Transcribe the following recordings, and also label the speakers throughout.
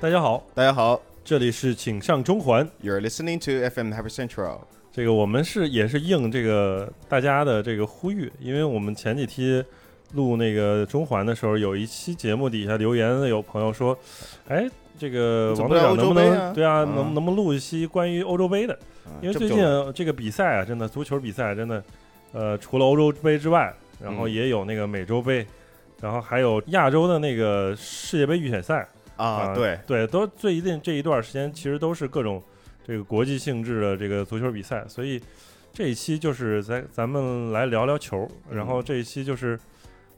Speaker 1: 大家好，
Speaker 2: 大家好
Speaker 1: 这里是请上中环。
Speaker 2: ，You're listening to FM Hyper Central。
Speaker 1: 这个我们是也是应这个大家的这个呼吁，因为我们前几期录那个中环的时候，有一期节目底下留言有朋友说，哎，这个
Speaker 2: 怎
Speaker 1: 王
Speaker 2: 么
Speaker 1: 队长能不
Speaker 2: 不聊欧洲杯
Speaker 1: 能
Speaker 2: 啊
Speaker 1: 对啊，
Speaker 2: 嗯
Speaker 1: 能能不能录一期关于欧洲杯的？
Speaker 2: 啊
Speaker 1: 因为
Speaker 2: 这
Speaker 1: 最
Speaker 2: 不就
Speaker 1: 近这个比赛啊，真的足球比赛真的，呃，除了欧洲杯之外，然后
Speaker 2: 嗯
Speaker 1: 也有那个美洲杯，然后还有亚洲的那个世界杯预选赛。
Speaker 2: 啊，对，
Speaker 1: 对，都最近这一段时间其实都是各种这个国际性质的这个足球比赛，所以这一期就是咱咱们来聊聊球，然
Speaker 2: 嗯
Speaker 1: 后这一期就是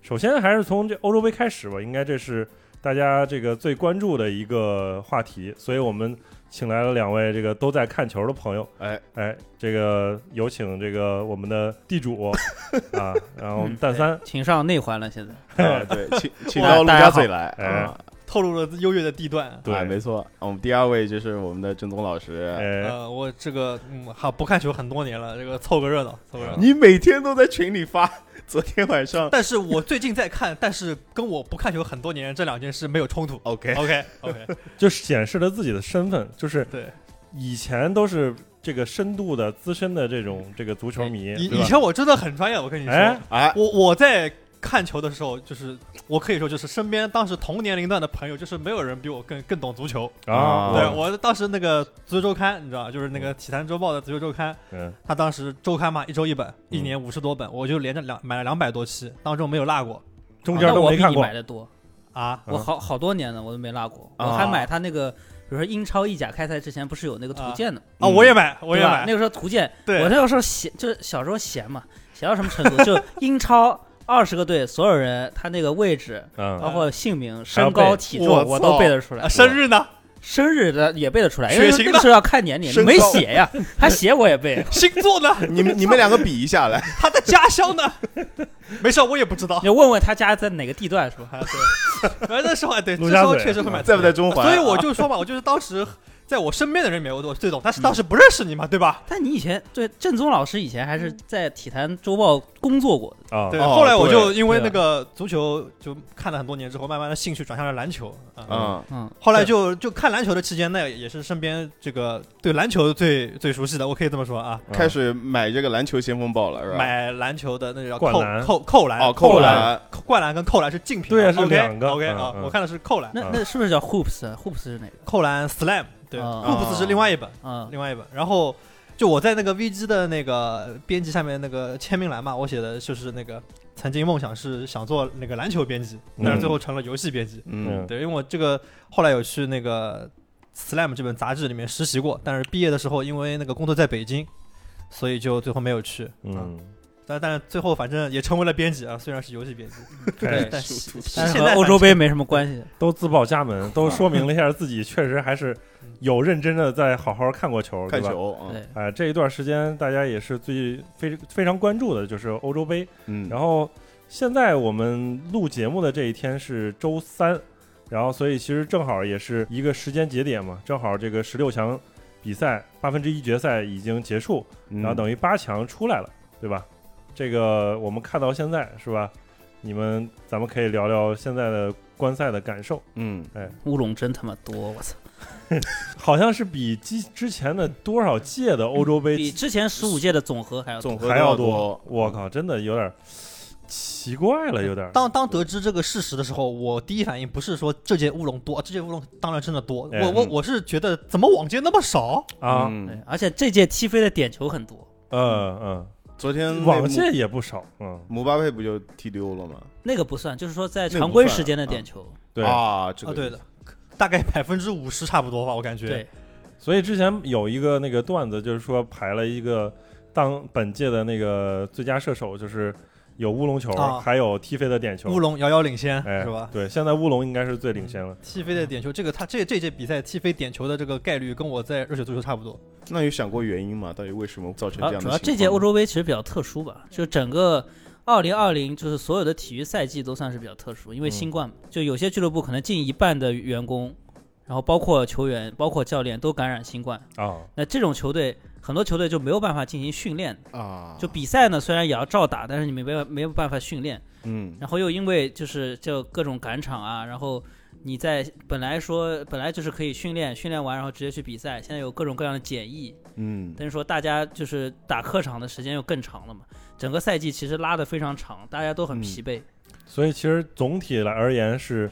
Speaker 1: 首先还是从这欧洲杯开始吧，应该这是大家这个最关注的一个话题，所以我们请来了两位这个都在看球的朋友，
Speaker 2: 哎
Speaker 1: 哎，这个有请这个我们的地主 啊，然
Speaker 2: 嗯
Speaker 1: 后蛋三，
Speaker 3: 请上内环了，现在
Speaker 2: 哎对，请请
Speaker 3: 哇
Speaker 2: 到陆
Speaker 3: 大家
Speaker 2: 家
Speaker 3: 好
Speaker 2: 嘴来
Speaker 1: 哎
Speaker 2: 啊，
Speaker 4: 透露了优越的地段。
Speaker 1: 对，
Speaker 2: 啊没错。我们第二位就是我们的郑东老师，
Speaker 1: 哎，
Speaker 4: 呃，我这个嗯，好不看球很多年了，这个凑个热闹，凑个热
Speaker 1: 嗯
Speaker 4: 闹。
Speaker 2: 你每天都在群里发，昨天晚上
Speaker 4: 但是我最近在看，但是跟我不看球很多年这两件事没有冲突。
Speaker 1: 哎
Speaker 2: OK，
Speaker 4: OK OK，
Speaker 1: 就显示了自己的身份，就是
Speaker 4: 对，
Speaker 1: 以前都是这个深度的、资深的这种这个足球迷，
Speaker 4: 以
Speaker 1: 对吧
Speaker 4: 以前我真的很专业，我跟你
Speaker 1: 哎
Speaker 4: 说，
Speaker 2: 哎，
Speaker 4: 我我在看球的时候，就是我可以说就是身边当时同年龄段的朋友，就是没有人比我更更懂足球。
Speaker 1: 啊，
Speaker 4: 对
Speaker 2: 哦
Speaker 4: 我当时那个足球周刊，你知道，就是那个《体坛周报》的足球周刊，
Speaker 1: 嗯，
Speaker 4: 他当时周刊嘛，一周一本，一年五十多本，我就连着两买了两百多期，当中没有落过
Speaker 1: 中间
Speaker 3: 那
Speaker 1: 都
Speaker 3: 我
Speaker 1: 没
Speaker 3: 比
Speaker 1: 看
Speaker 3: 你
Speaker 1: 过
Speaker 3: 买，的多，
Speaker 4: 啊。
Speaker 1: 嗯
Speaker 3: 我好好多年了，我都没落过，
Speaker 2: 啊
Speaker 3: 我还买他那个，比如说英超、意甲开赛之前不是有那个图鉴的，
Speaker 4: 啊，
Speaker 2: 嗯
Speaker 4: 我也买，我也
Speaker 3: 对吧
Speaker 4: 买
Speaker 3: 那。个时候图鉴，
Speaker 4: 对
Speaker 3: 我那个时候闲，就是小时候闲嘛，闲到什么程度？就英超二十个队，所有人他那个位置。
Speaker 1: 嗯，
Speaker 3: 包括姓名、
Speaker 1: 还要
Speaker 3: 身
Speaker 1: 背
Speaker 3: 高、体重，
Speaker 2: 我
Speaker 3: 我
Speaker 2: 操
Speaker 3: 都背得出来
Speaker 4: 啊，。生日 呢？
Speaker 3: 生日的也背得出来，因为
Speaker 4: 血型
Speaker 3: 那个
Speaker 4: 呢
Speaker 3: 时候要看年龄，
Speaker 2: 身
Speaker 3: 没
Speaker 2: 高
Speaker 3: 写呀，他写我也背。
Speaker 4: 星座呢？
Speaker 2: 嗯你们你们两个比一下来，
Speaker 4: 他的家乡 呢？没事，我也不知道。
Speaker 3: 你问问他家在哪个地段是吧？
Speaker 4: 啊，对，反正那时 候哎，对，
Speaker 1: 陆
Speaker 4: 这
Speaker 1: 家
Speaker 4: 时候
Speaker 1: 嘴
Speaker 4: 确实会买，
Speaker 2: 在不在？中环？
Speaker 4: 所以我就说嘛，我就是当时在我身边的人里面，我我最懂，但是当时不认识你嘛，对吧？
Speaker 3: 但你以前对正宗老师以前还是在体坛周报工作过的，
Speaker 1: 啊
Speaker 4: 对，
Speaker 2: 哦
Speaker 4: 后来我就
Speaker 2: 对
Speaker 4: 因为
Speaker 3: 对啊
Speaker 4: 那个足球就看了很多年之后，慢慢的兴趣转向了篮球啊。
Speaker 2: 嗯
Speaker 3: 嗯，
Speaker 4: 后来就就看篮球的期间呢，也是身边这个对篮球最最熟悉的，我可以这么说啊，
Speaker 1: 嗯
Speaker 2: 开始买这个篮球先锋报了，是吧？
Speaker 4: 买篮球的那叫
Speaker 1: 灌
Speaker 4: 扣
Speaker 1: 篮
Speaker 4: 扣扣啊篮
Speaker 2: 哦，扣
Speaker 1: 篮
Speaker 2: 篮
Speaker 4: 灌篮跟扣篮是竞品啊，
Speaker 1: 对啊是
Speaker 4: OK，
Speaker 1: 两个
Speaker 4: OK
Speaker 1: 嗯
Speaker 4: 啊，
Speaker 1: 嗯
Speaker 4: 我看的是扣篮，
Speaker 3: 那
Speaker 1: 啊
Speaker 3: 那是不是叫 hoops？hoops 是哪个？
Speaker 4: 扣篮 slam，对
Speaker 3: 啊
Speaker 4: ，hoops 是另外一本，
Speaker 3: 啊，
Speaker 4: 另外一本。然后就我在那个 VG 的那个编辑下面那个签名栏嘛，我写的就是那个曾经梦想是想做那个篮球编辑，但
Speaker 1: 嗯
Speaker 4: 是最后成了游戏编辑。
Speaker 2: 嗯，
Speaker 4: 对，因为我这个后来有去那个 slam 这本杂志里面实习过，但是毕业的时候因为那个工作在北京，所以就最后没有去。
Speaker 1: 嗯，
Speaker 4: 但但是最后反正也成为了编辑啊，虽然是游戏编辑，
Speaker 1: 哎
Speaker 4: 但
Speaker 2: 是
Speaker 4: 是
Speaker 3: 但是
Speaker 4: 现
Speaker 3: 和
Speaker 4: 在
Speaker 3: 欧洲
Speaker 4: 反
Speaker 3: 杯
Speaker 4: 正
Speaker 3: 没什么关系。
Speaker 1: 都自报家门，都说明了一下自己确实还是有认真的在好好看过球，对
Speaker 2: 看
Speaker 1: 吧？
Speaker 2: 球，嗯
Speaker 3: 对，
Speaker 1: 哎，这一段时间大家也是最非非常关注的就是欧洲杯，
Speaker 2: 嗯，
Speaker 1: 然后现在我们录节目的这一天是周三，然后所以其实正好也是一个时间节点嘛，正好这个十六强比赛八分之一决赛已经结束，
Speaker 2: 然
Speaker 1: 然后等于八强出来了，对吧？这个我们看到现在是吧？你们咱们可以聊聊现在的观赛的感受，
Speaker 2: 嗯，
Speaker 3: 乌龙真他妈多，我操！
Speaker 1: 好像是比之之前的多少届的欧洲杯
Speaker 3: 比之前十五届的总和还要多
Speaker 2: 嗯总和
Speaker 1: 还要
Speaker 2: 多，
Speaker 1: 我靠，真的有点儿奇怪了，有点儿
Speaker 2: 嗯
Speaker 4: 当当得知这个事实的时候，我第一反应不是说这届乌龙多，啊这届乌龙当然真的多，
Speaker 1: 哎
Speaker 4: 我我
Speaker 2: 嗯
Speaker 4: 我是觉得怎么往届那么少？
Speaker 1: 啊，嗯
Speaker 2: 嗯
Speaker 3: 对，而且这届踢飞的点球很多，
Speaker 1: 嗯
Speaker 2: 昨天
Speaker 1: 嗯，
Speaker 2: 那
Speaker 1: 往
Speaker 2: 姆
Speaker 1: 届也不少，嗯。
Speaker 2: 姆巴佩不就踢丢了吗？
Speaker 3: 那个不算，就是说在
Speaker 2: 那个
Speaker 3: 常
Speaker 2: 不
Speaker 3: 规
Speaker 2: 算
Speaker 3: 时间的
Speaker 2: 啊
Speaker 3: 点球。
Speaker 1: 对，
Speaker 2: 啊，这
Speaker 4: 啊，
Speaker 2: 个
Speaker 4: 对的，大概百分之五十差不多吧，我感觉。
Speaker 3: 对，
Speaker 1: 所以之前有一个那个段子，就是说排了一个当本届的那个最佳射手，就是有乌龙球，
Speaker 4: 啊
Speaker 1: 还有踢飞的点球，
Speaker 4: 乌龙遥遥领先、
Speaker 1: 哎
Speaker 4: 是吧？
Speaker 1: 对，现在乌龙应该是最领先了。
Speaker 4: 踢飞的点球，这个他这这届比赛踢飞点球的这个概率跟我在热血足球差不多。
Speaker 2: 那有想过原因吗？到底为什么造成
Speaker 3: 主要
Speaker 2: 这样的情
Speaker 3: 啊
Speaker 2: 况？
Speaker 3: 主要这届欧洲杯其实比较特殊吧，就整个二零二零就是所有的体育赛季都算是比较特殊，因为
Speaker 1: 嗯
Speaker 3: 新冠嘛，就有些俱乐部可能近一半的员工，然后包括球员、包括教练都感染新冠，
Speaker 4: 嗯
Speaker 1: 啊，
Speaker 3: 那这种球队很多球队就没有办法进行训练，
Speaker 2: 啊，
Speaker 3: 就比赛呢虽然也要照打，但是你没办法没有办法训练，
Speaker 2: 嗯
Speaker 3: 然后又因为就是就各种赶场啊，然后你在本来说本来就是可以训练，训练完然后直接去比赛，现在有各种各样的检疫，
Speaker 2: 嗯，
Speaker 3: 等于说大家就是打客场的时间又更长了嘛。整个赛季其实拉得非常长，大家都很疲惫，
Speaker 1: 所以其实总体来而言是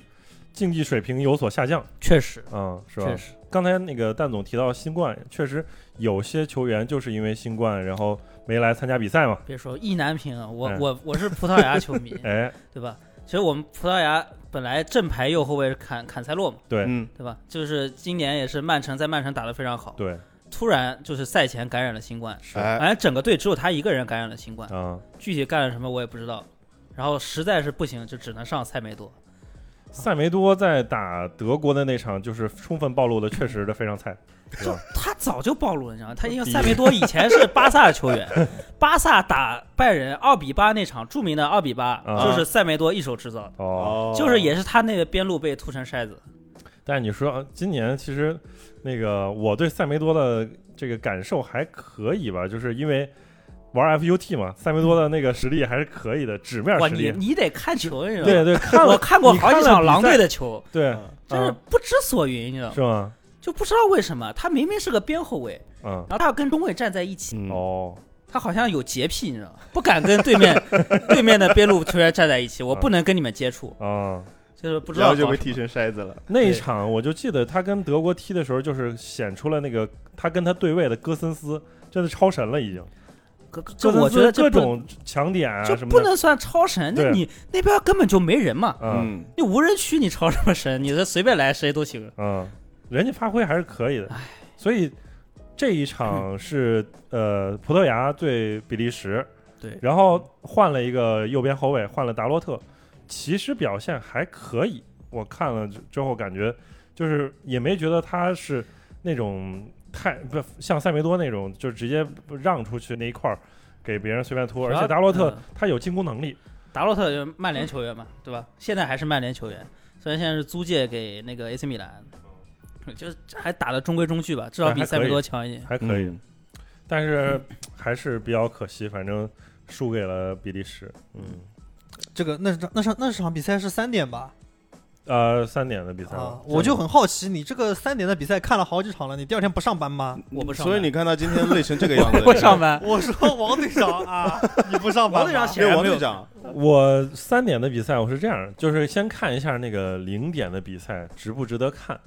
Speaker 1: 竞技水平有所下降
Speaker 3: 确实，
Speaker 1: 啊、是吧
Speaker 3: 确？实，
Speaker 1: 刚才那个蛋总提到新冠，确实有些球员就是因为新冠，然后没来参加比赛嘛。
Speaker 3: 别说意难平啊，我、
Speaker 1: 嗯，
Speaker 3: 我我是葡萄牙球迷
Speaker 4: 嗯
Speaker 1: 哎，
Speaker 3: 对吧？其实我们葡萄牙本来正牌右后卫是坎坎塞洛嘛，
Speaker 1: 对、
Speaker 2: 嗯，
Speaker 3: 对吧？就是今年也是曼城在曼城打得非常好，
Speaker 1: 对，
Speaker 3: 突然就是赛前感染了新冠，
Speaker 1: 是啊、
Speaker 2: 哎，
Speaker 3: 反正整个队只有他一个人感染了新冠，具体干了什么我也不知道。然后实在是不行，就只能上塞梅多。
Speaker 1: 塞梅多在打德国的那场，就是充分暴露了确实的非常菜，是吧？
Speaker 3: 他早就暴露了，你知道吗？他因为
Speaker 1: 第一
Speaker 3: 塞梅多以前是巴萨的球员，巴萨打拜仁二比八那场著名的二比八，
Speaker 1: 啊
Speaker 3: 就是塞梅多一手制造的，
Speaker 1: 哦，
Speaker 3: 就是也是他那个边路被突成筛子。
Speaker 1: 但是你说呃今年其实那个我对塞梅多的这个感受还可以吧，就是因为玩 FUT 嘛，塞梅多的那个实力还是可以的，纸面
Speaker 3: 哇，
Speaker 1: 实
Speaker 3: 你
Speaker 1: 力。
Speaker 3: 你得看球，你知道吗？
Speaker 1: 对对，看
Speaker 3: 我
Speaker 1: 了啊
Speaker 3: 看过好几场狼队
Speaker 1: 的，
Speaker 3: 的球，
Speaker 1: 对，
Speaker 3: 真是不知所云，你知道吗？
Speaker 1: 是吗？
Speaker 3: 就不知道为什么他明明是个边后卫，
Speaker 1: 嗯，
Speaker 3: 然后他要跟中卫站在一起，
Speaker 2: 嗯，
Speaker 1: 哦，
Speaker 3: 他好像有洁癖，你知道吗？不敢跟 对面对面的边路球员站在一起，我不能跟你们接触，
Speaker 1: 啊，
Speaker 3: 就是不知
Speaker 2: 然
Speaker 3: 道
Speaker 2: 后就
Speaker 3: 搞
Speaker 2: 被
Speaker 3: 什
Speaker 2: 踢成筛子了，
Speaker 1: 那一场我就记得他跟德国踢的时候，就是显出了那个他跟他对位的戈森斯真的超神了，已经。
Speaker 3: 么这
Speaker 1: 戈
Speaker 3: 这我
Speaker 1: 森
Speaker 3: 觉得
Speaker 1: 斯
Speaker 3: 这
Speaker 1: 各
Speaker 3: 不
Speaker 1: 种抢点啊
Speaker 3: 就
Speaker 1: 什么
Speaker 3: 不
Speaker 1: 的，
Speaker 3: 能算超神，那
Speaker 1: 对
Speaker 3: 你那边根本就没人嘛，
Speaker 1: 嗯
Speaker 3: 你无人区你超什么神？你这随便来谁都行。
Speaker 1: 嗯，人家发挥还是可以的
Speaker 3: 唉，
Speaker 1: 所以这一场 是呃葡萄牙对比利时，
Speaker 3: 对
Speaker 1: 然后换了一个右边后卫，换了达洛特，其实表现还可以，我看了之之后感觉就是也没觉得他是那种太不像塞梅多那种就直接让出去那一块儿。给别人随便突，
Speaker 3: 主
Speaker 1: 而
Speaker 3: 要
Speaker 1: 且达洛特
Speaker 3: 啊嗯
Speaker 1: 他有进攻能力，
Speaker 3: 达洛特就是曼联球员嘛，对吧？现在还是曼联球员，虽然现在是租借给那个 AC 米兰，就是还打的中规中矩吧，至少
Speaker 1: 哎
Speaker 3: 比
Speaker 1: 还
Speaker 3: 塞
Speaker 1: 可
Speaker 3: 梅
Speaker 1: 以
Speaker 3: 多强一点。
Speaker 1: 还
Speaker 2: 嗯
Speaker 1: 可以，但是还是比较可惜，反正输给了比利时。嗯，
Speaker 4: 这个那那场那场比赛是三点吧？
Speaker 1: 呃，三点的比赛了、
Speaker 4: 啊，我就很好奇，你这个三点的比赛看了好几场了，你第二天不上班吗？
Speaker 3: 我
Speaker 1: 嗯
Speaker 3: 不上班
Speaker 2: 所以你看他今天累成这个 样子，
Speaker 3: 会上班，
Speaker 4: 我说王队长啊，你不上班吗？
Speaker 3: 王队长显
Speaker 2: 对
Speaker 3: 然
Speaker 2: 王
Speaker 3: 没有
Speaker 2: 队长，
Speaker 1: 我三点的比赛我是这样，就是先看一下那个零点的比赛值不值得看。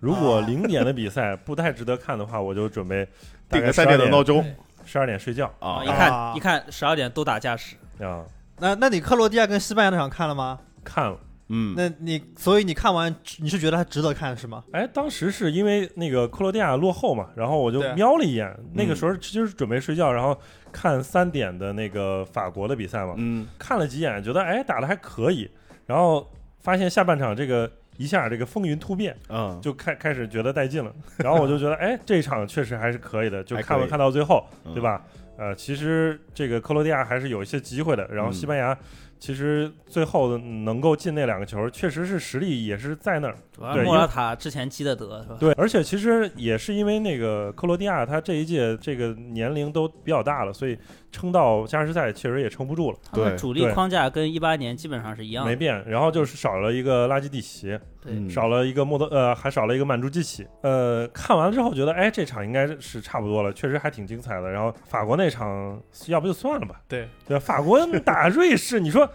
Speaker 1: 如果
Speaker 4: 啊
Speaker 1: 零点的比赛不太值得看的话，我就准备大
Speaker 2: 定
Speaker 1: 概
Speaker 2: 个三点的闹
Speaker 1: 钟，
Speaker 2: 钟
Speaker 1: 十二点睡觉
Speaker 3: 啊，
Speaker 2: 啊
Speaker 3: 一
Speaker 4: 呀，
Speaker 3: 看一看十二点都打架时，
Speaker 1: 啊。
Speaker 4: 那那你克罗地亚跟西班牙那场看了吗？
Speaker 1: 看了，
Speaker 2: 嗯，
Speaker 4: 那你所以你看完你是觉得它值得看是吗？
Speaker 1: 哎，当时是因为那个克罗地亚落后嘛，然后我就
Speaker 4: 对
Speaker 1: 瞄了一眼，那个时候其实是准备睡觉，然后看三点的那个法国的比赛嘛，
Speaker 2: 嗯，
Speaker 1: 看了几眼，觉得哎打的还可以，然后发现下半场这个一下这个风云突变，
Speaker 2: 嗯，
Speaker 1: 就开开始觉得带劲了。然后我就觉得，哎，这一场确实还是可以的，就
Speaker 2: 还
Speaker 1: 看
Speaker 2: 可
Speaker 1: 吧，
Speaker 2: 以
Speaker 1: 看到最后，
Speaker 2: 嗯
Speaker 1: 对吧？呃，其实这个克罗地亚还是有一些机会的。然后
Speaker 2: 嗯
Speaker 1: 西班牙其实最后能够进那两个球，确实是实力也是在那儿。
Speaker 3: 主要
Speaker 1: 对
Speaker 3: 是莫拉塔之前积的德是吧？
Speaker 1: 对，而且其实也是因为那个克罗地亚，他这一届这个年龄都比较大了，所以撑到加时赛确实也撑不住了，
Speaker 3: 他们
Speaker 2: 对
Speaker 3: 主力
Speaker 1: 对
Speaker 3: 框架跟一八年基本上是一样
Speaker 1: 没
Speaker 3: 的。
Speaker 1: 变。然后就是少了一个拉基蒂奇，
Speaker 3: 对，
Speaker 2: 嗯
Speaker 1: 少了一个莫德，呃，还少了一个曼朱基奇。呃，看完了之后觉得，哎，这场应该是差不多了，确实还挺精彩的。然后法国那场，要不就算了吧，
Speaker 4: 对
Speaker 1: 对吧？法国打瑞士，你说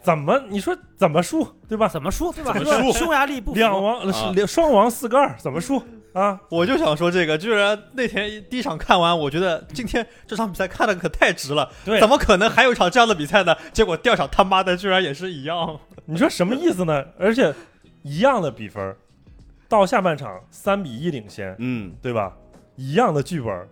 Speaker 1: 怎么？你说怎么输，对吧？
Speaker 3: 怎么输对吧？
Speaker 1: 怎么输
Speaker 3: 匈牙利不服
Speaker 1: 两王、
Speaker 2: 啊
Speaker 1: 两双王四个二，怎么输啊？
Speaker 4: 我就想说这个，居然那天第一场看完，我觉得今天这场比赛看的可太值了，
Speaker 1: 对
Speaker 4: 怎么可能还有一场这样的比赛呢？结果第二场他妈的居然也是一样，
Speaker 1: 你说什么意思呢？而且一样的比分，到下半场三比一领先，
Speaker 2: 嗯，
Speaker 1: 对吧？一样的剧本，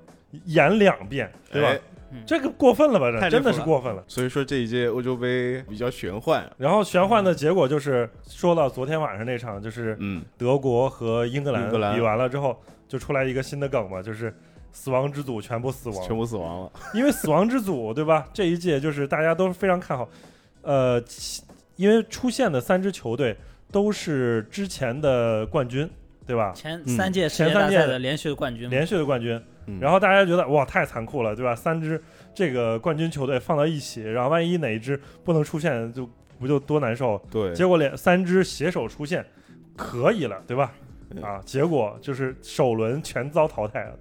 Speaker 1: 演两遍，对吧？
Speaker 2: 哎
Speaker 1: 这个过分了吧？
Speaker 4: 太
Speaker 1: 这真
Speaker 4: 离谱
Speaker 1: 的是
Speaker 4: 了
Speaker 1: 过分了。
Speaker 2: 所以说这一届欧洲杯比较玄幻，
Speaker 1: 然后玄幻的结果就是，说到昨天晚上那场，就是
Speaker 2: 嗯，
Speaker 1: 德国和英格兰
Speaker 2: 英格兰
Speaker 1: 比完了之后，就出来一个新的梗嘛，就是死亡之组全部死
Speaker 2: 全
Speaker 1: 亡，
Speaker 2: 部死亡了，
Speaker 1: 因为死亡之组对吧？这一届就是大家都非常看好，呃，其因为出现的三支球队都是之前的冠军，对吧？
Speaker 3: 前
Speaker 2: 嗯
Speaker 3: 三届世界
Speaker 1: 前三
Speaker 3: 大
Speaker 1: 届
Speaker 3: 赛的连续冠军嘛，
Speaker 1: 连续的冠军，
Speaker 2: 嗯
Speaker 1: 然后大家觉得哇太残酷了，对吧？三支这个冠军球队放到一起，然后万一哪一支不能出现，就不就多难受？
Speaker 2: 对，
Speaker 1: 结果两三支携手出现，可以了，对吧？啊，结果就是首轮全遭淘汰了，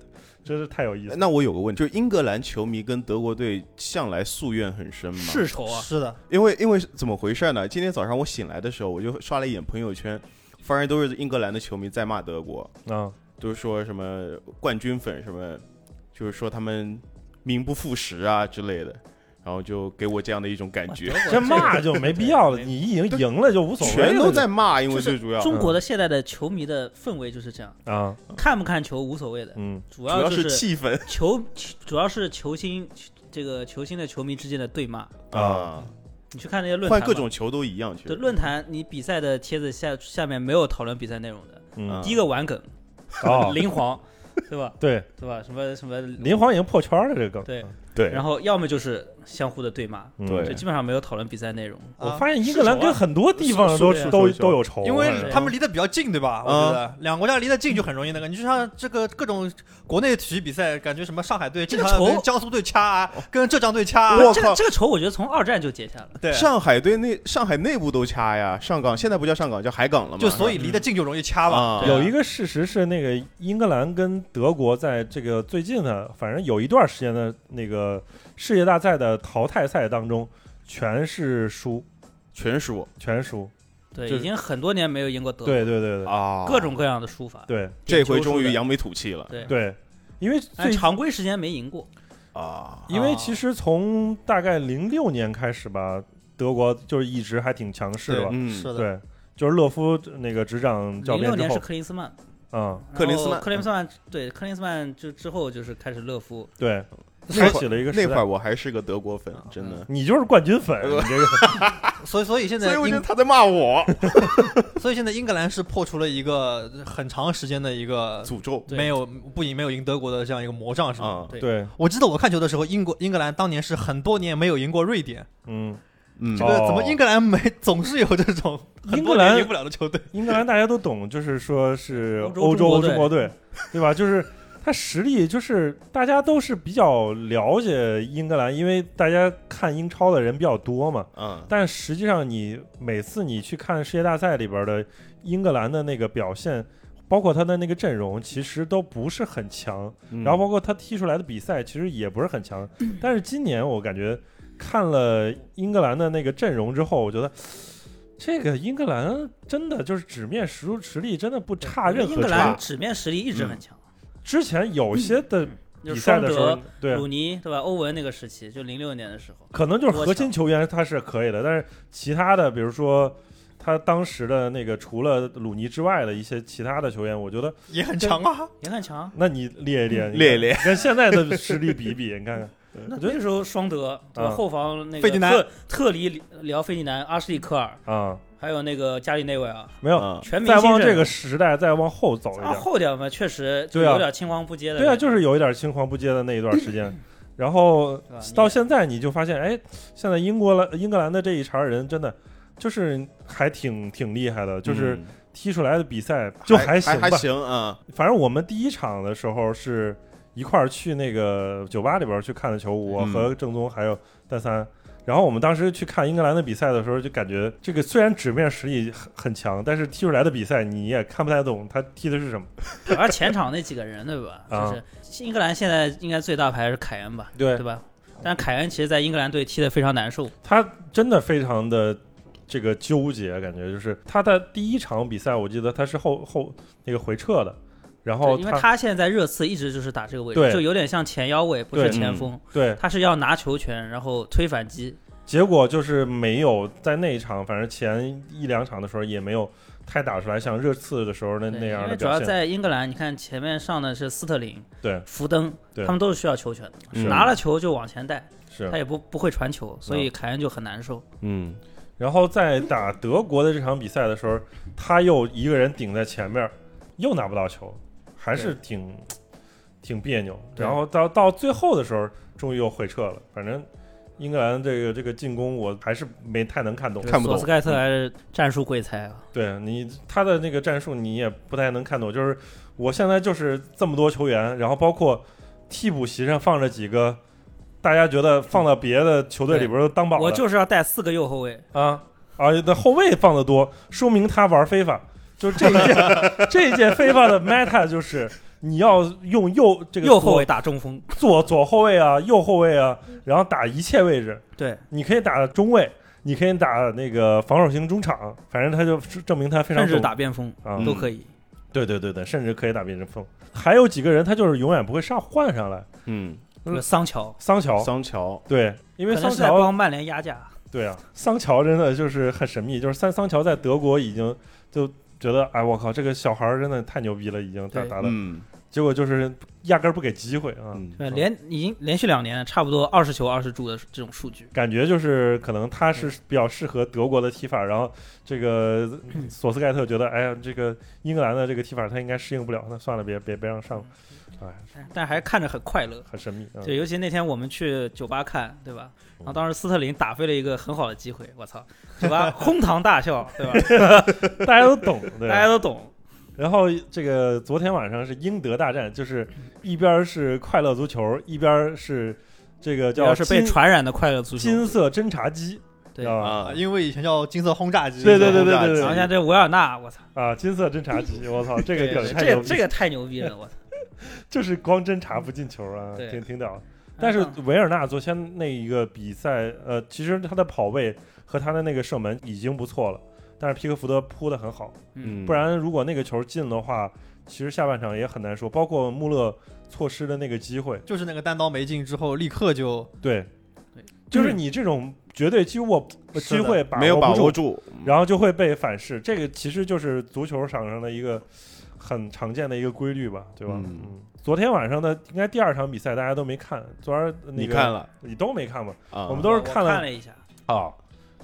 Speaker 1: 真是太有意思了。
Speaker 2: 哎那我有个问题，就是英格兰球迷跟德国队向来夙愿很深嘛？
Speaker 3: 世仇啊，
Speaker 4: 是的，
Speaker 2: 因为因为是怎么回事呢？今天早上我醒来的时候，我就刷了一眼朋友圈，发现都是英格兰的球迷在骂德国，
Speaker 1: 啊，
Speaker 2: 都是说什么冠军粉什么，就是说他们名不副实啊之类的，然后就给我这样的一种感觉，
Speaker 1: 这 骂就没必要了，你赢赢了就无所谓了，
Speaker 2: 全都在骂，因为
Speaker 3: 就是
Speaker 2: 最主要
Speaker 3: 中国的现在的球迷的氛围就是这样，
Speaker 1: 啊，
Speaker 3: 看不看球无所谓的，
Speaker 1: 嗯，
Speaker 3: 主
Speaker 2: 主要
Speaker 3: 要就是
Speaker 2: 气氛
Speaker 3: 球，主要是球星这个球星的球迷之间的对骂。
Speaker 2: 啊，
Speaker 3: 你去看那些论坛
Speaker 2: 换
Speaker 3: 吧，
Speaker 2: 各种球都一样，其
Speaker 3: 对
Speaker 2: 实
Speaker 3: 论坛，你比赛的帖子下下面没有讨论比赛内容的，
Speaker 1: 嗯
Speaker 2: 啊
Speaker 3: 第一个玩梗，
Speaker 1: 哦，
Speaker 3: 林皇，对吧？
Speaker 1: 对，
Speaker 3: 对吧？什么什么，
Speaker 1: 林皇已经破圈了，这个梗。
Speaker 2: 啊
Speaker 3: 对，
Speaker 2: 对，
Speaker 3: 然后要么就是相互的对骂，
Speaker 1: 嗯
Speaker 2: 对
Speaker 3: 就基本上没有讨论比赛内容。
Speaker 1: 我
Speaker 4: 啊
Speaker 1: 发现英格兰跟很多地方都
Speaker 2: 啊是是
Speaker 1: 都
Speaker 2: 是是
Speaker 1: 都有仇，啊
Speaker 4: 因
Speaker 1: 反
Speaker 4: 为
Speaker 1: 正
Speaker 4: 他们离得比较近，对吧？我觉得两个国家离得近就很容易那个。你就像这个各种国内体育比赛，感觉什么上海队经
Speaker 3: 个
Speaker 4: 常
Speaker 3: 仇
Speaker 4: 跟江苏队掐啊，跟浙江队掐啊，
Speaker 2: 我
Speaker 3: 这个
Speaker 2: 靠
Speaker 3: 这个仇，我觉得从二战就结下了。
Speaker 4: 对，
Speaker 2: 上海队内上海内部都掐呀，上港现在不叫上港，叫海港了嘛，
Speaker 4: 就所以离得近就容易掐嘛。
Speaker 2: 啊
Speaker 3: 对
Speaker 1: 有一个事实是，那个英格兰跟德国在这个最近的，反正有一段时间的那个世界大赛的淘汰赛当中，全是输，
Speaker 2: 全输
Speaker 1: 全输。
Speaker 3: 对，
Speaker 2: 就
Speaker 3: 已经很多年没有赢过德国，
Speaker 1: 对对对对
Speaker 2: 啊，
Speaker 3: 各种各样的输法。
Speaker 1: 对
Speaker 2: 这回终
Speaker 3: 点球输
Speaker 2: 于
Speaker 3: 的
Speaker 2: 扬眉吐气了
Speaker 3: 对，
Speaker 1: 对，因为
Speaker 3: 但
Speaker 1: 最
Speaker 3: 常规时间没赢过。
Speaker 2: 啊，
Speaker 1: 因为其实从大概零六年开始吧，德国就是一直还挺强势的吧，
Speaker 2: 嗯，
Speaker 4: 是的，
Speaker 1: 对，就是勒夫那个执掌嗯教
Speaker 3: 零
Speaker 1: 鞭
Speaker 3: 六
Speaker 1: 之
Speaker 3: 年是
Speaker 1: 后，
Speaker 3: 克林斯曼，
Speaker 1: 嗯，
Speaker 2: 克林斯曼
Speaker 3: 然后克林斯曼对克林斯曼就之后就是开始勒夫，
Speaker 1: 对，
Speaker 2: 那会
Speaker 1: 开
Speaker 2: 儿
Speaker 1: 启了一个
Speaker 2: 那
Speaker 1: 时
Speaker 2: 会儿
Speaker 1: 代。嗯
Speaker 2: 我还是个德国粉，真的，
Speaker 1: 你就是冠军粉，你这个
Speaker 4: 所以所以现
Speaker 2: 所
Speaker 4: 在
Speaker 2: 以我觉得
Speaker 4: 英
Speaker 2: 他在骂我，
Speaker 4: 所以现在英格兰是破除了一个很长时间的一个
Speaker 1: 嗯
Speaker 2: 诅咒
Speaker 3: 对
Speaker 4: 没有不赢没有赢德国的这样一个魔障，是吗？
Speaker 2: 啊，
Speaker 3: 对
Speaker 1: 对，
Speaker 4: 我记得我看球的时候，英国英格兰当年是很多年没有赢过瑞典，
Speaker 1: 嗯，
Speaker 2: 嗯
Speaker 4: 这个
Speaker 1: 哦
Speaker 4: 怎么英格兰没总是有这种 很多
Speaker 1: 英格兰
Speaker 4: 年赢不了的球队？
Speaker 1: 英格兰大家都懂，就是说是欧洲
Speaker 3: 欧
Speaker 1: 中
Speaker 3: 洲中
Speaker 1: 国
Speaker 3: 国
Speaker 1: 队，对吧？就是他实力，就是大家都是比较了解英格兰，因为大家看英超的人比较多嘛。
Speaker 2: 嗯
Speaker 1: 但实际上，你每次你去看世界大赛里边的英格兰的那个表现，包括他的那个阵容，其实都不是很强。
Speaker 2: 嗯
Speaker 1: 然后包括他踢出来的比赛，其实也不是很强。但是今年我感觉看了英格兰的那个阵容之后，我觉得这个英格兰真的就是纸面实实力真的不差任
Speaker 3: 英
Speaker 1: 何
Speaker 3: 格
Speaker 1: 差
Speaker 3: 兰。纸面实力一直很强，
Speaker 1: 之前有些的
Speaker 3: 就
Speaker 1: 比
Speaker 3: 是
Speaker 1: 赛
Speaker 3: 嗯双
Speaker 1: 的时候
Speaker 3: 德、，
Speaker 1: 对
Speaker 3: 鲁，尼对吧？欧文那个时期，就零六年的时候，
Speaker 1: 可能就是核心球员他是可以的，但是其他的，比如说。他当时的那个除了鲁尼之外的一些其他的球员，我觉得，
Speaker 4: 也很强啊，
Speaker 3: 也很强。
Speaker 1: 那你列一列，你
Speaker 2: 列一列
Speaker 1: 看跟现在的实力比一比，你看看，
Speaker 3: 那那时候双德对吧？
Speaker 1: 嗯
Speaker 3: 后防那个
Speaker 4: 费迪南
Speaker 3: 特特里聊费迪南、阿什利科尔，
Speaker 1: 啊，
Speaker 3: 还有那个加里内维尔，
Speaker 1: 没有，
Speaker 2: 嗯
Speaker 3: 全明
Speaker 1: 啊再
Speaker 3: 星
Speaker 1: 往
Speaker 3: 阵
Speaker 1: 这
Speaker 3: 容
Speaker 1: 个时代再往后走一
Speaker 3: 啊
Speaker 1: 点，
Speaker 3: 后点嘛，确实就
Speaker 1: 对啊
Speaker 3: 有点青黄不接的。
Speaker 1: 对啊，就是有一点青黄不接的那一段时间，然后
Speaker 3: 对吧你
Speaker 1: 到现在你就发现，哎，现在英国了英格兰的这一茬人真的就是还挺挺厉害的，就是
Speaker 2: 嗯
Speaker 1: 踢出来的比赛就
Speaker 2: 还
Speaker 1: 行吧
Speaker 2: 还。行啊，
Speaker 1: 反正我们第一场的时候是一块儿去那个酒吧里边去看的球，我
Speaker 2: 嗯
Speaker 1: 和正宗还有蛋三。然后我们当时去看英格兰的比赛的时候，就感觉这个虽然纸面实力很很强，但是踢出来的比赛你也看不太懂他踢的是什么。
Speaker 3: 主要前场那几个人对吧？
Speaker 1: 啊
Speaker 3: 就是英格兰现在应该最大牌是凯恩吧，
Speaker 1: 对
Speaker 3: 对吧？但凯恩其实，在英格兰队踢得非常难受，
Speaker 1: 他真的非常的这个纠结，感觉就是他的第一场比赛，我记得他是后后那个回撤的，然后
Speaker 3: 对因为他现在在热刺一直就是打这个位
Speaker 1: 对
Speaker 3: 置，就有点像前腰位，不是
Speaker 1: 对嗯
Speaker 3: 前锋，
Speaker 1: 对，
Speaker 3: 他是要拿球权，然后推反击。
Speaker 1: 结果就是没有在那一场，反正前一两场的时候也没有太打出来像热刺的时候那
Speaker 3: 对
Speaker 1: 那样
Speaker 3: 因
Speaker 1: 的
Speaker 3: 为主
Speaker 1: 表
Speaker 3: 要
Speaker 1: 现。
Speaker 3: 在英格兰，你看前面上的是斯特林、
Speaker 1: 对，
Speaker 3: 福登，
Speaker 1: 对
Speaker 3: 他们都是需要球权的，
Speaker 2: 是
Speaker 3: 拿了球就往前带，
Speaker 1: 是
Speaker 3: 他也不不会传球，所以凯恩就很难受。
Speaker 2: 嗯，
Speaker 1: 然后在打德国的这场比赛的时候，他又一个人顶在前面，又拿不到球，还是挺挺别扭。
Speaker 3: 对
Speaker 1: 然后到到最后的时候，终于又回撤了。反正英格兰这个这个进攻，我还是没太能看懂。
Speaker 2: 看不
Speaker 3: 索
Speaker 2: 懂
Speaker 3: 斯盖
Speaker 1: 嗯
Speaker 3: 特还是战术鬼才啊，
Speaker 1: 对你他的那个战术，你也不太能看懂。就是我现在就是这么多球员，然后包括替补席上放着几个。大家觉得放到别的球队里边都当宝的，
Speaker 3: 我就是要带四个右后卫，
Speaker 1: 啊啊，那后卫放的多，说明他玩非法。就这一 届这一届非法的 meta 就是你要用右这个
Speaker 3: 右后
Speaker 1: 左
Speaker 3: 卫打中锋，
Speaker 1: 左左后卫啊，右后卫啊，然后打一切位置，
Speaker 3: 对，
Speaker 1: 你可以打中卫，你可以打那个防守型中场，反正他就证明他非常
Speaker 3: 甚至
Speaker 1: 懂
Speaker 3: 打边锋
Speaker 1: 啊，
Speaker 3: 都可以。
Speaker 1: 对对对对，甚至可以打变阵锋。还有几个人他就是永远不会上换上来，
Speaker 2: 嗯，
Speaker 1: 嗯
Speaker 3: 桑乔
Speaker 1: 桑乔
Speaker 2: 桑乔，
Speaker 1: 对，因为
Speaker 3: 可能
Speaker 1: 桑
Speaker 3: 是在
Speaker 1: 乔
Speaker 3: 帮曼联压价，
Speaker 1: 对啊，桑乔真的就是很神秘，就是桑桑乔在德国已经就觉得哎我靠这个小孩儿真的太牛逼了，已经打
Speaker 3: 对
Speaker 1: 打的，
Speaker 2: 嗯
Speaker 1: 结果就是压根儿不给机会啊。
Speaker 2: 嗯，
Speaker 3: 对，连已经连续两年差不多二十球二十助的这种数据。
Speaker 1: 感觉就是可能他是比较适合德国的踢法，然后这 个索斯盖特觉得，哎呀，这个英格兰的这个踢法他应该适应不了，那算了，别别别让上了，
Speaker 3: 但还是看着很快乐。
Speaker 1: 很神秘。嗯、
Speaker 3: 对，尤其那天我们去酒吧看，对吧？然后当时斯特林打飞了一个很好的机会，我操！酒吧哄堂大笑，对吧？
Speaker 1: 大家都懂，对啊
Speaker 3: 大。 家都懂，
Speaker 1: 然后这个昨天晚上是英德大战，就是一边是快乐足球，一边是这个
Speaker 3: 主
Speaker 1: 叫
Speaker 3: 要是被
Speaker 1: 金
Speaker 3: 传染的快乐足球。
Speaker 1: 金色侦察机，
Speaker 3: 对
Speaker 1: 啊
Speaker 2: 啊，
Speaker 4: 因为以前叫金色轰炸机，
Speaker 1: 对对对对对对
Speaker 2: 金色
Speaker 3: 然
Speaker 2: 轰
Speaker 3: 后
Speaker 2: 炸机
Speaker 3: 像这维尔纳，我操！
Speaker 1: 啊，金色侦察机，我操，这个
Speaker 3: 对
Speaker 1: 梗
Speaker 3: 对
Speaker 1: 太
Speaker 3: 这
Speaker 1: 牛
Speaker 3: 个
Speaker 1: 逼
Speaker 3: 这个太牛逼了，我操！
Speaker 1: 就是光侦查不进球啊，
Speaker 3: 对
Speaker 1: 挺挺屌的。但是维尔纳昨天那一个比赛，呃，其实他的跑位和他的那个射门已经不错了，但是皮克福德扑得很好，
Speaker 3: 嗯，
Speaker 1: 不然如果那个球进的话，其实下半场也很难说。包括穆勒错失的那个机会，
Speaker 4: 就是那个单刀没进之后，立刻就
Speaker 1: 对
Speaker 3: 对，
Speaker 1: 就是你这种绝对机握
Speaker 4: 是
Speaker 1: 机
Speaker 4: 的
Speaker 1: 会把
Speaker 2: 嗯没有把
Speaker 1: 不住
Speaker 2: 握，嗯住，
Speaker 1: 然后就会被反噬。这个其实就是足球场上的一个很常见的一个规律吧，对吧？
Speaker 2: 嗯
Speaker 1: 嗯。昨天晚上的应该第二场比赛大家都没看，昨儿那
Speaker 2: 你
Speaker 1: 个
Speaker 2: 看了
Speaker 1: 你都没看吧？
Speaker 2: 啊，
Speaker 1: 我们
Speaker 3: 我
Speaker 1: 都是
Speaker 3: 我
Speaker 1: 看
Speaker 3: 看
Speaker 1: 了
Speaker 3: 了一下，
Speaker 1: 啊，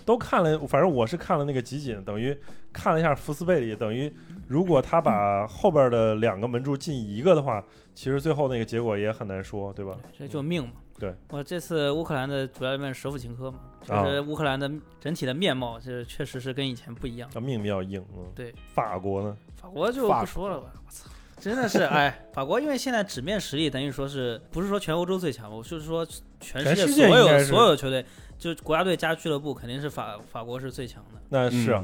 Speaker 1: 都看了，反正我是看了那个集锦，等于看了一下福斯贝里，等于如果他把后边的两个门柱进一个的话，其实最后那个结果也很难说，对吧？
Speaker 3: 这就命嘛。
Speaker 1: 对，啊
Speaker 3: 我这次乌克兰的主教练舍甫琴科嘛，就是乌克兰的整体的面貌，就是确实是跟以前不一样。
Speaker 1: 啊，命比较硬，嗯，
Speaker 3: 对，
Speaker 1: 法国呢？
Speaker 3: 法国就
Speaker 2: 法
Speaker 3: 不说了吧，我操，真的是哎，法国因为现在纸面实力等于说是不是说全欧洲最强，我就是说全
Speaker 1: 全
Speaker 3: 世界
Speaker 1: 世界
Speaker 3: 所
Speaker 1: 应该
Speaker 3: 有
Speaker 1: 是
Speaker 3: 所有的球队，就国家队加俱乐部肯定是法法国是最强的。
Speaker 1: 那是啊，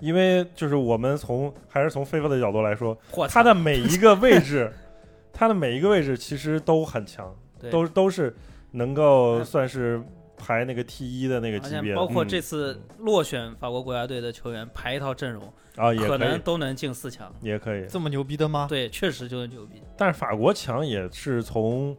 Speaker 1: 因为就是我们从还是从非法的角度来说，
Speaker 3: 我
Speaker 1: 他
Speaker 3: 操，
Speaker 1: 的每一个位 置，他的每一个位置其实都很强，
Speaker 3: 对
Speaker 1: 都都是能够算是排那个 T 一的那个
Speaker 3: 而
Speaker 1: 级
Speaker 3: 且
Speaker 1: 别的
Speaker 3: 包括
Speaker 2: 嗯
Speaker 3: 这次落选法国国家队的球员排一套阵容，
Speaker 1: 啊，也
Speaker 3: 可
Speaker 1: 可
Speaker 3: 能
Speaker 1: 以，
Speaker 3: 都能进四强。
Speaker 1: 也可以。
Speaker 4: 这么牛逼的吗？
Speaker 3: 对，确实就是牛逼。
Speaker 1: 但是法国强也是从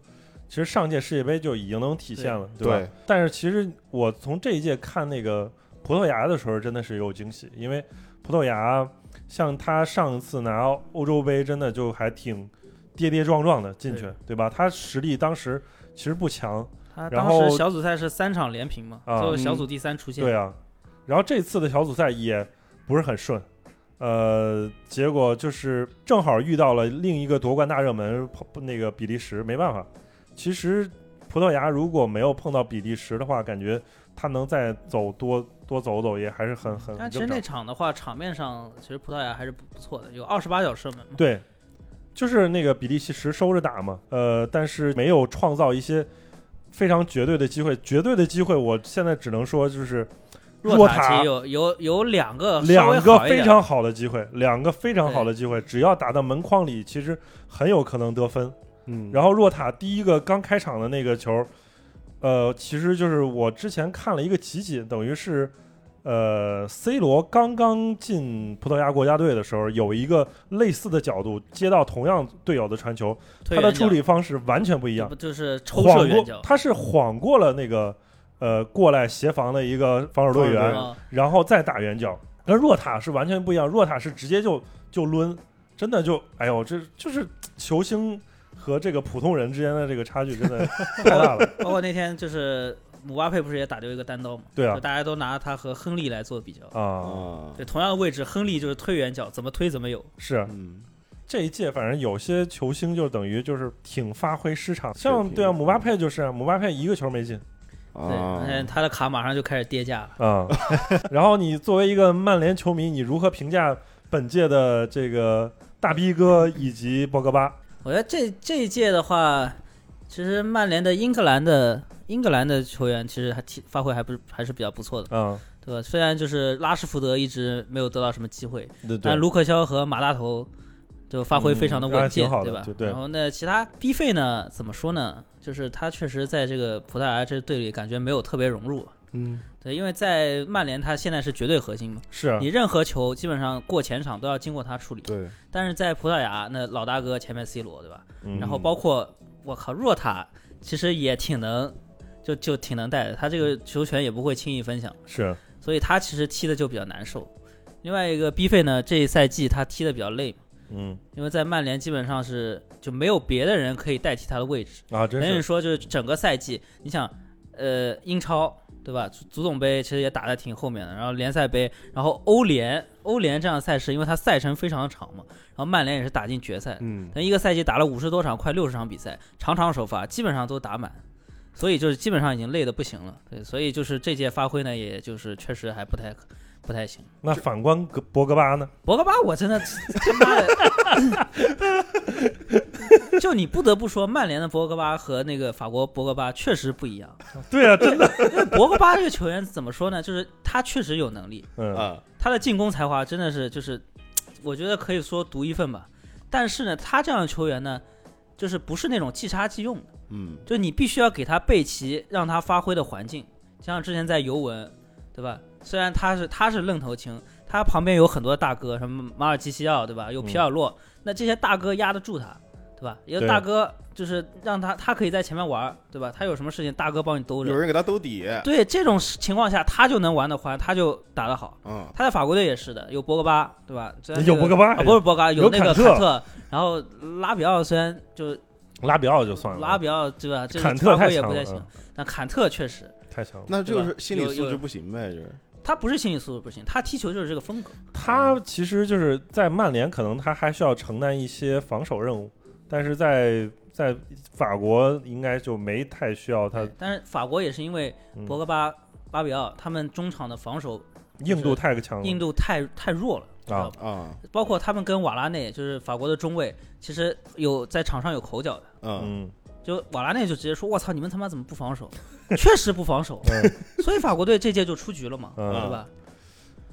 Speaker 1: 其实上届世界杯就已经能体现了，对吧？
Speaker 2: 对
Speaker 1: 但是其实我从这一届看那个葡萄牙的时候，真的是有惊喜，因为葡萄牙像他上次拿欧洲杯，真的就还挺跌跌撞撞的进去，对
Speaker 3: 对
Speaker 1: 吧？他实力当时其实不强，
Speaker 3: 他
Speaker 1: 然
Speaker 3: 当
Speaker 1: 后
Speaker 3: 时小组赛是三场连平嘛，
Speaker 1: 啊
Speaker 3: 最后小组第三出现。
Speaker 1: 对啊。然后这次的小组赛也不是很顺。呃，结果就是正好遇到了另一个夺冠大热门，那个比利时，没办法。其实葡萄牙如果没有碰到比利时的话，感觉他能再走多多走走也还是很很
Speaker 3: 但其实
Speaker 1: 正
Speaker 3: 那
Speaker 1: 常。
Speaker 3: 场的话，场面上其实葡萄牙还是不不错的，有二十八脚射门嘛。
Speaker 1: 对，就是那个比利时收着打嘛，呃，但是没有创造一些非常绝对的机会。绝对的机会，我现在只能说就是
Speaker 3: 若
Speaker 1: 塔
Speaker 3: 塔奇有有有两个稍微
Speaker 1: 两个
Speaker 3: 好一
Speaker 1: 非
Speaker 3: 点
Speaker 1: 常好的机会，两个非常好的机会，只要打到门框里，其实很有可能得分。
Speaker 2: 嗯，
Speaker 1: 然后若塔第一个刚开场的那个球，呃，其实就是我之前看了一个集锦，等于是，呃，C 罗刚刚进葡萄牙国家队的时候，有一个类似的角度接到同样队友的传球，
Speaker 3: 推
Speaker 1: 他的
Speaker 3: 远角
Speaker 1: 处理方式完全不一
Speaker 3: 这
Speaker 1: 样
Speaker 3: 不，就是抽射
Speaker 1: 晃
Speaker 3: 远
Speaker 1: 过
Speaker 3: 角，
Speaker 1: 他是晃过了那个呃过来协防的一个防守队
Speaker 2: 防守队
Speaker 1: 员
Speaker 2: 员，
Speaker 3: 啊？
Speaker 1: 然后再打圆角。跟若塔是完全不一样，若塔是直接就就抡，真的就哎呦，这就是球星和这个普通人之间的这个差距真的 太大了。
Speaker 3: 包括那天就是姆巴佩不是也打丢一个单刀嘛？
Speaker 1: 对啊
Speaker 3: 就大家都拿他和亨利来做比较。
Speaker 1: 啊，
Speaker 2: 啊，
Speaker 3: 对，同样的位置，亨利就是推远角，怎么推怎么有。
Speaker 1: 是啊
Speaker 2: 嗯，
Speaker 1: 这一届，反正有些球星就等于就是挺发挥失常，
Speaker 2: 水平
Speaker 1: 像
Speaker 3: 嗯
Speaker 1: 对啊，姆巴佩就是啊，姆巴佩一个球没 进
Speaker 3: 对，而且
Speaker 2: 啊，
Speaker 3: 他的卡马上就开始跌价了。
Speaker 1: 啊。 然后你作为一个曼联球迷，你如何评价本届的这个大逼哥以及博格巴？
Speaker 3: 我觉得这这一届的话，其实曼联的英格兰的英格兰的球员其实还踢发挥还不是还是比较不错的，
Speaker 1: 啊，
Speaker 3: 对吧？虽然就是拉什福德一直没有得到什么机会，
Speaker 1: 对
Speaker 3: 但
Speaker 1: 对，
Speaker 3: 卢克肖和马大头就发挥非常的稳健，
Speaker 1: 嗯那还挺好的
Speaker 3: 吧
Speaker 1: 对对
Speaker 3: 然后那其他 B 费呢，怎么说呢？就是他确实在这个葡萄牙这队里感觉没有特别融入，
Speaker 1: 嗯，
Speaker 3: 对，因为在曼联他现在是绝对核心嘛，
Speaker 1: 是啊
Speaker 3: 你，任何球基本上过前场都要经过他处理，
Speaker 2: 对，
Speaker 3: 但是在葡萄牙那老大哥前面 C 罗对吧？
Speaker 1: 嗯
Speaker 3: 然后包括我靠若塔其实也挺能。就就挺能带的，他这个球权也不会轻易分享，
Speaker 1: 是啊
Speaker 3: 所以他其实踢的就比较难受。另外一个 B 费呢，这一赛季他踢的比较累嘛
Speaker 1: 嗯
Speaker 3: 因为在曼联基本上是就没有别的人可以代替他的位置。
Speaker 1: 啊，真
Speaker 3: 等于
Speaker 1: 是
Speaker 3: 说，就是整个赛季，你想，呃，英超对吧？足足总杯其实也打得挺后面的，然后联赛杯，然后欧联，欧联这样的赛事，因为它赛程非常长嘛，然后曼联也是打进决赛，
Speaker 2: 嗯，
Speaker 3: 等于一个赛季打了五十多场，快六十场比赛，场场首发，基本上都打满。所以就是基本上已经累得不行了，对，所以就是这届发挥呢，也就是确实还不太不太行。
Speaker 1: 那反观格博格巴呢？
Speaker 3: 博格巴，我真的 他妈的，就你不得不说，曼联的博格巴和那个法国博格巴确实不一样。
Speaker 1: 对啊，真的，
Speaker 3: 博格巴这个球员怎么说呢？ 就是他确实有能力，
Speaker 1: 嗯
Speaker 2: 啊，
Speaker 3: 他的进攻才华真的是就是，我觉得可以说独一份吧。但是呢，他这样的球员呢，就是不是那种即插即用的，
Speaker 2: 嗯，
Speaker 3: 就你必须要给他备齐让他发挥的环境。像之前在尤文，对吧？虽然他是他是愣头青，他旁边有很多大哥，什么马尔基西奥，对吧？有皮尔洛，那这些大哥压得住他，对吧？也有
Speaker 1: 对
Speaker 3: 大哥就是让他他可以在前面玩，对吧？他有什么事情，大哥帮你兜
Speaker 2: 有
Speaker 3: 着。
Speaker 2: 人给他兜底，
Speaker 3: 对这种情况下，他就能玩得欢，他就打得好。
Speaker 2: 嗯，
Speaker 3: 他在法国队也是的，有博格巴，对吧？虽然这
Speaker 1: 有
Speaker 3: 个
Speaker 1: 博格巴
Speaker 3: 啊，不是博格巴，
Speaker 1: 有
Speaker 3: 那个
Speaker 1: 坎特
Speaker 3: 特，然后拉比奥虽然就
Speaker 1: 拉比奥就算了，
Speaker 3: 拉比奥对吧？这个
Speaker 1: 坎特
Speaker 3: 发
Speaker 1: 太
Speaker 3: 挥也
Speaker 1: 强
Speaker 3: 不太
Speaker 1: 了，
Speaker 3: 行
Speaker 1: 嗯，
Speaker 3: 但坎特确实，
Speaker 1: 太强了。
Speaker 2: 那就
Speaker 3: 对
Speaker 2: 是
Speaker 3: 吧
Speaker 2: 心理
Speaker 3: 有有
Speaker 2: 素质不行呗，就是，
Speaker 3: 他不是心理素质不行，他踢球就是这个风格。
Speaker 1: 他其实就是在曼联，可能他还需要承担一些防守任务，但是在在法国应该就没太需要他
Speaker 3: 对但是法国也是因为
Speaker 1: 嗯
Speaker 3: 哎博格巴、拉比奥他们中场的防守
Speaker 1: 硬度太强了。
Speaker 3: 硬度太太弱了，知道吧？
Speaker 2: 啊，
Speaker 3: 包括他们跟瓦拉内，就是法国的中卫，其实有在场上有口角的。
Speaker 2: 嗯，
Speaker 1: 嗯，
Speaker 3: 就瓦拉内就直接说：“我操，你们他妈怎么不防守？确实不防守，
Speaker 1: 嗯
Speaker 3: 所以法国队这届就出局了嘛，
Speaker 1: 嗯
Speaker 3: 对吧？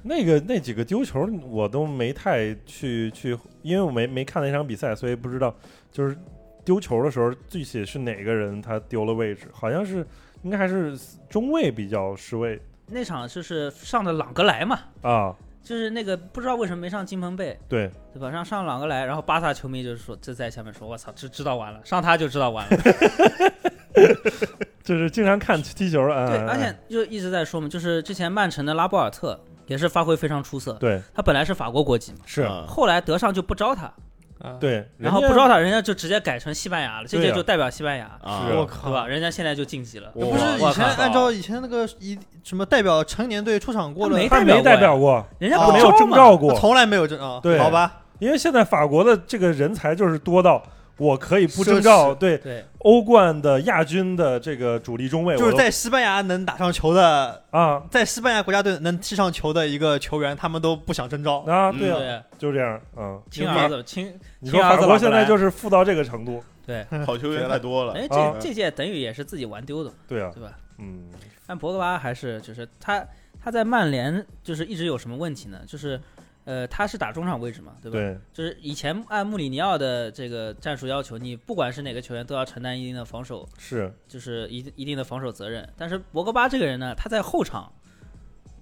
Speaker 1: 那个那几个丢球我都没太去去，因为我没没看那场比赛，所以不知道就是丢球的时候具体是哪个人他丢了位置，好像是应该还是中卫比较失位
Speaker 3: 那场就是上的朗格莱嘛，
Speaker 1: 啊，
Speaker 3: 就是那个不知道为什么没上金盆贝，
Speaker 1: 对，
Speaker 3: 对吧？让上朗格莱，然后巴萨球迷就是说，就在下面说：“我操，知知道完了，上他就知道完 了。”
Speaker 1: 就是经常看踢球啊，
Speaker 3: 对，
Speaker 1: 哎
Speaker 3: 而且就一直在说嘛，就是之前曼城的拉波尔特也是发挥非常出色，
Speaker 1: 对
Speaker 3: 他本来是法国国籍嘛，
Speaker 1: 是，
Speaker 2: 啊
Speaker 3: 后来德尚就不招他，
Speaker 4: 啊，
Speaker 1: 对，
Speaker 3: 然后
Speaker 1: 人
Speaker 3: 不
Speaker 1: 家
Speaker 3: 招他，人家就直接改成西班牙了，这
Speaker 1: 对啊
Speaker 3: 届
Speaker 1: 呀
Speaker 3: 就代表西班牙，
Speaker 1: 是
Speaker 4: 我
Speaker 2: 啊，
Speaker 3: 对吧？
Speaker 4: 靠，
Speaker 3: 人家现在就晋级了，
Speaker 2: 我
Speaker 4: 那不是
Speaker 3: 我
Speaker 4: 以前
Speaker 2: 靠
Speaker 4: 按照以前那个一什么代表成年队出场过的，
Speaker 3: 他没
Speaker 1: 他没代表过，
Speaker 3: 人家
Speaker 1: 他
Speaker 4: 哦
Speaker 3: 不
Speaker 1: 啊没有
Speaker 3: 招
Speaker 1: 征
Speaker 3: 嘛，
Speaker 1: 召过
Speaker 4: 他，从来没有这啊，
Speaker 1: 对
Speaker 4: 好吧，
Speaker 1: 因为现在法国的这个人才就是多到我可以不征
Speaker 4: 奢
Speaker 1: 召，对
Speaker 3: 对，
Speaker 1: 欧冠的亚军的这个主力中
Speaker 3: 哎
Speaker 1: 卫，
Speaker 4: 就
Speaker 1: 我
Speaker 4: 是
Speaker 1: 都
Speaker 4: 在西班牙能打上球的，
Speaker 1: 啊
Speaker 4: 在西班牙国家队能踢上球的一个球员，他们都不想征召。
Speaker 1: 啊，
Speaker 2: 嗯
Speaker 1: 对啊，
Speaker 3: 对，
Speaker 1: 就这样，嗯，
Speaker 3: 亲儿子亲，
Speaker 1: 你说
Speaker 3: 亲儿
Speaker 1: 法
Speaker 3: 子
Speaker 1: 国
Speaker 3: 老
Speaker 1: 现
Speaker 3: 格
Speaker 1: 在
Speaker 3: 莱
Speaker 1: 就是富到这个程度，
Speaker 3: 对，
Speaker 2: 好球员太多了，
Speaker 3: 哎，
Speaker 1: 啊
Speaker 3: 这这届等于也是自己玩丢的嘛，
Speaker 1: 对啊，
Speaker 3: 对吧？
Speaker 1: 嗯，
Speaker 3: 但博格巴还是就是他他在曼联就是一直有什么问题呢？就是呃，他是打中场位置嘛，对吧？
Speaker 1: 对，
Speaker 3: 就是以前按穆里尼奥的这个战术要求，你不管是哪个球员都要承担一定的防守，
Speaker 1: 是
Speaker 3: 就是一定一定的防守责任。但是博格巴这个人呢，他在后场，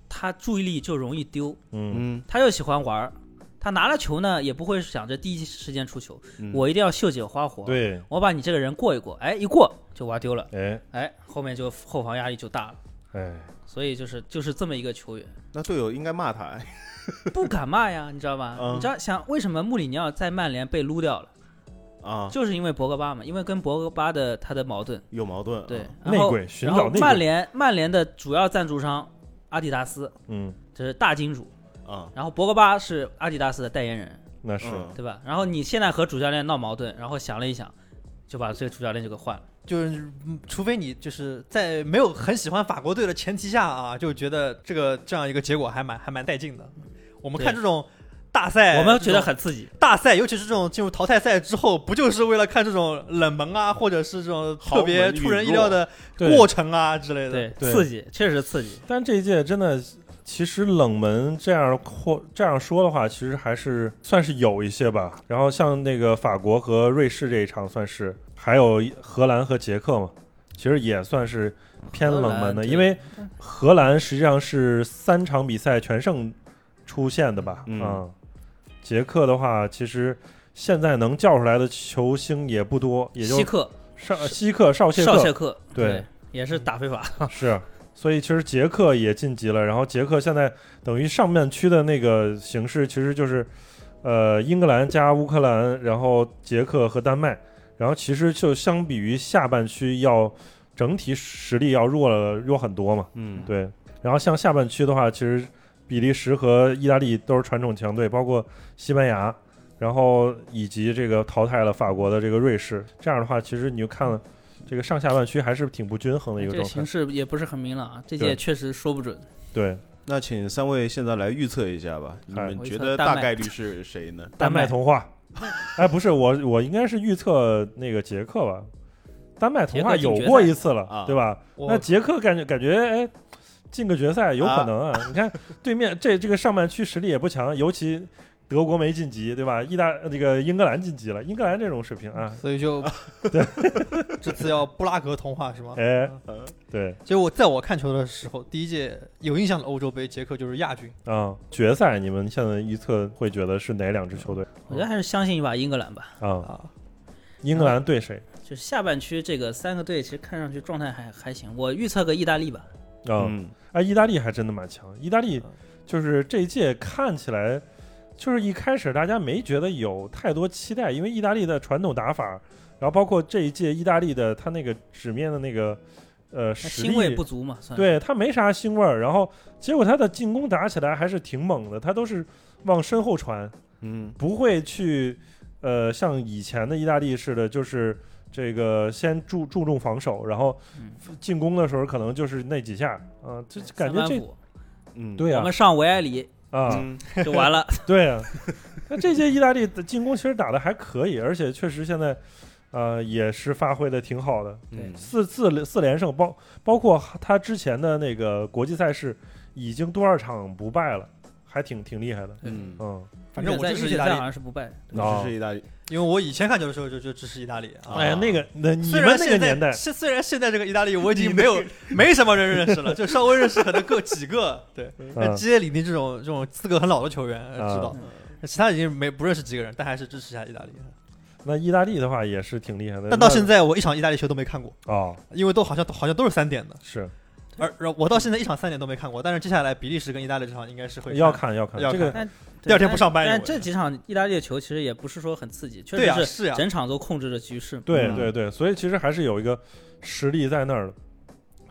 Speaker 3: 他注意力就容易丢，
Speaker 1: 嗯，
Speaker 2: 嗯，
Speaker 3: 他就喜欢玩儿，他拿了球呢也不会想着第一时间出球，
Speaker 2: 嗯
Speaker 3: 我一定要秀几个花活，
Speaker 1: 对，
Speaker 3: 我把你这个人过一过，哎，一过就玩丢了，
Speaker 1: 哎
Speaker 3: 哎，后面就后防压力就大了。
Speaker 1: 哎，
Speaker 3: 所以就是就是这么一个球员，
Speaker 2: 那队友应该骂他，哎
Speaker 3: 不敢骂呀，你知道吧？
Speaker 2: 嗯
Speaker 3: 你知道想为什么穆里尼奥在曼联被撸掉了？
Speaker 1: 嗯
Speaker 2: 啊，
Speaker 3: 就是因为博格巴嘛，因为跟博格巴的他的矛盾，
Speaker 2: 有矛盾，
Speaker 3: 对
Speaker 2: 啊，
Speaker 3: 然后
Speaker 1: 内嗯鬼寻
Speaker 3: 然后
Speaker 1: 找内鬼
Speaker 3: 曼联曼联的主要赞助商阿迪达斯，
Speaker 1: 嗯，
Speaker 3: 这是大金主，
Speaker 2: 啊，
Speaker 3: 然后博格巴是阿迪达斯的代言人，
Speaker 1: 那是
Speaker 2: 嗯
Speaker 3: 对吧？然后你现在和主教练闹矛盾，然后想了一想，就把这个主教练就给换了。
Speaker 4: 就是嗯除非你就是在没有很喜欢法国队的前提下啊，就觉得这个这样一个结果还蛮还蛮带劲的。我们看
Speaker 3: 对
Speaker 4: 这种大赛，
Speaker 1: 哎
Speaker 3: 我们觉得
Speaker 4: 这种
Speaker 3: 很刺激。
Speaker 4: 大赛，尤其是这种进入淘汰赛之后，不就是为了看这种冷门啊，或者是这种特
Speaker 2: 豪
Speaker 4: 别
Speaker 2: 门陨
Speaker 4: 出人意料的过程啊之类的？
Speaker 3: 对，
Speaker 1: 对
Speaker 3: 刺激，确实刺激。
Speaker 1: 但这一届真的，其实冷门这样或这样说的话，其实还是算是有一些吧。然后像那个法国和瑞士这一场算是，还有荷兰和捷克嘛，其实也算是偏冷门
Speaker 3: 荷
Speaker 1: 的，
Speaker 3: 兰
Speaker 1: 因为荷兰实际上是三场比赛全胜出线的吧？
Speaker 2: 嗯
Speaker 1: 啊，捷克的话，其实现在能叫出来的球星也不多，也就
Speaker 3: 希克、
Speaker 1: 上希克、绍切
Speaker 3: 绍
Speaker 1: 克
Speaker 3: 切克，
Speaker 1: 对，
Speaker 3: 也是打非法。
Speaker 1: 是，所以其实捷克也晋级了，然后捷克现在等于上半区的那个形势其实就是，呃，英格兰加乌克兰，然后捷克和丹麦，然后其实就相比于下半区要整体实力要弱了弱很多嘛，
Speaker 2: 嗯，
Speaker 1: 对。然后像下半区的话，其实比利时和意大利都是传统强队，包括西班牙，然后以及这个淘汰了法国的这个瑞士。这样的话，其实你就看了这个上下半区还是挺不均衡的一个
Speaker 3: 哎这
Speaker 1: 状
Speaker 3: 个
Speaker 1: 态
Speaker 3: 形。势也不是很明朗啊，这届
Speaker 1: 对
Speaker 3: 确实说不准。
Speaker 4: 嗯
Speaker 1: 对，
Speaker 2: 那请三位现在来预测一下吧，你
Speaker 1: 嗨
Speaker 2: 们
Speaker 3: 我预
Speaker 2: 觉
Speaker 3: 测
Speaker 2: 得
Speaker 3: 丹
Speaker 2: 大
Speaker 3: 麦
Speaker 2: 概率是谁呢？
Speaker 1: 丹麦
Speaker 3: 麦
Speaker 1: 童话。 哎，不是我，我应该是预测那个捷克吧。丹麦童话
Speaker 3: 捷克进
Speaker 1: 有
Speaker 3: 决赛
Speaker 1: 过一次了，
Speaker 2: 啊
Speaker 1: 对吧？
Speaker 4: 我
Speaker 1: 那捷克感觉感觉哎，进个决赛有可能啊。你看对面这这个上半区实力也不强，尤其德国没晋级，对吧？意大那个英格兰晋级了，英格兰这种水平啊，
Speaker 4: 所 以就这次要布拉格童话是吗？
Speaker 1: 哎，
Speaker 2: 嗯
Speaker 1: 对
Speaker 4: 其实我在我看球的时候，第一届有印象的欧洲杯，捷克就是亚军。
Speaker 1: 啊、决赛你们现在预测会觉得是哪两支球队
Speaker 3: 我觉得还是相信一把英格兰吧。
Speaker 1: 啊？
Speaker 4: 啊，
Speaker 1: 英格兰对谁嗯
Speaker 3: 就是下半区这个三个队，其实看上去状态还还行。我预测个意大利吧，
Speaker 1: 啊？
Speaker 2: 嗯，
Speaker 1: 啊，意大利还真的蛮强。意大
Speaker 3: 嗯
Speaker 1: 利就是这一届看起来，就是一开始大家没觉得有太多期待，因为意大利的传统打法，然后包括这一届意大利的他那个纸面的那个呃
Speaker 3: 那
Speaker 1: 实
Speaker 3: 腥味
Speaker 1: 力
Speaker 3: 不，足嘛，算是。
Speaker 1: 对他没啥腥味儿。然后结果他的进攻打起来还是挺猛的，他都是往身后传，
Speaker 2: 嗯，
Speaker 1: 不会去呃像以前的意大利似的，就是这个先注注重防守，然后
Speaker 3: 嗯
Speaker 1: 进攻的时候可能就是那几下啊，这、这感觉
Speaker 3: 三
Speaker 1: 这
Speaker 3: 番五
Speaker 2: 嗯，
Speaker 1: 对
Speaker 3: 我
Speaker 1: 啊
Speaker 3: 们上维埃里
Speaker 1: 啊。
Speaker 2: 嗯，
Speaker 3: 就完 了。
Speaker 1: 对啊，那这届意大利的进攻其实打的还可以，而且确实现在，呃，也是发挥的挺好的，
Speaker 2: 嗯，
Speaker 1: 四四四连胜，包包括他之前的那个国际赛事，已经多少场不败了，还挺挺厉害的，
Speaker 2: 嗯，
Speaker 1: 嗯，
Speaker 4: 反正我
Speaker 3: 在
Speaker 4: 支持
Speaker 3: 预
Speaker 4: 意
Speaker 3: 决
Speaker 4: 大
Speaker 3: 赛
Speaker 4: 利
Speaker 3: 好，像是不败的。
Speaker 1: 啊
Speaker 2: 这是意大利，
Speaker 4: 因为我以前看球的时候就就支持意大利啊。
Speaker 1: 哎呀，那个那你
Speaker 4: 虽
Speaker 1: 们
Speaker 4: 然
Speaker 1: 那个
Speaker 4: 现在
Speaker 1: 年代，
Speaker 4: 是虽然现在这个意大利我已
Speaker 2: 你
Speaker 4: 经
Speaker 2: 那
Speaker 4: 没
Speaker 2: 个
Speaker 4: 有没什么人认识了，就稍微认识可能个几个，对，那
Speaker 1: 嗯
Speaker 4: 基耶里尼这种这种资格很老的球员呃
Speaker 1: 啊
Speaker 4: 知道，其他已经没不认识几个人，但还是支持一下意大利。
Speaker 1: 嗯那意大利的话也是挺厉害的，
Speaker 4: 但到现
Speaker 1: 在
Speaker 4: 在我一场意大利球都没看过，
Speaker 1: 哦，
Speaker 4: 因为都好像好像都是三点的，
Speaker 1: 是
Speaker 4: 而而我到现在一场三点都没看过，但是接下来比利时跟意大利这场应该是会
Speaker 1: 要看要看
Speaker 4: 要
Speaker 1: 这
Speaker 4: 看
Speaker 1: 个
Speaker 4: 第二天不上班
Speaker 3: 但
Speaker 4: 我
Speaker 3: 这几场意大利的球其实也不是说很刺激，确
Speaker 4: 对呀、啊
Speaker 3: 实是
Speaker 4: 是呀、
Speaker 3: 整场都控制着局 势。
Speaker 1: 对
Speaker 2: 嗯
Speaker 1: 对对，所以其实还是有一个实力在那儿的。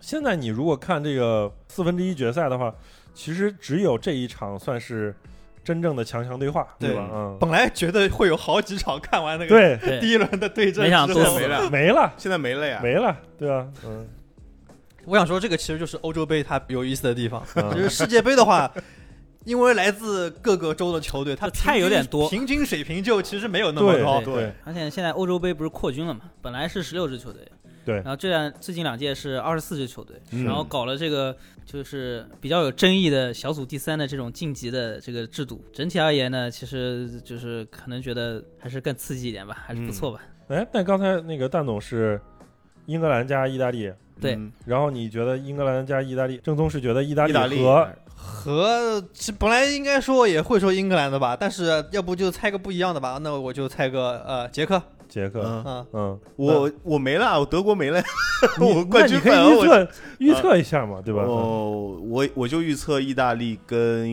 Speaker 1: 现在你如果看这个四分之一决赛的话，其实只有这一场算是真正的强强对话，
Speaker 4: 对
Speaker 1: 吧？嗯，
Speaker 4: 本来觉得会有好几场看完那个
Speaker 1: 对，
Speaker 4: 第
Speaker 3: 对，
Speaker 4: 一轮的对阵
Speaker 3: 没
Speaker 4: 之
Speaker 3: 想
Speaker 4: 后，
Speaker 3: 到
Speaker 2: 现
Speaker 3: 都
Speaker 2: 在没了，
Speaker 1: 没 了，
Speaker 2: 现在没了呀，
Speaker 1: 没了，对吧？嗯，
Speaker 4: 我想说，这个其实就是欧洲杯它有意思的地方。
Speaker 1: 嗯
Speaker 4: 就是世界杯的话，因为来自各个州的球队，它
Speaker 3: 这菜有点多
Speaker 4: 平均平均水平就其实没有那么
Speaker 1: 对
Speaker 4: 高。
Speaker 2: 对
Speaker 3: 而且现在欧洲杯不是扩军了嘛，本来是十六支球队，
Speaker 1: 对
Speaker 3: 然后这两最近两届是二十四支球队，
Speaker 1: 嗯
Speaker 3: 然后搞了这个就是比较有争议的小组第三的这种晋级的这个制度。整体而言呢，其实就是可能觉得还是更刺激一点吧，还是不错吧。
Speaker 1: 哎，但刚才那个蛋总是英格兰加意大利，
Speaker 3: 对
Speaker 2: 嗯
Speaker 1: 然后你觉得英格兰加意大利，正宗是觉得意大
Speaker 2: 意大
Speaker 1: 利
Speaker 2: 利哎
Speaker 1: 和
Speaker 4: 和其本来应该说也会说英格兰的吧，但是要不就猜个不一样的吧。那我就猜个呃捷克，
Speaker 1: 捷克，
Speaker 2: 嗯，
Speaker 4: 嗯，
Speaker 1: 嗯，
Speaker 2: 我我没了，啊我德国没了，
Speaker 1: 你
Speaker 2: 我
Speaker 1: 那
Speaker 2: 冠
Speaker 1: 你
Speaker 2: 军
Speaker 1: 可
Speaker 2: 粉
Speaker 1: 以
Speaker 2: 啊，
Speaker 1: 预
Speaker 2: 我
Speaker 1: 测预测一下嘛，对吧？嗯
Speaker 2: 哦，我我就预测意大利跟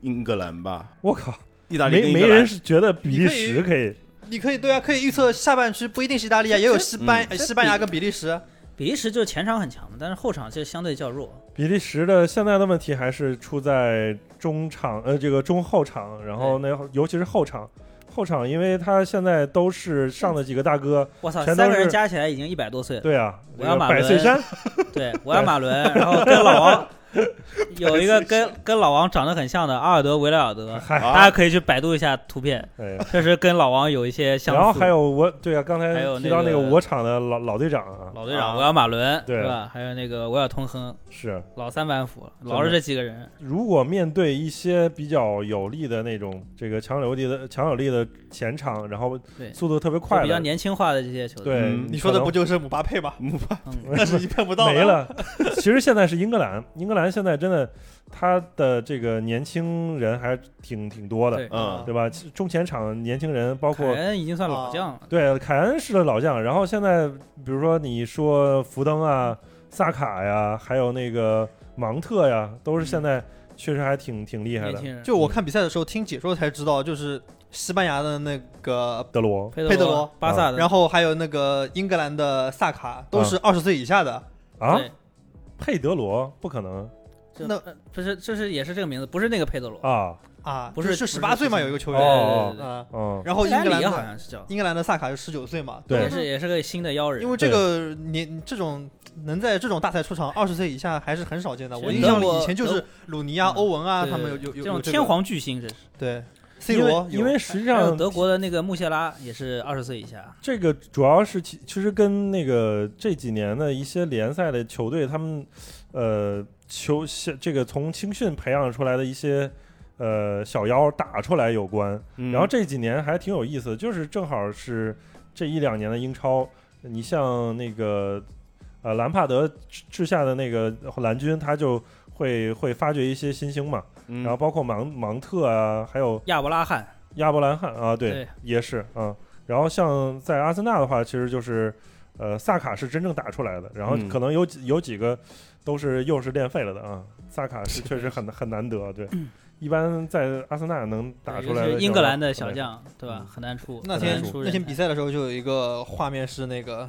Speaker 2: 英格兰吧，
Speaker 1: 我靠，
Speaker 2: 意大利跟
Speaker 1: 没
Speaker 2: 英格
Speaker 1: 没
Speaker 2: 兰
Speaker 1: 人是觉得比
Speaker 4: 你
Speaker 1: 利
Speaker 4: 可以
Speaker 1: 时可以
Speaker 4: 你可以对啊，可以预测下半区不一定是意大利啊，也有西班、
Speaker 2: 嗯
Speaker 4: 呃西班牙跟比利时。
Speaker 1: 嗯
Speaker 3: 比利时就是前场很强嘛，但是后场其实相对较弱。
Speaker 1: 比利时的现在的问题还是出在中场，呃，这个中后场，然后那尤其是后场，后场，因为他现在都是上的几个大哥，
Speaker 3: 我操，
Speaker 1: 全都
Speaker 3: 三个人
Speaker 1: 是
Speaker 3: 加起来已经一百多岁了。
Speaker 1: 对啊，
Speaker 3: 我要
Speaker 1: 这个
Speaker 3: 马
Speaker 1: 百
Speaker 3: 伦
Speaker 1: 岁山，
Speaker 3: 对，我要马伦，然后跟老王有一个跟跟老王长得很像的阿尔德维莱尔德，
Speaker 1: 嗨，
Speaker 3: 大家
Speaker 2: 啊，
Speaker 3: 可以去百度一下图片，
Speaker 1: 哎，
Speaker 3: 确实跟老王有一些相似。
Speaker 1: 然后还有我，对啊，刚才
Speaker 3: 还有
Speaker 1: 提到
Speaker 3: 那
Speaker 1: 那
Speaker 3: 个
Speaker 1: 个我厂的老老队长啊，
Speaker 3: 老队长
Speaker 2: 啊
Speaker 3: 维尔马伦，
Speaker 1: 对
Speaker 3: 是吧？还有那个维尔通亨，
Speaker 1: 是
Speaker 3: 老三板斧，
Speaker 1: 的
Speaker 3: 老是这几个人。
Speaker 1: 如果面对一些比较有力的那种这个强有力的强有力的前场，然后
Speaker 3: 对
Speaker 1: 速度特别
Speaker 3: 就
Speaker 1: 快
Speaker 3: 比较
Speaker 1: 的，
Speaker 3: 年轻化的这些球队，
Speaker 1: 对
Speaker 2: 嗯
Speaker 4: 你说的
Speaker 1: 可能
Speaker 4: 不就是姆巴佩吗？
Speaker 2: 姆巴
Speaker 3: 嗯，
Speaker 4: 但是你碰不到的
Speaker 1: 没。了。其实现在是英格兰， 英格兰现在真的他的这个年轻人还是挺挺多的，
Speaker 3: 对
Speaker 2: 嗯
Speaker 1: 对吧？其中前场年轻人包
Speaker 3: 凯
Speaker 1: 括
Speaker 3: 恩已经算老将了，
Speaker 1: 对凯恩是个老将，然后现在比如说你说福登啊、萨卡呀，还有那个芒特呀，都是现在确实还挺挺厉害
Speaker 3: 年
Speaker 1: 的。
Speaker 3: 轻人。
Speaker 4: 就我看比赛的时候听解说才知道，就是西班牙的那个，
Speaker 1: 德罗，
Speaker 3: 佩
Speaker 4: 佩德
Speaker 3: 罗
Speaker 4: 罗、
Speaker 3: 巴萨的，
Speaker 1: 啊
Speaker 4: 然后还有那个英格兰的萨卡，都是二十岁以下的。
Speaker 1: 啊，
Speaker 3: 对
Speaker 1: 佩德罗不可能
Speaker 3: 这
Speaker 4: 那
Speaker 3: 呃不是这是也是这个名字，不是那个佩德罗，
Speaker 1: 啊，
Speaker 4: 啊，
Speaker 3: 不是
Speaker 4: 是十
Speaker 3: 不
Speaker 4: 八
Speaker 3: 是
Speaker 4: 岁嘛，有一个球
Speaker 3: 对对
Speaker 4: 员，
Speaker 1: 哦
Speaker 3: 对对
Speaker 4: 嗯，
Speaker 1: 嗯，
Speaker 4: 然后英
Speaker 3: 莱
Speaker 4: 格兰
Speaker 3: 里好
Speaker 4: 的
Speaker 3: 像是叫，
Speaker 4: 英格兰的萨卡是十九岁嘛，
Speaker 1: 对
Speaker 3: 也是也是个新的妖人。
Speaker 4: 因为这个年这种能在这种大赛出场二十岁以下还是很少见的。
Speaker 3: 是
Speaker 4: 我印象里
Speaker 3: 德国
Speaker 4: 以前就是鲁尼啊、
Speaker 3: 嗯
Speaker 4: 欧文啊，
Speaker 3: 对
Speaker 4: 他们有有有
Speaker 3: 这种
Speaker 4: 有
Speaker 3: 天皇巨星，这是。
Speaker 4: 这个对 C
Speaker 1: 因
Speaker 4: 罗
Speaker 1: 为
Speaker 4: 有
Speaker 1: 因为实际
Speaker 3: 还有
Speaker 1: 上
Speaker 3: 德国的那个穆谢拉也是二十岁以下，
Speaker 1: 这个主要是其其实跟那个这几年的一些联赛的球队，他们呃球这个从青训培养出来的一些呃小妖打出来有关。
Speaker 2: 嗯
Speaker 1: 然后这几年还挺有意思，就是正好是这一两年的英超，你像那个呃兰帕德治治下的那个蓝军，他就会会发掘一些新星嘛，
Speaker 2: 然
Speaker 1: 然后包括芒芒特啊，还有
Speaker 3: 亚伯拉罕，
Speaker 1: 亚伯兰罕啊，对，
Speaker 3: 对
Speaker 1: 也是啊。然后像在阿森纳的话，其实就是呃萨卡是真正打出来的，然后
Speaker 2: 嗯
Speaker 1: 可能有几、有几个都是又是练废了的啊。萨卡 是确实很很难得，对，一般在阿森纳能打
Speaker 3: 对
Speaker 1: 出来的
Speaker 3: 尤嗯其
Speaker 1: 小
Speaker 3: 是英格兰的
Speaker 1: 很
Speaker 3: 小
Speaker 1: 难
Speaker 3: 将，对吧
Speaker 1: 嗯？
Speaker 3: 很难出。
Speaker 4: 那
Speaker 3: 很难
Speaker 4: 天
Speaker 3: 出
Speaker 4: 那
Speaker 3: 人
Speaker 4: 天
Speaker 3: 才
Speaker 4: 比赛的时候就有一个画面是那个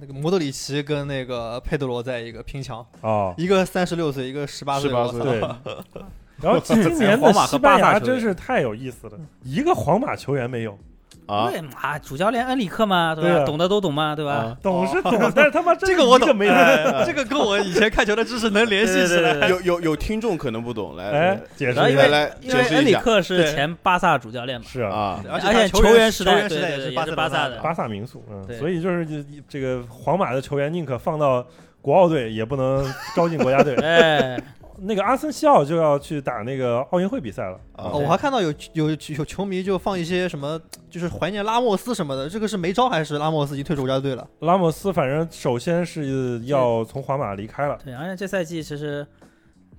Speaker 4: 那个摩德里奇跟那个佩德罗在一个拼抢，
Speaker 1: 哦，
Speaker 4: 一个三十六岁，一个十八岁，
Speaker 2: 18
Speaker 4: 我操
Speaker 2: 岁
Speaker 1: 对。然后今年的
Speaker 2: 皇马和
Speaker 1: 西班
Speaker 2: 巴萨
Speaker 1: 牙
Speaker 2: 球员
Speaker 1: 真是太有意 思了，一个皇马球员没有，
Speaker 2: 啊
Speaker 3: 对嘛，主教练恩里克嘛，对
Speaker 1: 对
Speaker 3: 吧？
Speaker 1: 啊
Speaker 3: 懂的都懂嘛，对吧？
Speaker 2: 啊，
Speaker 1: 懂
Speaker 3: 哦
Speaker 1: 是懂，但是他妈真
Speaker 4: 这个我
Speaker 1: 一
Speaker 4: 懂
Speaker 1: 没有。
Speaker 3: 哎
Speaker 4: 这个跟我以前看球的知识能联系起来。
Speaker 2: 啊有有有听众可能不懂，来
Speaker 1: 哎，解释
Speaker 3: 然后
Speaker 1: 一
Speaker 3: 因
Speaker 1: 下
Speaker 2: 来
Speaker 3: 为
Speaker 2: 来
Speaker 3: 因
Speaker 2: 解
Speaker 3: 为
Speaker 2: 释
Speaker 3: 恩
Speaker 2: 一
Speaker 3: 里
Speaker 2: 下
Speaker 3: 克是
Speaker 4: 对
Speaker 3: 前巴萨主教练嘛，
Speaker 1: 是啊，
Speaker 2: 啊，
Speaker 3: 而且
Speaker 4: 他球
Speaker 3: 球员时
Speaker 4: 时
Speaker 3: 代
Speaker 4: 球员
Speaker 3: 对
Speaker 4: 代
Speaker 3: 对
Speaker 4: 是
Speaker 3: 对
Speaker 4: 巴
Speaker 3: 也是
Speaker 4: 塞
Speaker 3: 巴萨
Speaker 4: 罗那
Speaker 3: 的
Speaker 1: 巴萨名宿，嗯，
Speaker 3: 对。
Speaker 1: 所以就是这这个皇马的球员宁可放到国奥队，也不能招进国家 队
Speaker 3: 哎，
Speaker 1: 那个阿森西奥就要去打那个奥运会比赛了，
Speaker 2: 啊
Speaker 4: 哦，我还看到有有有球迷就放一些什么，就是怀念拉莫斯什么的。这个是没招还是拉莫斯已经退出国家队了？
Speaker 1: 拉莫斯反正首先是要从皇马离开了，
Speaker 3: 对，而且这赛季其实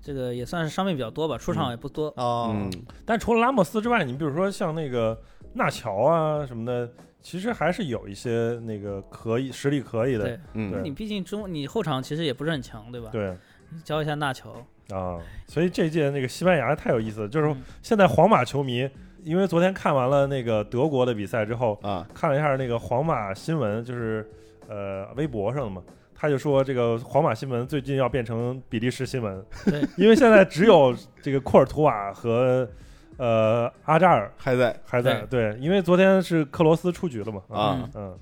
Speaker 3: 这个也算是伤病比较多吧，出场也不多。
Speaker 4: 哦，
Speaker 2: 嗯，
Speaker 1: 但除了拉莫斯之外，你比如说像那个纳乔啊什么的，其实还是有一些那个可以实力可以的，
Speaker 3: 对，
Speaker 1: 对
Speaker 2: 嗯，
Speaker 3: 你毕竟中你后场其实也不是很强，对吧？
Speaker 1: 对
Speaker 3: 你教一下纳乔，
Speaker 1: 啊，所以这届那个西班牙太有意思了，就是
Speaker 3: 嗯
Speaker 1: 现在皇马球迷，因为昨天看完了那个德国的比赛之后，
Speaker 2: 啊，
Speaker 1: 看了一下那个皇马新闻，就是呃微博上的嘛，他就说这个皇马新闻最近要变成比利时新闻
Speaker 3: 对，
Speaker 1: 因为现在只有这个库尔图瓦和呃阿扎尔
Speaker 2: 还在
Speaker 1: 还在，对，因为昨天是克罗斯出局了嘛，
Speaker 2: 啊，
Speaker 1: 嗯，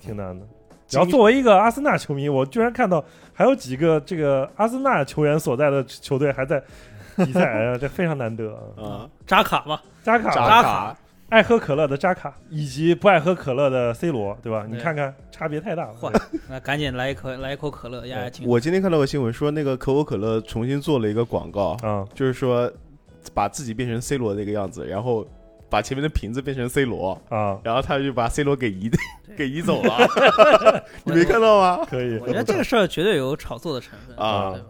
Speaker 1: 挺难的。然后作为一个阿森纳球迷，我居然看到还有几个这个阿森纳球员所在的球队还在比赛，哎呀这非常难得。 啊！
Speaker 2: 啊，
Speaker 3: 扎卡嘛，
Speaker 1: 扎卡，
Speaker 3: 扎卡
Speaker 2: 卡
Speaker 1: 爱喝可乐的扎卡以及不爱喝可乐的 C 罗，对吧？
Speaker 3: 对
Speaker 1: 你看看差别太大了。
Speaker 3: 嚯那赶紧来一口来一口可乐压压惊。
Speaker 2: 我今天看到个新闻说，那个可口可乐重新做了一个广告，
Speaker 1: 啊，
Speaker 2: 就是说把自己变成 C 罗那个样子，然后把前面的瓶子变成 C 罗，
Speaker 1: 啊，
Speaker 2: 然后他就把 C 罗给移
Speaker 3: 对
Speaker 2: 给移走了，你没看 到吗？
Speaker 1: 可以
Speaker 3: 我。觉得这个事儿绝对有炒作的成分
Speaker 2: 啊
Speaker 3: 对吧？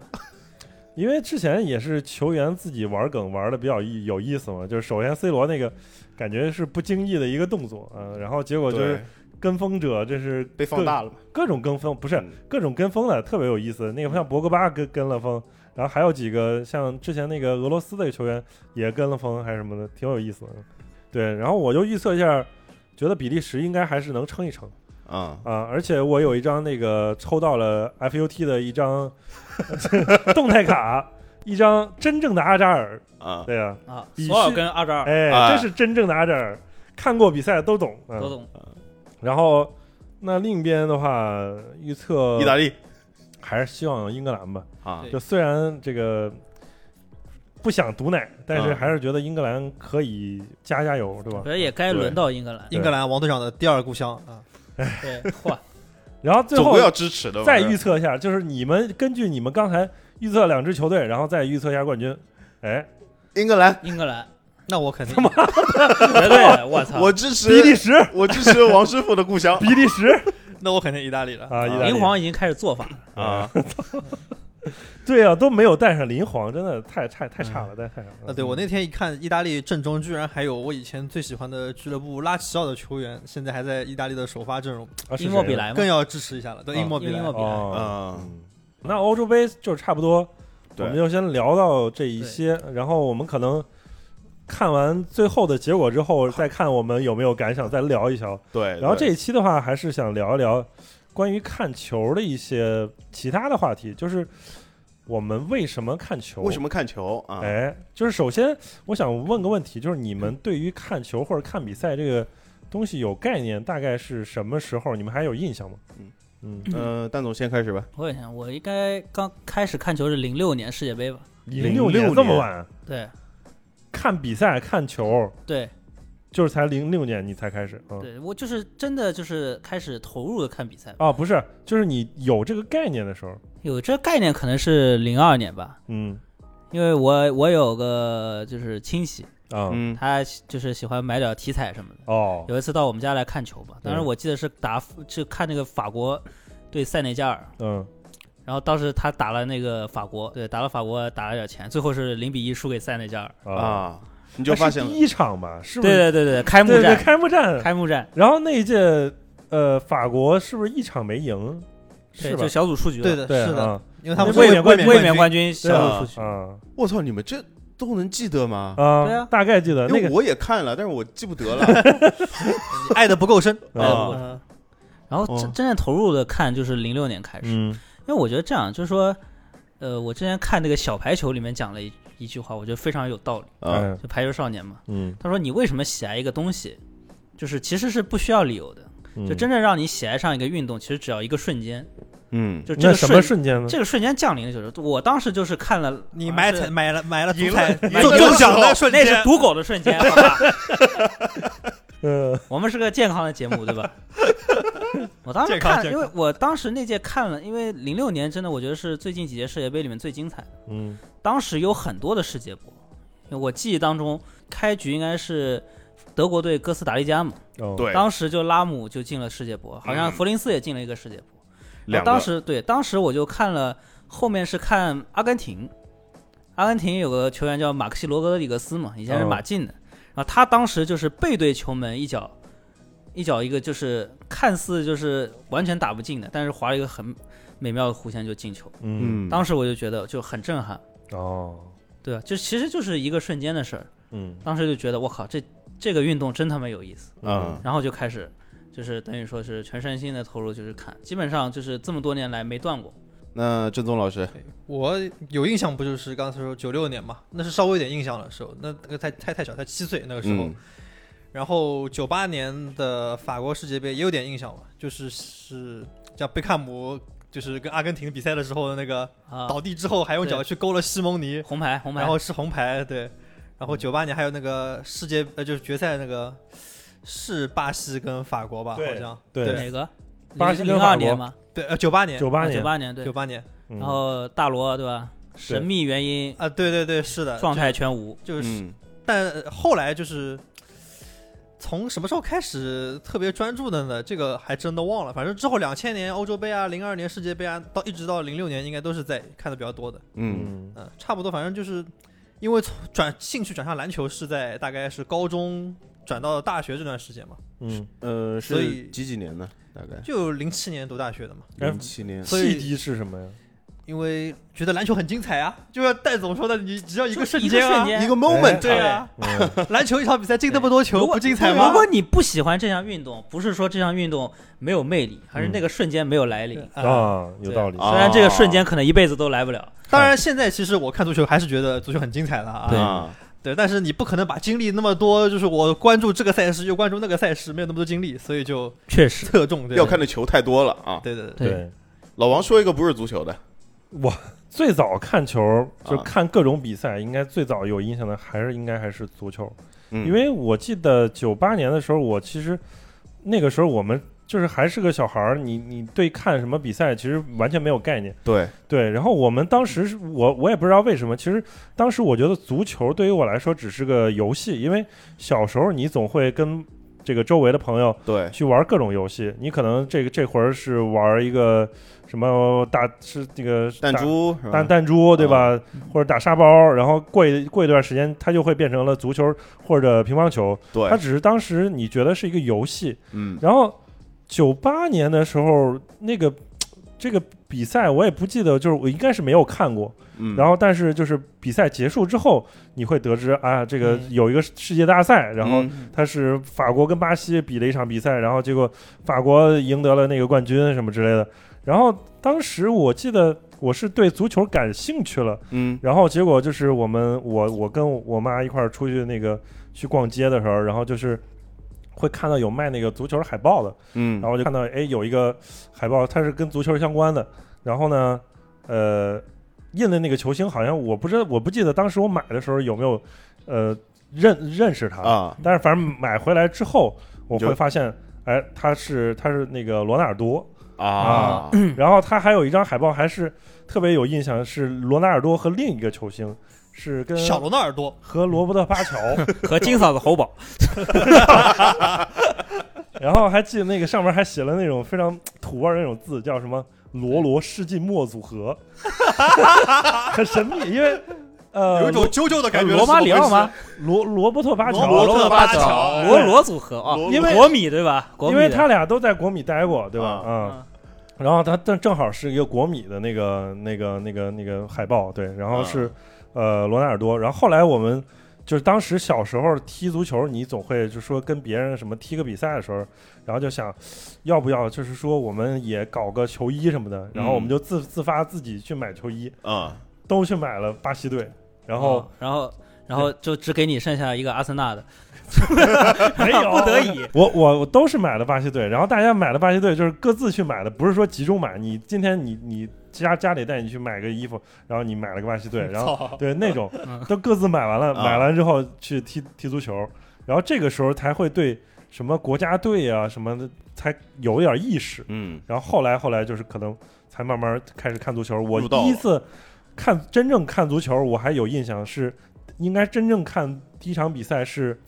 Speaker 1: 因为之前也是球员自己玩梗玩的比较意有意思嘛，就是首先 C 罗那个感觉是不经意的一个动作啊，然后结果就是
Speaker 2: 对
Speaker 1: 跟风者这是
Speaker 2: 被放大了嘛，
Speaker 1: 各各种跟风，不是
Speaker 2: 嗯
Speaker 1: 各种跟风的特别有意思。那个像博格巴跟跟了风，然后还有几个像之前那个俄罗斯的球员也跟了风，还是什么的，挺有意思的。对，然后我就预测一下，觉得比利时应该还是能撑一撑。
Speaker 2: 啊，
Speaker 1: 啊，而且我有一张那个抽到了 FUT 的一张 动态卡，一张真正的阿扎尔，
Speaker 2: 啊，
Speaker 1: 对呀、
Speaker 3: 啊，
Speaker 1: 比
Speaker 3: 索尔
Speaker 1: 是
Speaker 3: 跟阿扎尔
Speaker 1: 哎，
Speaker 2: 啊
Speaker 1: 这是真正的阿扎尔，看过比赛都懂，嗯、
Speaker 3: 都。懂，
Speaker 1: 然后那另一边的话，预测
Speaker 2: 意大利
Speaker 1: 还是希望英格兰吧。
Speaker 2: 啊
Speaker 4: 对
Speaker 1: 就虽然这个不想毒奶，但
Speaker 3: 啊
Speaker 1: 是
Speaker 2: 嗯
Speaker 1: 还是觉得英格兰可以加加油，对吧
Speaker 3: 我觉？得也该轮到英格兰。
Speaker 4: 英格兰王队长的第二故乡啊，
Speaker 3: 对，嚯，
Speaker 1: 然后最
Speaker 2: 总
Speaker 1: 后
Speaker 2: 归要支持的。
Speaker 1: 再
Speaker 2: 我觉
Speaker 1: 预
Speaker 2: 得
Speaker 1: 测一下，就是你们根据你们刚才预测两支球队，然后再预测一下冠军。哎，
Speaker 2: 英格兰，
Speaker 3: 英格兰，
Speaker 4: 那我肯定
Speaker 3: 绝对 的，我操！
Speaker 2: 我支
Speaker 1: 比利
Speaker 2: 持，
Speaker 1: 时，
Speaker 2: 我支持王师傅的故乡
Speaker 1: 比利时
Speaker 4: 那我肯定意大利了。
Speaker 1: 啊，意大利
Speaker 3: 林皇已经开始做法，
Speaker 2: 啊！
Speaker 1: 对啊，都没有带上林皇，真的太太
Speaker 3: 嗯
Speaker 1: 太差了，太太差了。
Speaker 4: 啊，对我那天一看，意大利阵中居然还有我以前最喜欢的俱乐部拉齐奥的球员，现在还在意大利的首发阵容，
Speaker 1: 啊是
Speaker 3: 伊哎莫
Speaker 1: 谁
Speaker 3: 比莱嘛
Speaker 4: 更，要支持一下了。对，
Speaker 2: 啊
Speaker 4: 伊莫比
Speaker 3: 因为伊，
Speaker 4: 莱
Speaker 3: 莫比莱，
Speaker 1: 哦，
Speaker 2: 啊，
Speaker 1: 那欧洲杯就差不多，我
Speaker 2: 对
Speaker 1: 们就先聊到这一些，然后我们可能看完最后的结果之后，再看我们有没有感想，再聊一聊。
Speaker 2: 对。
Speaker 1: 然后哎这
Speaker 2: 对
Speaker 1: 一期的话，还是想聊一聊关于看球的一些其他的话题，就是我们为什么看球？
Speaker 2: 为什么看球啊？
Speaker 1: 哎，就是首先我想问个问题，就是你们对于看球或者看比赛这个东西有概念，大概是什么时候？你们还有印象吗？
Speaker 2: 嗯
Speaker 1: 嗯
Speaker 2: 呃，蛋总先开始吧。
Speaker 3: 我也想，我应该刚开始看球是零六年世界杯吧？
Speaker 1: 零
Speaker 2: 06
Speaker 1: 年
Speaker 2: 年
Speaker 1: 这么晚
Speaker 3: 对
Speaker 1: 看比赛看球，
Speaker 3: 对
Speaker 1: 就是才零六年你才开始，嗯。
Speaker 3: 对，我就是真的就是开始投入的看比赛，
Speaker 1: 啊，不是，就是你有这个概念的时候，
Speaker 3: 有这概念可能是零二年吧，
Speaker 1: 嗯
Speaker 3: 因为我我有个就是亲戚，
Speaker 1: 啊、
Speaker 2: 嗯，
Speaker 3: 他就是喜欢买点体彩什么的。
Speaker 1: 哦，
Speaker 3: 有一次到我们家来看球嘛，当时
Speaker 1: 嗯
Speaker 3: 我记得是打就看那个法国对塞内加尔，
Speaker 1: 嗯，
Speaker 3: 然后当时他打了那个法国，对，打了法国打了点钱，最后是零比一输给塞内加尔。
Speaker 1: 啊，
Speaker 2: 啊，你就发现
Speaker 1: 那是
Speaker 2: 了
Speaker 1: 第一场吧，是不
Speaker 3: 对
Speaker 1: 是？
Speaker 3: 对对对，开幕
Speaker 1: 对对，
Speaker 3: 战，
Speaker 1: 开幕战，
Speaker 3: 开幕战，
Speaker 1: 然后那一届，呃，法国是不是一场没赢？
Speaker 3: 对，
Speaker 1: 是吧
Speaker 3: 就？小组出局了。
Speaker 4: 对的，
Speaker 1: 对，
Speaker 4: 是的，
Speaker 1: 啊
Speaker 4: 因为他们是
Speaker 1: 卫
Speaker 3: 卫
Speaker 1: 冕
Speaker 4: 卫
Speaker 1: 冠
Speaker 4: 冕
Speaker 1: 军
Speaker 3: 卫冕
Speaker 4: 冠
Speaker 3: 冠军小组出局。
Speaker 1: 啊
Speaker 2: 我操，你们这都能记得吗？
Speaker 3: 对
Speaker 1: 啊
Speaker 3: 啊！
Speaker 1: 大概记得
Speaker 2: 因
Speaker 1: 那
Speaker 2: 为
Speaker 1: 个
Speaker 2: 我也看了，但是我记不 得了
Speaker 4: 军，你爱的不够深。嗯
Speaker 1: 啊
Speaker 3: 哎
Speaker 2: 啊。
Speaker 3: 我然后真
Speaker 2: 哦
Speaker 3: 真正投入的看就是零六年开始，
Speaker 1: 嗯
Speaker 3: 因为我觉得这样就是说，呃，我之前看那个小排球里面讲了一一句话，我觉得非常有道理，
Speaker 2: 啊，
Speaker 1: 哎
Speaker 3: 就排球少年嘛，
Speaker 1: 嗯，
Speaker 3: 他说你为什么喜爱一个东西，就是其实是不需要理由的，
Speaker 1: 嗯
Speaker 3: 就真正让你喜爱上一个运动，其实只要一个瞬间，
Speaker 2: 嗯，
Speaker 3: 就
Speaker 1: 那
Speaker 3: 这个
Speaker 1: 什么
Speaker 3: 瞬
Speaker 1: 瞬间呢？
Speaker 3: 这个瞬间降临的时候，我当时就是看了，
Speaker 4: 你
Speaker 3: 好像
Speaker 4: 买
Speaker 3: 是
Speaker 4: 彩买了买了足
Speaker 2: 赢
Speaker 4: 彩
Speaker 2: 了赢
Speaker 4: 中
Speaker 2: 了
Speaker 4: 中奖
Speaker 2: 那
Speaker 4: 的
Speaker 2: 是
Speaker 4: 瞬
Speaker 3: 那
Speaker 4: 间，
Speaker 3: 是赌狗的瞬间，啊好吧？
Speaker 1: 嗯
Speaker 3: 我们是个健康的节目，对吧？ 我当时
Speaker 4: 健康
Speaker 3: 看，
Speaker 4: 健
Speaker 3: 因
Speaker 4: 康
Speaker 3: 为我当时那届看了，因为零六年真的我觉得是最近几届世界杯里面最精彩的，
Speaker 1: 嗯
Speaker 3: 当时有很多的世界波，我记忆当中开局应该是。德国队哥斯达黎加嘛，
Speaker 1: 哦
Speaker 2: 对，
Speaker 3: 当时就拉姆就进了世界波，好
Speaker 4: 嗯
Speaker 3: 像弗林斯也进了一个世界波。
Speaker 2: 两
Speaker 3: 然后
Speaker 2: 个
Speaker 3: 当时对，当时我就看了，后面是看阿根廷，阿根廷有个球员叫马克西罗格里格斯嘛，以
Speaker 2: 哦
Speaker 3: 前是马竞的，然后他当时就是背对球门一脚，一脚一个就是看似就是完全打不进的，但是划了一个很美妙的弧线就进球，
Speaker 1: 嗯
Speaker 2: 嗯，
Speaker 3: 当时我就觉得就很震撼，
Speaker 1: 哦
Speaker 3: 对吧？就其实就是一个瞬间的事儿，
Speaker 1: 嗯
Speaker 3: 当时就觉得我靠，这这个运动真他妈有意思。
Speaker 2: 嗯
Speaker 3: 然后就开始，就是等于说是全身心的投入，就是看，基本上就是这么多年来没断过。
Speaker 2: 那郑宗老师，
Speaker 4: 我有印象，不就是刚才说九六年嘛？那是稍微有点印象的时候，那那个太太太小，才七岁那个时候。
Speaker 2: 嗯
Speaker 4: 然后九八年的法国世界杯也有点印象嘛，就是是像贝克汉姆就是跟阿根廷比赛的时候的那个
Speaker 3: 啊，
Speaker 4: 倒地之后还用脚去勾了西蒙尼，
Speaker 3: 红牌，红牌，
Speaker 4: 然后是红牌，对。然后九八年还有那个世界呃就是决赛那个是巴西跟法国吧，
Speaker 1: 对
Speaker 4: 好像
Speaker 1: 对，
Speaker 3: 哪个？
Speaker 1: 巴西跟
Speaker 3: 零
Speaker 1: 法
Speaker 3: 二
Speaker 1: 国
Speaker 3: 年吗？
Speaker 4: 对呃九八年
Speaker 1: 九八年
Speaker 3: 啊九，八年对
Speaker 4: 九。八年
Speaker 1: 嗯
Speaker 3: 然后大罗对吧？神秘原因，
Speaker 4: 啊对对对是的
Speaker 3: 状态全无。
Speaker 4: 就是
Speaker 2: 嗯，
Speaker 4: 但后来就是从什么时候开始特别专注的呢？这个还真的忘了。反正之后两千年欧洲杯啊，零二年世界杯啊，到一直到零六年，应该都是在看的比较多的。
Speaker 2: 嗯
Speaker 1: 嗯
Speaker 4: 嗯，差不多，反正就是因为从转兴趣转向篮球是在大概是高中转到大学这段时间嘛，
Speaker 1: 嗯，
Speaker 2: 呃，
Speaker 4: 所以
Speaker 2: 是几几年呢？大概
Speaker 4: 就零七年读大学的嘛。
Speaker 1: 哎
Speaker 2: 零七年。
Speaker 4: 所以
Speaker 1: 契机是什么呀？
Speaker 4: 因为觉得篮球很精彩啊，就像戴总说的，你只要一个
Speaker 3: 就
Speaker 4: 瞬
Speaker 3: 一
Speaker 4: 间
Speaker 3: 瞬
Speaker 4: 啊，
Speaker 3: 间
Speaker 2: 一个 moment，
Speaker 4: 对啊，
Speaker 1: 嗯
Speaker 4: 篮球一场比赛进那么多球，
Speaker 3: 如
Speaker 4: 不
Speaker 3: 果
Speaker 4: 精彩
Speaker 3: 如
Speaker 4: 吗？
Speaker 3: 果你不喜欢这项运动，不是说这项运动没有魅力，而是那个瞬间没有来临。
Speaker 4: 啊
Speaker 1: 啊，有道理
Speaker 2: 啊
Speaker 3: 虽然这个瞬间可能一辈子都来不了，
Speaker 4: 当然，现在其实我看足球还是觉得足球很精彩的啊。
Speaker 3: 对
Speaker 2: 啊，
Speaker 4: 对，但是你不可能把精力那么多，就是我关注这个赛事又关注那个赛事，没有那么多精力，所以就
Speaker 3: 确实。
Speaker 4: 侧重对
Speaker 2: 要看的球太多了啊。
Speaker 4: 对对对，
Speaker 1: 对，
Speaker 2: 老王说一个不是足球的，
Speaker 1: 最早看球就
Speaker 2: 啊
Speaker 1: 看各种比赛，应该最早有印象的还是应该还是足球，
Speaker 2: 嗯
Speaker 1: 因为我记得九八年的时候，我其实那个时候我们就是还是个小孩儿，你你对看什么比赛其实完全没有概念。
Speaker 2: 对
Speaker 1: 对，然后我们当时是我我也不知道为什么，其实当时我觉得足球对于我来说只是个游戏，因为小时候你总会跟这个周围的朋友
Speaker 2: 对
Speaker 1: 去玩各种游戏，你可能这个这会儿是玩一个什么大是这个
Speaker 2: 弹
Speaker 1: 大
Speaker 2: 珠啊是吧
Speaker 1: 弹弹珠对吧？或者打沙包，然后过一过一段时间，它就会变成了足球或者乒乓球。它
Speaker 2: 对，
Speaker 1: 只是当时你觉得是一个游戏，
Speaker 2: 嗯
Speaker 1: 然后九八年的时候那个这个比赛我也不记得，就是我应该是没有看过。
Speaker 2: 嗯，
Speaker 1: 然后但是就是比赛结束之后，你会得知啊，这个
Speaker 4: 嗯
Speaker 1: 有一个世界大赛，然后
Speaker 2: 嗯
Speaker 1: 他是法国跟巴西比了一场比赛，然后结果法国赢得了那个冠军什么之类的。然后当时我记得我是对足球感兴趣了，
Speaker 2: 嗯
Speaker 1: 然后结果就是我们我我跟我妈一块儿出去那个去逛街的时候，然后就是会看到有卖那个足球海报的，然
Speaker 2: 嗯
Speaker 1: 后我就看到哎有一个海报，它是跟足球相关的，然后呢，呃，印的那个球星好像我不知道我不记得当时我买的时候有没有呃认认识他
Speaker 2: 啊
Speaker 1: 但是反正买回来之后，我
Speaker 2: 就
Speaker 1: 会发现，哎，他是他是那个罗纳尔多，
Speaker 2: 啊
Speaker 3: 嗯
Speaker 1: 然后他还有一张海报，还是特别有印象，是罗纳尔多和另一个球星，是跟
Speaker 4: 小罗纳尔多，
Speaker 1: 和罗伯特巴 乔，
Speaker 3: 和金嫂子侯 宝，
Speaker 1: 然后还记得那个上面还写了那种非常土味儿的那种字，叫什么“罗罗世纪末组 合”，很神秘，因为呃
Speaker 4: 有一，种啾啾的感觉。
Speaker 3: 罗马里奥吗？？
Speaker 1: 罗罗伯特巴
Speaker 4: 罗
Speaker 1: 乔
Speaker 4: 伯
Speaker 3: 罗
Speaker 4: 特
Speaker 3: 巴
Speaker 4: 巴乔
Speaker 3: 罗罗组合啊，
Speaker 2: 罗
Speaker 1: 因为
Speaker 3: 国米对吧？国
Speaker 1: 因
Speaker 3: 米
Speaker 1: 为
Speaker 3: 的
Speaker 1: 他俩都在国米待过，对吧？
Speaker 2: 啊
Speaker 1: 嗯。
Speaker 3: 嗯
Speaker 1: 然后它正正好是一个国米的那个那个那个那个海报，对，然后是、呃罗纳尔多，然后后来我们就是当时小时候踢足球，你总会就说跟别人什么踢个比赛的时候，然后就想要不要就是说我们也搞个球衣什么的，然后我们就自、自发自己去买球衣，
Speaker 2: 啊
Speaker 1: 都去买了巴西队，然后
Speaker 3: 哦、然后然后就只给你剩下一个阿森纳的，
Speaker 1: 没有
Speaker 3: 不得已。
Speaker 1: 我我我都是买了巴西队，然后大家买了巴西队就是各自去买的，不是说集中买。你今天你你家家里带你去买个衣服，然后你买了个巴西队，然后
Speaker 4: 操，
Speaker 1: 对那种
Speaker 3: 嗯
Speaker 1: 都各自买完了，
Speaker 2: 啊
Speaker 1: 买完之后去踢踢足球，然后这个时候才会对什么国家队啊什么的才有点意识。
Speaker 2: 嗯
Speaker 1: 然后后来后来就是可能才慢慢开始看足球。我
Speaker 2: 入道了
Speaker 1: 第一次看真正看足球，我还有印象是应该真正看第一场比赛是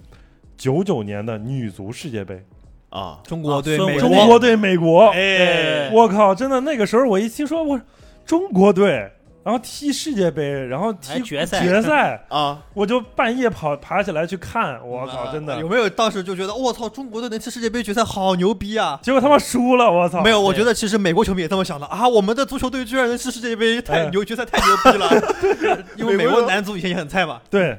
Speaker 1: 九九年的女足世界杯，
Speaker 2: 啊
Speaker 4: 中国对
Speaker 3: 啊
Speaker 4: 美
Speaker 3: 孙
Speaker 1: 中
Speaker 3: 伟
Speaker 1: 国对美国。
Speaker 4: 哎，
Speaker 1: 我靠，真的那个时候我一听说我中国队。然后踢世界杯，然后踢
Speaker 3: 还哎决赛
Speaker 1: 决赛，
Speaker 2: 啊
Speaker 1: 我就半夜跑爬起来去看，我靠，真的
Speaker 3: 哎
Speaker 4: 有，没有当时就觉得我操，中国队能踢世界杯决赛好牛逼啊！
Speaker 1: 结果他妈输了，我操！
Speaker 4: 没有，我
Speaker 3: 对
Speaker 4: 觉得其实美国球迷也这么想的啊！我们的足球队居然能踢世界杯，太
Speaker 1: 哎
Speaker 4: 牛，决赛太牛逼了。因为
Speaker 2: 美
Speaker 4: 美
Speaker 2: 国
Speaker 4: 国男足以前也很菜嘛，
Speaker 1: 对，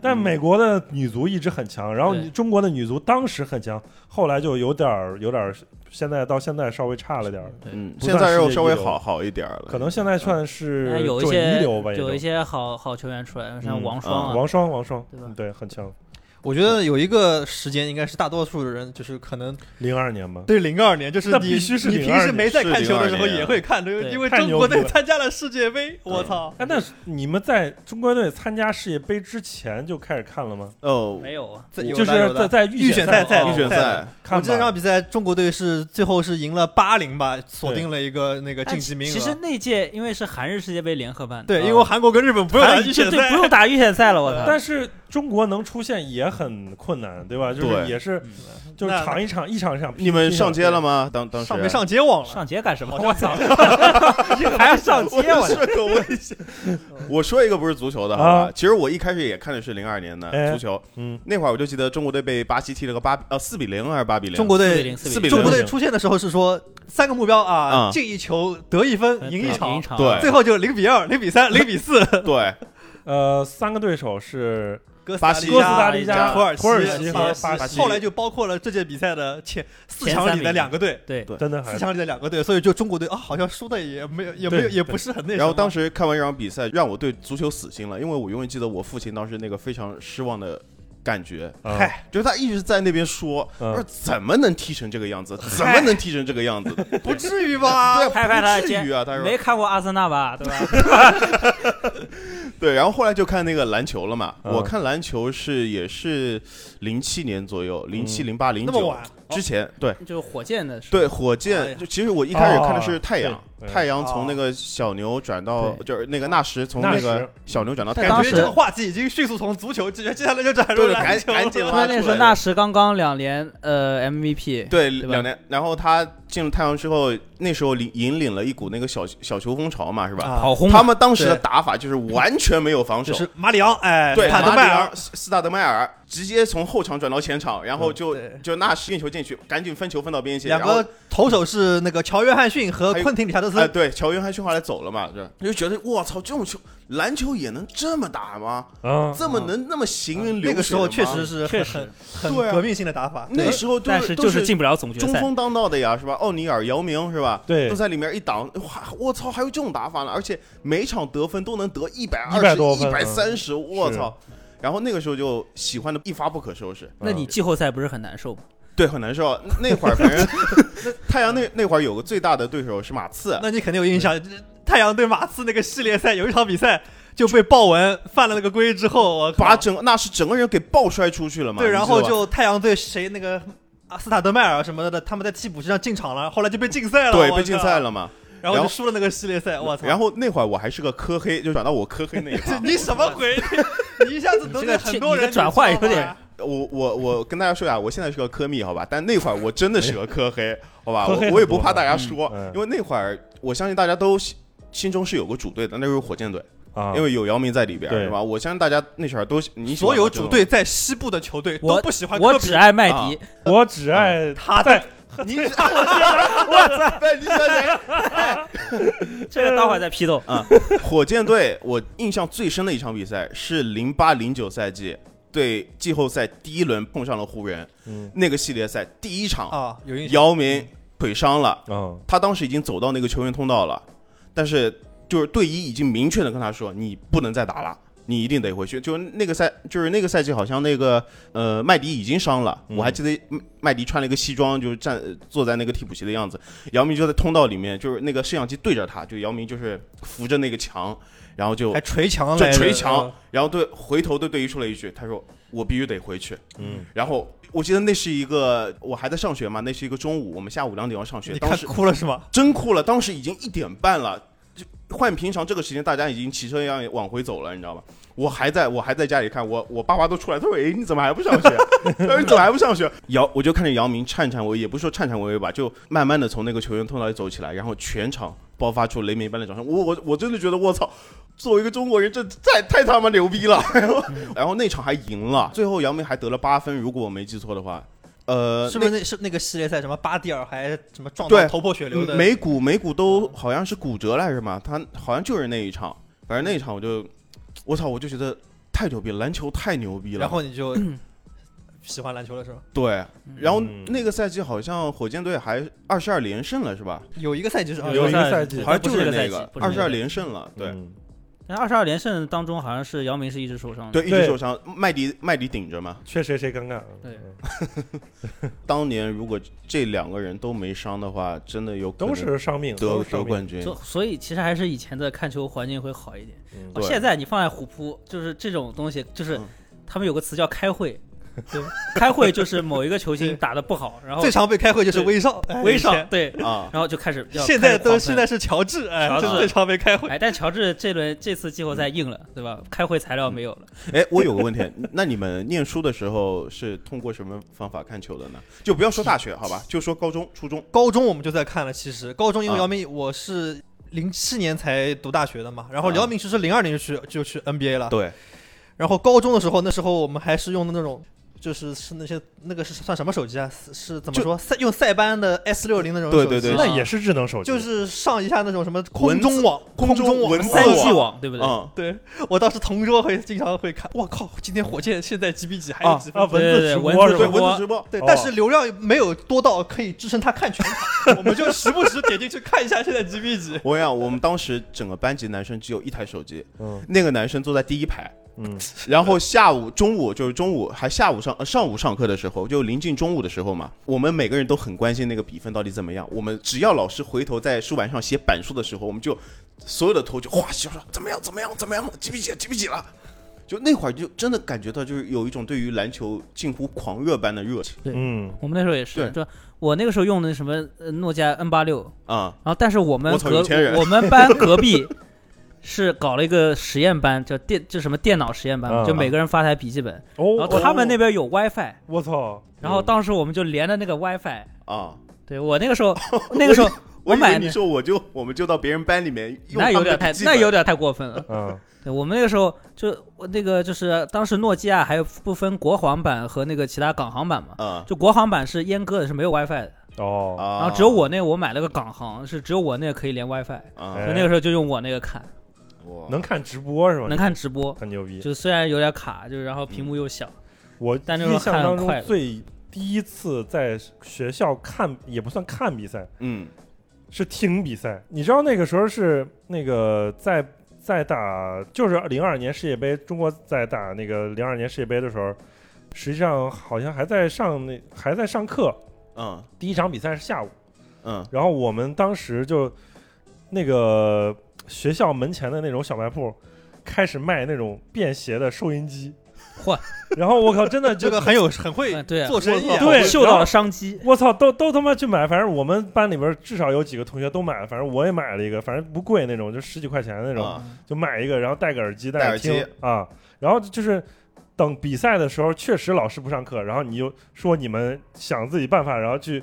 Speaker 1: 但
Speaker 2: 嗯
Speaker 1: 美国的女足一直很强，然后
Speaker 3: 对
Speaker 1: 中国的女足当时很强，后来就有点儿有点儿，现在到现在稍微差了点儿，
Speaker 2: 嗯，
Speaker 1: 不
Speaker 2: 现
Speaker 1: 算
Speaker 2: 在又
Speaker 1: 世界
Speaker 2: 稍
Speaker 1: 一
Speaker 2: 微
Speaker 1: 流
Speaker 2: 好好一点了，
Speaker 1: 可能现在算是
Speaker 3: 哎有一
Speaker 1: 准一
Speaker 3: 些
Speaker 1: 流吧，也
Speaker 3: 有
Speaker 1: 就
Speaker 3: 一些好好球员出来，像
Speaker 1: 嗯
Speaker 3: 王
Speaker 2: 啊
Speaker 3: 霜啊，
Speaker 1: 王霜王霜
Speaker 3: 对吧
Speaker 1: 嗯对，很强，
Speaker 4: 我觉得有一个时间应该是大多数的人就是可能
Speaker 1: 零二年嘛，
Speaker 4: 对零二年，就是
Speaker 1: 那
Speaker 4: 你
Speaker 1: 必须是
Speaker 4: 你
Speaker 1: 02
Speaker 4: 平时没在看球的时候
Speaker 2: 是02年
Speaker 4: 也会看，这个
Speaker 3: 对
Speaker 4: 因为
Speaker 1: 太
Speaker 4: 中国
Speaker 1: 牛逼
Speaker 4: 队
Speaker 1: 了
Speaker 4: 参加了世界杯，我操！
Speaker 1: 哎，那你们在中国队参加世界杯之前就开始看了吗？
Speaker 2: 哦
Speaker 3: 没有啊，
Speaker 4: 这有
Speaker 1: 就
Speaker 4: 的有
Speaker 1: 是
Speaker 4: 的
Speaker 1: 在在
Speaker 4: 预选
Speaker 1: 选
Speaker 4: 赛在
Speaker 3: 哦
Speaker 2: 预选赛
Speaker 1: 看
Speaker 4: 我记得那
Speaker 1: 吧
Speaker 4: 场比赛中国队是最后是赢了八零吧，锁定了一个那个
Speaker 3: 但
Speaker 4: 晋级名额。
Speaker 3: 哎其实那届因为是韩日世界杯联合办的，
Speaker 4: 啊对，
Speaker 2: 啊
Speaker 4: 因为韩国跟日本不用打
Speaker 3: 哎
Speaker 4: 预选
Speaker 3: 嗯对，不
Speaker 4: 赛，
Speaker 3: 用打预选赛 了，我操！
Speaker 1: 但是中国能出现也很困难，对吧？就是
Speaker 2: 对
Speaker 1: 也
Speaker 3: 嗯
Speaker 1: 是，就是
Speaker 4: 那
Speaker 1: 场一场一场一场拼。
Speaker 2: 你们
Speaker 1: 拼
Speaker 2: 上街了吗？当当时
Speaker 4: 上没？上街网了？
Speaker 3: 上街干什么？
Speaker 4: 好
Speaker 3: 我操！还要上街？ 我操！
Speaker 2: 这个危险。我说一个不是足球的，好吧
Speaker 1: 啊？
Speaker 2: 其实我一开始也看的是零二年的
Speaker 1: 哎
Speaker 2: 足球，
Speaker 1: 嗯，
Speaker 2: 那会儿我就记得中国队被巴西踢了个八呃四比零还是八比零？
Speaker 4: 中国
Speaker 3: 四比
Speaker 4: 队
Speaker 3: 零，四
Speaker 2: 四比
Speaker 3: 比零，
Speaker 4: 中国
Speaker 1: 零
Speaker 4: 队出现的时候是说三个目标啊，
Speaker 2: 嗯
Speaker 4: 进一球得一分，赢
Speaker 3: 呃赢
Speaker 4: 一
Speaker 3: 一
Speaker 4: 场，
Speaker 3: 场，啊
Speaker 2: 对
Speaker 4: 最后就零比二、零比三、零比四，
Speaker 2: 对
Speaker 1: 呃，三个对手是
Speaker 4: 哥
Speaker 2: 巴西
Speaker 1: 哥斯
Speaker 4: 达
Speaker 1: 达黎
Speaker 2: 加
Speaker 1: 加、
Speaker 4: 土耳
Speaker 1: 土耳
Speaker 4: 其
Speaker 1: 其
Speaker 4: 巴
Speaker 1: 和
Speaker 4: 西
Speaker 1: 巴
Speaker 2: 巴
Speaker 1: 西，
Speaker 2: 西
Speaker 4: 后来就包括了这届比赛的前四
Speaker 3: 前三
Speaker 4: 强里的
Speaker 3: 名
Speaker 4: 两个队，
Speaker 3: 对
Speaker 1: 真的还
Speaker 4: 四强里的两个队，所以就中国队啊，好像输的也没有，也没有，
Speaker 1: 对
Speaker 4: 也不是很那什么。
Speaker 2: 然后当
Speaker 4: 时
Speaker 2: 时看完这场比赛，让我对足球死心了，因为我永远记得我父亲当时那个非常失望的感觉，
Speaker 1: 嗯
Speaker 4: 哎
Speaker 2: 嗨，就是他一直在那边说，
Speaker 1: 嗯
Speaker 2: 我说怎么能踢成这个样子？怎么能踢成这个样子？哎 对
Speaker 4: 不至于吧？
Speaker 2: 啊，
Speaker 3: 拍拍他的
Speaker 2: 不至于啊，他
Speaker 3: 没
Speaker 2: 说
Speaker 3: 看过阿森纳吧？ 对吧？
Speaker 2: 对，然后后来就看那个篮球了嘛。
Speaker 1: 嗯
Speaker 2: 我看篮球是也是零七年左右，零七零八零
Speaker 4: 那么
Speaker 2: 九
Speaker 4: 晚，
Speaker 2: 之前，对
Speaker 3: 就是火箭的时候，
Speaker 2: 对，火
Speaker 4: 哎呀
Speaker 2: 箭。就其实我一开始看的是太
Speaker 1: 哦
Speaker 2: 阳，
Speaker 1: 对
Speaker 2: 太阳从那个小牛转到
Speaker 3: 对
Speaker 2: 就是那个纳什从那
Speaker 1: 纳
Speaker 2: 个
Speaker 1: 什
Speaker 2: 小牛转到太
Speaker 4: 感
Speaker 2: 阳
Speaker 3: 当
Speaker 4: 觉
Speaker 3: 时
Speaker 4: 这个话题已经迅速从足球，接接下来就转入
Speaker 2: 对，
Speaker 4: 篮
Speaker 2: 赶
Speaker 4: 球。
Speaker 2: 赶紧挖
Speaker 3: 他
Speaker 2: 出
Speaker 3: 那时候
Speaker 2: 来。
Speaker 3: 纳什刚刚两连呃 MVP，
Speaker 2: 对，
Speaker 3: 对吧
Speaker 2: 两年，然后他进入太阳之后，那时候领引领了一股那个小小球风潮嘛，是吧？
Speaker 4: 啊
Speaker 3: 跑轰嘛
Speaker 2: 他们当时的
Speaker 4: 对
Speaker 2: 打法就是完全没有防守，
Speaker 4: 就是马里昂，哎，
Speaker 2: 对，
Speaker 4: 塔德
Speaker 2: 马
Speaker 4: 迈
Speaker 2: 里
Speaker 4: 尔
Speaker 2: 昂、，斯斯塔德迈尔直接从后场转到前场，然后就、
Speaker 4: 嗯对
Speaker 2: 就纳什运球进去，赶紧分球分到边线，
Speaker 4: 两
Speaker 2: 然后
Speaker 4: 个投手是那个乔约翰逊和
Speaker 2: 还有
Speaker 4: 昆廷·理查德森
Speaker 2: 哎、。对，乔约翰逊后来走了嘛，是吧？就觉得我操，这种球篮球也能这么打吗？
Speaker 1: 啊，
Speaker 2: 这么能那么行云流水吗、
Speaker 4: 嗯那个时候确实是
Speaker 3: 确
Speaker 4: 很
Speaker 3: 实
Speaker 4: 很很
Speaker 2: 对啊
Speaker 4: 革命性的打法。
Speaker 2: 那时候都
Speaker 3: 但是就是是进不了总决
Speaker 2: 中
Speaker 3: 赛。
Speaker 2: 锋当道的呀，是吧？奥尼尔、姚明是吧？
Speaker 1: 对
Speaker 2: 都在里面一挡，哇，我操，还有这种打法呢！而且每场得分都能得一百二
Speaker 1: 100
Speaker 2: 十、
Speaker 1: 多
Speaker 2: 一
Speaker 1: 分
Speaker 2: 百三十，我
Speaker 1: 是
Speaker 2: 操！然后那个时候就喜欢的一发不可收拾，
Speaker 4: 啊
Speaker 3: 那你季后赛不是很难受吗？
Speaker 2: 对，很难受。啊那那会儿反正那太阳那那会儿有个最大的对手是马刺，
Speaker 4: 那你肯定有印象，太阳对马刺那个系列赛有一场比赛就被鲍文犯了那个规之后，我靠
Speaker 2: 把整个那是整个人给爆摔出去了嘛？
Speaker 4: 对，
Speaker 2: 你知
Speaker 4: 然
Speaker 2: 道
Speaker 4: 后
Speaker 2: 吧
Speaker 4: 就太阳队谁那个啊斯塔德迈尔什么的，他们在替补席上进场了，后来就被禁赛了，
Speaker 2: 对
Speaker 4: 我
Speaker 2: 被
Speaker 4: 靠
Speaker 2: 禁赛，了嘛。
Speaker 4: 然后
Speaker 2: 然
Speaker 4: 就
Speaker 2: 后
Speaker 4: 输了那个系列赛，我操！。
Speaker 2: 然后那会儿我还是个科黑，就转到我科黑那一趴
Speaker 4: 你什么 鬼？你你一下子
Speaker 3: 你这
Speaker 4: 得罪
Speaker 3: 个
Speaker 4: 很
Speaker 3: 切
Speaker 4: 多
Speaker 3: 你的
Speaker 4: 人，
Speaker 3: 转
Speaker 4: 你
Speaker 3: 换
Speaker 4: 知道
Speaker 3: 有点
Speaker 4: 吗
Speaker 2: 我我我跟大家说呀，我现在是个科密，好吧？但那会儿我真的是 个科黑，好吧？
Speaker 1: 科黑很
Speaker 2: 我
Speaker 1: 多
Speaker 2: 我也不怕大家说
Speaker 1: 嗯嗯，
Speaker 2: 因为那会儿我相信大家都心心中是有个主队的，那就是火箭队，
Speaker 1: 啊，
Speaker 2: 因为有姚明在里边，
Speaker 1: 对
Speaker 2: 是吧？我相信大家那时候都你喜欢
Speaker 4: 所有
Speaker 2: 这
Speaker 4: 主
Speaker 2: 种
Speaker 4: 队在西 部的球队
Speaker 3: 我
Speaker 4: 都不喜欢
Speaker 3: 我
Speaker 4: 科比啊
Speaker 3: 只爱麦迪，
Speaker 1: 我只爱
Speaker 4: 他
Speaker 1: 在
Speaker 4: 的， 你啊
Speaker 2: 对，你想想，
Speaker 3: 这个待会儿再批斗。
Speaker 2: 火箭队我印象最深的一场比赛是零八零九赛季对季后赛第一轮碰上了湖人，
Speaker 1: 嗯
Speaker 2: 那个系列赛第一场，
Speaker 4: 啊，有印象。
Speaker 2: 姚明腿伤了。
Speaker 1: 啊
Speaker 2: 他当时已经走到那个球员通道了，但是就是队医已经明确的跟他说，你不能再打了，你一定得回去。就是那个赛，就是那个赛季，好像那个呃麦迪已经伤了，
Speaker 1: 嗯
Speaker 2: 我还记得麦麦迪穿了一个西装，就是站呃坐在那个替补席的样子。姚明就在通道里面，就是那个摄像机对着他，就姚明就是扶着那个墙，然后就
Speaker 4: 还捶墙
Speaker 2: 就
Speaker 4: 来着，
Speaker 2: 捶墙
Speaker 4: 嗯，，
Speaker 2: 然后对回头对队医说了一句，他说我必须得回去。
Speaker 1: 嗯，
Speaker 2: 然后我记得那是一个我还在上学嘛，那是一个中午，我们下午两点要上学，
Speaker 4: 你
Speaker 2: 当
Speaker 4: 看
Speaker 2: 时。
Speaker 4: 哭了是吗？
Speaker 2: 真哭了。当时已经一点半了，就换平常这个时间，大家已经骑车一样往回走了，你知道吧？我还在我还在家里看，我我爸爸都出来，他说：“哎，你怎么还不上学？ 他说你怎么还不上学？”姚，我就看着姚明颤颤巍巍，也不是说颤颤巍巍吧，就慢慢的从那个球员通道里走起来，然后全场爆发出雷鸣般的掌声。我我我真的觉得我操，作为一个中国人，这太太他妈牛逼了。 然后然后那场还赢了，最后姚明还得了八分，如果我没记错的话，呃，
Speaker 4: 是不是那是那个系列赛什么巴蒂尔还什么撞到
Speaker 2: 对
Speaker 4: 头破血流的？
Speaker 2: 嗯美股美股都好像是骨折来着嘛，他好像就是那一场，反正那一场我就，我操，我就觉得太牛逼了，篮球太牛逼了。
Speaker 4: 然后你就喜欢篮球了是吧？
Speaker 2: 对，然后
Speaker 1: 嗯
Speaker 2: 那个赛季好像火箭队还二十二连胜了是吧？
Speaker 4: 有一个赛季是
Speaker 1: 有一个赛季
Speaker 3: 对
Speaker 2: 好像就
Speaker 3: 不是
Speaker 2: 那
Speaker 3: 这个
Speaker 2: 个
Speaker 3: 赛季不是
Speaker 2: 二
Speaker 3: 这
Speaker 2: 十
Speaker 3: 个
Speaker 2: 二连胜了，对、
Speaker 1: 嗯
Speaker 3: 但二十二连胜当中，好像是姚明是一直受伤的。
Speaker 2: 对，一直受伤，麦迪麦迪顶着嘛。
Speaker 1: 缺谁谁尴尬，
Speaker 3: 对
Speaker 1: 嗯
Speaker 2: 当年如果这两个人都没伤的话，真的有可能
Speaker 1: 都是伤病，
Speaker 2: 得
Speaker 1: 都是
Speaker 2: 得
Speaker 1: 伤病，
Speaker 2: 冠军。
Speaker 3: 所所以其实还是以前的看球环境会好一点。
Speaker 1: 嗯
Speaker 3: 哦
Speaker 2: 对
Speaker 3: 现在你放在虎扑，就是这种东西，就是
Speaker 2: 嗯
Speaker 3: 他们有个词叫开会，对吧，开会就是某一个球星打的不好，然后
Speaker 4: 最常被开会就是威少，哎
Speaker 3: 威
Speaker 4: 以
Speaker 3: 少
Speaker 4: 前
Speaker 3: 对，
Speaker 2: 啊，
Speaker 3: 然后就开始要
Speaker 4: 现在
Speaker 3: 开始狂
Speaker 4: 都
Speaker 3: 喷
Speaker 4: 现在是乔治，哎，
Speaker 3: 乔治
Speaker 4: 这是最常被开会。
Speaker 3: 哎，但乔治这轮这次季后赛硬了，对吧？开会材料没有了，
Speaker 4: 嗯
Speaker 2: 哎，我有个问题，那你们念书的时候是通过什么方法看球的呢？就不要说大学，好吧，就说高中、初中。
Speaker 4: 高中我们就在看了，其实高中因为
Speaker 2: 啊
Speaker 4: 姚明，我是零七年才读大学的嘛，然后
Speaker 2: 啊
Speaker 4: 姚明其实零二年就去就去 NBA 了，
Speaker 2: 对，
Speaker 4: 然后高中的时候，那时候我们还是用的那种。就是是那些那个是算什么手机啊？是是怎么
Speaker 2: 就
Speaker 4: 说？塞用塞班的 S 六零那种手
Speaker 2: 对
Speaker 4: 机，
Speaker 2: 对对
Speaker 1: 那也是智能手机，
Speaker 4: 就是上一下那种什么
Speaker 2: 文字
Speaker 4: 空中网、
Speaker 2: 空中
Speaker 4: 中网
Speaker 2: 文字
Speaker 4: 三
Speaker 3: 三 G
Speaker 2: 网
Speaker 3: 网对不对？
Speaker 2: 嗯，
Speaker 4: 对我当时同桌会经常会看，我靠，今天火箭现在几比几，还有
Speaker 2: 啊
Speaker 4: 几分
Speaker 1: 啊，
Speaker 4: 钟？
Speaker 1: 文
Speaker 3: 对对
Speaker 1: 字直
Speaker 3: 文
Speaker 1: 播是吧
Speaker 2: 对，
Speaker 3: 字直播
Speaker 2: 文字直播。
Speaker 4: 对
Speaker 1: 哦，
Speaker 4: 但是流量没有多到可以支撑他看全场，我 们就时不时点进去看一下现 在几比几。
Speaker 2: 我跟你讲，我们当时整个班级男生只有一台手机，
Speaker 1: 嗯
Speaker 2: 那个男生坐在第一排，
Speaker 1: 嗯
Speaker 2: 然后下午、中午就是中午，还下午上、呃上午上课的时候，就临近中午的时候嘛，我们每个人都很关心那个比分到底怎么样。我们只要老师回头在书板上写板数的时候，我们就所有的头就哗洗说怎么样怎么样怎么样了，几比几了几比几了。就那会儿就真的感觉到就是有一种对于篮球近乎狂热般的热情
Speaker 1: 嗯，
Speaker 3: 我们那时候也是，就我那个时候用的什么呃诺基亚 N 八六，
Speaker 2: 啊、
Speaker 3: 然后但是我们
Speaker 2: 我操
Speaker 3: 隔
Speaker 2: 有钱人
Speaker 3: 我们班隔 壁是搞了一个实验班，叫电就什么电脑实验班
Speaker 2: 啊
Speaker 1: 嗯
Speaker 3: 嘛，就每个人发台笔记本，然
Speaker 1: 哦
Speaker 3: 后他们那边有 WiFi，
Speaker 1: 我操，
Speaker 3: 然后当时我们就连着那个 WiFi，
Speaker 2: 啊！
Speaker 3: 对我那个 时候那个时候
Speaker 2: 我以
Speaker 3: 买
Speaker 2: 为
Speaker 3: 的
Speaker 2: 你说我就我们就到别人班里面用
Speaker 3: 那
Speaker 2: 他
Speaker 3: 有
Speaker 2: 们的
Speaker 3: 点太
Speaker 2: 笔记
Speaker 3: 那
Speaker 2: 本
Speaker 3: 有点太过分了。
Speaker 1: 嗯
Speaker 3: 对我们那个时候就我那个就是当时诺基亚还有不分国行版和那个其他港行版嘛，
Speaker 2: 啊
Speaker 3: 就国行版是阉割的，是没有 WiFi 的，
Speaker 1: 哦，
Speaker 2: 啊，
Speaker 3: 然后只有我那个我买了个港行，是只有我那个可以连 WiFi，
Speaker 2: 啊
Speaker 1: 哎
Speaker 3: 就那个时候就用我那个看，
Speaker 2: 哇
Speaker 1: 能看直播是吧？
Speaker 3: 能看直播，
Speaker 1: 很牛逼。
Speaker 3: 就虽然有点卡，就是然后
Speaker 1: 嗯
Speaker 3: 屏幕又小，
Speaker 1: 我
Speaker 3: 但那种
Speaker 1: 印象
Speaker 3: 看得
Speaker 1: 当
Speaker 3: 快
Speaker 1: 中
Speaker 3: 了
Speaker 1: 最第一次在学校看也不算看比赛，
Speaker 2: 嗯
Speaker 1: 是听比赛。你知道那个时候是那个在在打，就是零二年世界杯，中国在打那个零二年世界杯的时候，实际上好像还在上那还在上课。
Speaker 2: 嗯
Speaker 1: 第一场比赛是下午，
Speaker 2: 嗯
Speaker 1: 然后我们当时就那个学校门前的那种小卖铺开始卖那种便携的收音机，
Speaker 3: 嚯！
Speaker 1: 然后我靠，真的
Speaker 4: 这
Speaker 1: 就
Speaker 4: 个很有很会
Speaker 3: 嗯对啊
Speaker 4: 做生意啊，
Speaker 1: 对
Speaker 3: 嗅到了商 机，
Speaker 1: 我操，都都他妈去买，反正我们班里边至少有几个同学都买了，反正我也买了一个，反正不贵那种，就十几块钱的那种，
Speaker 2: 啊
Speaker 1: 就买一个，然后戴个耳机，
Speaker 2: 戴
Speaker 1: 戴着
Speaker 2: 耳机
Speaker 1: 听啊，然后就是等比赛的时候，确实老师不上课，然后你就说你们想自己办法，然后去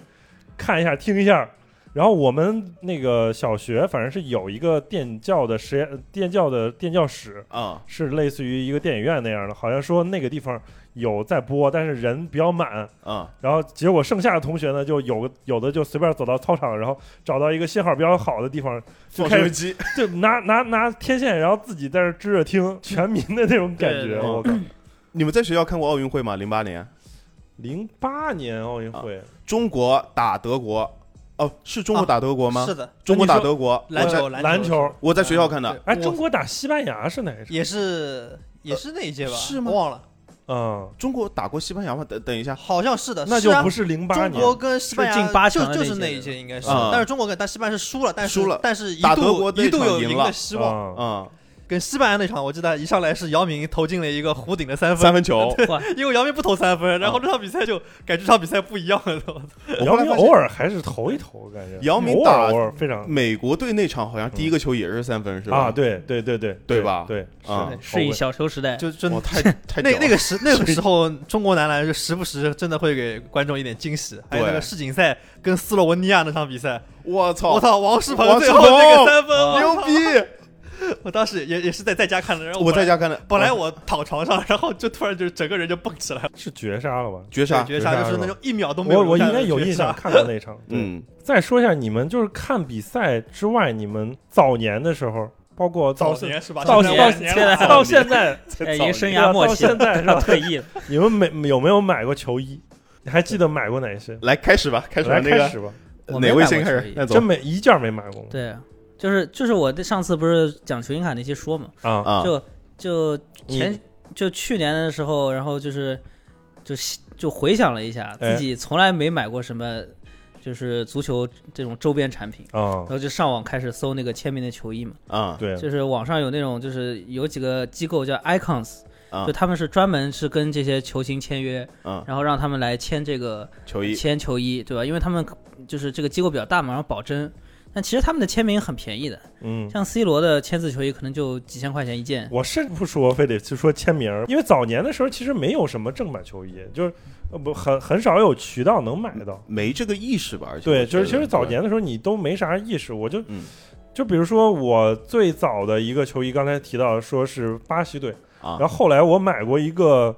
Speaker 1: 看一下听一下。然后我们那个小学反正是有一个电教的实验，电教的电教室，
Speaker 2: 啊
Speaker 1: 是类似于一个电影院那样的，好像说那个地方有在播，但是人比较满，
Speaker 2: 啊
Speaker 1: 然后结果剩下的同学呢，就有有的就随便走到操场，然后找到一个信号比较好的地方，就
Speaker 2: 放
Speaker 1: 开
Speaker 2: 收音
Speaker 1: 始
Speaker 2: 机
Speaker 1: 就拿拿拿天线，然后自己在这支着听，全民的那种感
Speaker 3: 对
Speaker 1: 觉。
Speaker 3: 对
Speaker 1: 我靠，
Speaker 2: 你们在学校看过奥运会吗？零八年
Speaker 1: 零八年奥运会，
Speaker 2: 中国打德国，哦，是中国打德国
Speaker 3: 啊
Speaker 2: 吗？
Speaker 4: 是的，
Speaker 2: 中国打德国，我
Speaker 4: 篮
Speaker 2: 在
Speaker 4: 球
Speaker 1: 篮
Speaker 4: 球
Speaker 1: 球，
Speaker 2: 我在学校看
Speaker 3: 嗯
Speaker 2: 的，
Speaker 1: 哎，
Speaker 4: 我
Speaker 1: 中国打西班牙是哪一场？
Speaker 4: 也是也是那一
Speaker 1: 呃
Speaker 4: 届吧，
Speaker 2: 是吗
Speaker 4: 我忘了，
Speaker 1: 嗯，
Speaker 2: 中国打过西班牙吗？等等一下，
Speaker 4: 好像是的，
Speaker 1: 那就是
Speaker 4: 啊
Speaker 1: 不是零八
Speaker 4: 中
Speaker 1: 年，
Speaker 4: 国跟西班牙
Speaker 3: 是进八
Speaker 4: 就
Speaker 3: 强的
Speaker 4: 就是
Speaker 3: 那
Speaker 4: 那
Speaker 3: 一届
Speaker 4: 一届应该是
Speaker 2: 啊，
Speaker 4: 但是中国跟但西班牙是输了，但是
Speaker 2: 输了
Speaker 4: 但是一
Speaker 2: 打德国
Speaker 4: 度
Speaker 2: 那
Speaker 4: 一度
Speaker 2: 场
Speaker 4: 有
Speaker 2: 赢
Speaker 4: 赢
Speaker 2: 了
Speaker 4: 的希望。
Speaker 1: 嗯
Speaker 2: 嗯，
Speaker 4: 跟西班牙那场，我记得一上来是姚明投进了一个弧顶的三分，啊
Speaker 2: 三分球。
Speaker 4: 因为姚明不投三分，然后这场比赛就感觉这场比赛不一样了都。
Speaker 2: 我后
Speaker 1: 姚
Speaker 2: 来
Speaker 1: 明
Speaker 2: 发
Speaker 1: 偶
Speaker 2: 现，
Speaker 1: 尔还是投一投，感觉
Speaker 2: 姚明
Speaker 1: 偶
Speaker 2: 打嗯
Speaker 1: 尔偶尔非常
Speaker 2: 美国队那场好像第一个球也是三分，是吧？
Speaker 1: 啊，，对对对对
Speaker 2: 对吧
Speaker 1: 对，
Speaker 2: 啊
Speaker 1: 是的
Speaker 3: 是以小球时代，
Speaker 4: 就真
Speaker 2: 哇，
Speaker 4: 的
Speaker 2: 太太屌
Speaker 4: 那
Speaker 2: 了
Speaker 4: 那个时那个时候，中国男篮就时不时真的会给观众一点惊喜。还有那个世锦赛跟斯洛文尼亚那场比赛，
Speaker 2: 我操
Speaker 4: 我，操，王仕
Speaker 2: 王
Speaker 4: 鹏最
Speaker 2: 仕
Speaker 4: 后那
Speaker 2: 鹏
Speaker 4: 个三分，我
Speaker 2: 牛
Speaker 4: 操！
Speaker 2: 逼！
Speaker 4: 我当时也也是在在家看的，然后
Speaker 2: 我
Speaker 4: 本
Speaker 2: 在
Speaker 4: 来。
Speaker 2: 家看的，嗯
Speaker 4: 本来我躺床上， 然后就突然就整个人就蹦 起来了，
Speaker 1: 是绝杀了吧？
Speaker 2: 绝杀，
Speaker 4: 绝杀
Speaker 1: 绝杀
Speaker 4: 就是
Speaker 1: 是吧
Speaker 4: 那种一秒都没有
Speaker 1: 我我
Speaker 4: 留下
Speaker 1: 应
Speaker 4: 来的
Speaker 1: 该有
Speaker 4: 绝
Speaker 1: 印象
Speaker 4: 杀
Speaker 1: 看过那场，对
Speaker 2: 嗯，
Speaker 1: 再说一下，你们就是看比赛之外，你们早年的时候，包括到
Speaker 4: 早
Speaker 1: 现
Speaker 4: 年是吧？
Speaker 1: 到
Speaker 4: 现
Speaker 1: 现
Speaker 4: 在
Speaker 1: 到
Speaker 4: 年
Speaker 1: 现
Speaker 4: 了
Speaker 1: 在
Speaker 3: 早年
Speaker 1: 到现在，
Speaker 3: 现哎在已经生
Speaker 1: 对
Speaker 3: 涯
Speaker 1: 吧
Speaker 3: 末
Speaker 1: 到
Speaker 3: 期了
Speaker 1: 现，在是
Speaker 3: 要
Speaker 1: 吧？
Speaker 3: 退役了。
Speaker 1: 你们没有没有买过球衣？你还记得买过哪些？
Speaker 2: 来开始吧，开始吧，
Speaker 1: 来
Speaker 2: 那
Speaker 1: 开
Speaker 2: 个
Speaker 1: 始吧，
Speaker 3: 我没
Speaker 2: 哪位
Speaker 3: 买过
Speaker 2: 先开
Speaker 3: 球
Speaker 2: 始
Speaker 3: 衣？
Speaker 2: 那
Speaker 1: 真
Speaker 2: 走
Speaker 1: 没一件没买过吗？
Speaker 3: 对，啊就是就是我这上次不是讲球星卡那期说嘛，
Speaker 1: 啊，
Speaker 2: 啊，
Speaker 3: 就就
Speaker 1: 你
Speaker 3: 前就去年的时候，然后就是就就回想了一下，
Speaker 1: 哎
Speaker 3: 自己从来没买过什么就是足球这种周边产品，
Speaker 1: 啊
Speaker 3: 然，后就上网开始搜那个签名的球衣嘛，
Speaker 2: 啊
Speaker 1: 对，
Speaker 3: 就是网上有那种就是有几个机构叫 Icons，
Speaker 2: 啊
Speaker 3: 就他们是专门是跟这些球星签约，
Speaker 2: 啊，
Speaker 3: 然后让他们来签这个
Speaker 2: 球衣
Speaker 3: 签球衣，对吧？因为他们就是这个机构比较大嘛，然后保真。但其实他们的签名很便宜的，
Speaker 1: 嗯。
Speaker 3: 像 C 罗的签字球衣可能就几千块钱 一件，
Speaker 1: 我甚至不说，非得去说签名儿，因为早年的时候其实没有什么正版球衣，就是呃不很很少有渠道能买到。
Speaker 2: 没这个意识吧？而且
Speaker 1: 对，
Speaker 2: 我觉
Speaker 1: 就是其
Speaker 2: 得
Speaker 1: 实早年的时候你都没啥意识，我就、
Speaker 2: 嗯
Speaker 1: 就比如说我最早的一个球衣，刚才提到说是巴西队，
Speaker 2: 啊
Speaker 1: 然后后来我买过一个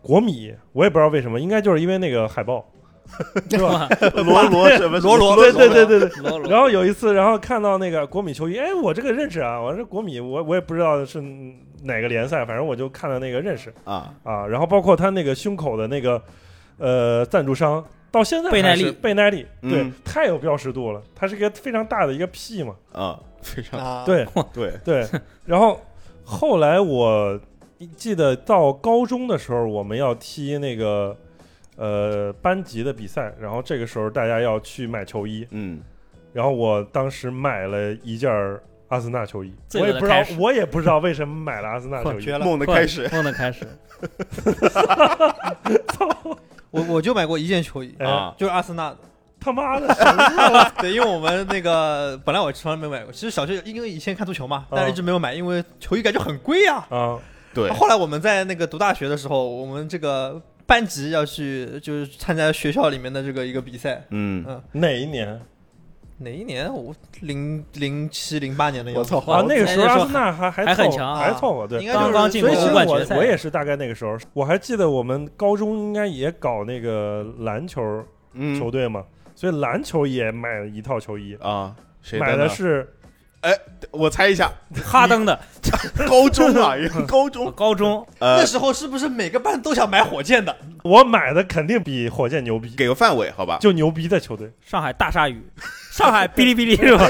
Speaker 1: 国米，我也不知道为什么，应该就是因为那个海报，是吧？
Speaker 2: 罗罗什么
Speaker 4: 罗罗
Speaker 1: 对对对对对。
Speaker 3: 罗罗
Speaker 1: 然后有一次，然后看到那个国米球衣，哎，我这个认识啊，我这国米，我我也不知道是哪个联赛，反正我就看到那个认识
Speaker 2: 啊，
Speaker 1: 啊。然后包括他那个胸口的那个呃赞助商，到现在
Speaker 3: 贝
Speaker 1: 还
Speaker 3: 耐
Speaker 1: 是
Speaker 3: 力
Speaker 1: 贝耐力，
Speaker 2: 嗯
Speaker 1: 对，太有标识度了，它是一个非常大的一个 P 嘛，
Speaker 4: 嗯
Speaker 2: 啊，非常
Speaker 4: 啊，
Speaker 1: 对
Speaker 2: 对
Speaker 1: 对。然后后来我你记得到高中的时候，我们要踢那个呃班级的比赛，然后这个时候大家要去买球衣，
Speaker 2: 嗯，
Speaker 1: 然后我当时买了一件儿阿森纳球衣，
Speaker 3: 罪
Speaker 1: 我
Speaker 3: 恶
Speaker 1: 也
Speaker 3: 的
Speaker 1: 不知道
Speaker 3: 开始，
Speaker 1: 我也不知道为什么买了阿森纳球
Speaker 4: 换
Speaker 1: 衣
Speaker 4: 绝。了。
Speaker 2: 梦的 开始，
Speaker 3: 梦的开始，
Speaker 4: 我我就买过一件球衣，
Speaker 1: 哎
Speaker 2: 啊
Speaker 4: 就是阿森纳的。
Speaker 1: 他妈的，
Speaker 4: 对，因为我们那个本来我从来没买过，其实小学因为以前看足球嘛，但是一直没有买，因为球衣感觉很贵呀、
Speaker 1: 啊，
Speaker 2: 对，
Speaker 4: 后来我们在那个读大学的时候，我们这个班级要去就是参加学校里面的这个一个比赛，
Speaker 2: 嗯，
Speaker 1: 哪一年？
Speaker 4: 哪一年？我零零七零八年的样
Speaker 2: 我
Speaker 4: 子。
Speaker 2: 操，
Speaker 1: 啊，那个时候
Speaker 3: 那个时候
Speaker 1: 阿森纳还还
Speaker 3: 还很
Speaker 1: 凑合
Speaker 3: 强
Speaker 1: 还
Speaker 4: 啊
Speaker 1: 凑合，对，
Speaker 4: 应该
Speaker 3: 刚刚进
Speaker 1: 所
Speaker 3: 国
Speaker 1: 以其实
Speaker 3: 冠
Speaker 1: 我
Speaker 3: 决赛，
Speaker 1: 我也是大概那个时候，我还记得我们高中应该也搞那个篮球
Speaker 2: 嗯
Speaker 1: 球队嘛，所以篮球也买了一套球衣，
Speaker 2: 啊，谁
Speaker 1: 买
Speaker 2: 的
Speaker 1: 的
Speaker 2: 呢？
Speaker 1: 是
Speaker 2: 我猜 一下，
Speaker 3: 哈登 的
Speaker 2: 高中啊，高中，
Speaker 3: 高中，
Speaker 2: 呃
Speaker 4: 那，时候是不是每个班都想买火 箭的？
Speaker 1: 我买的肯定比火箭牛逼，
Speaker 2: 给个范围，好吧？
Speaker 1: 就牛逼的球队，
Speaker 3: 上海大鲨鱼，上海哔哩哔 哩是吧？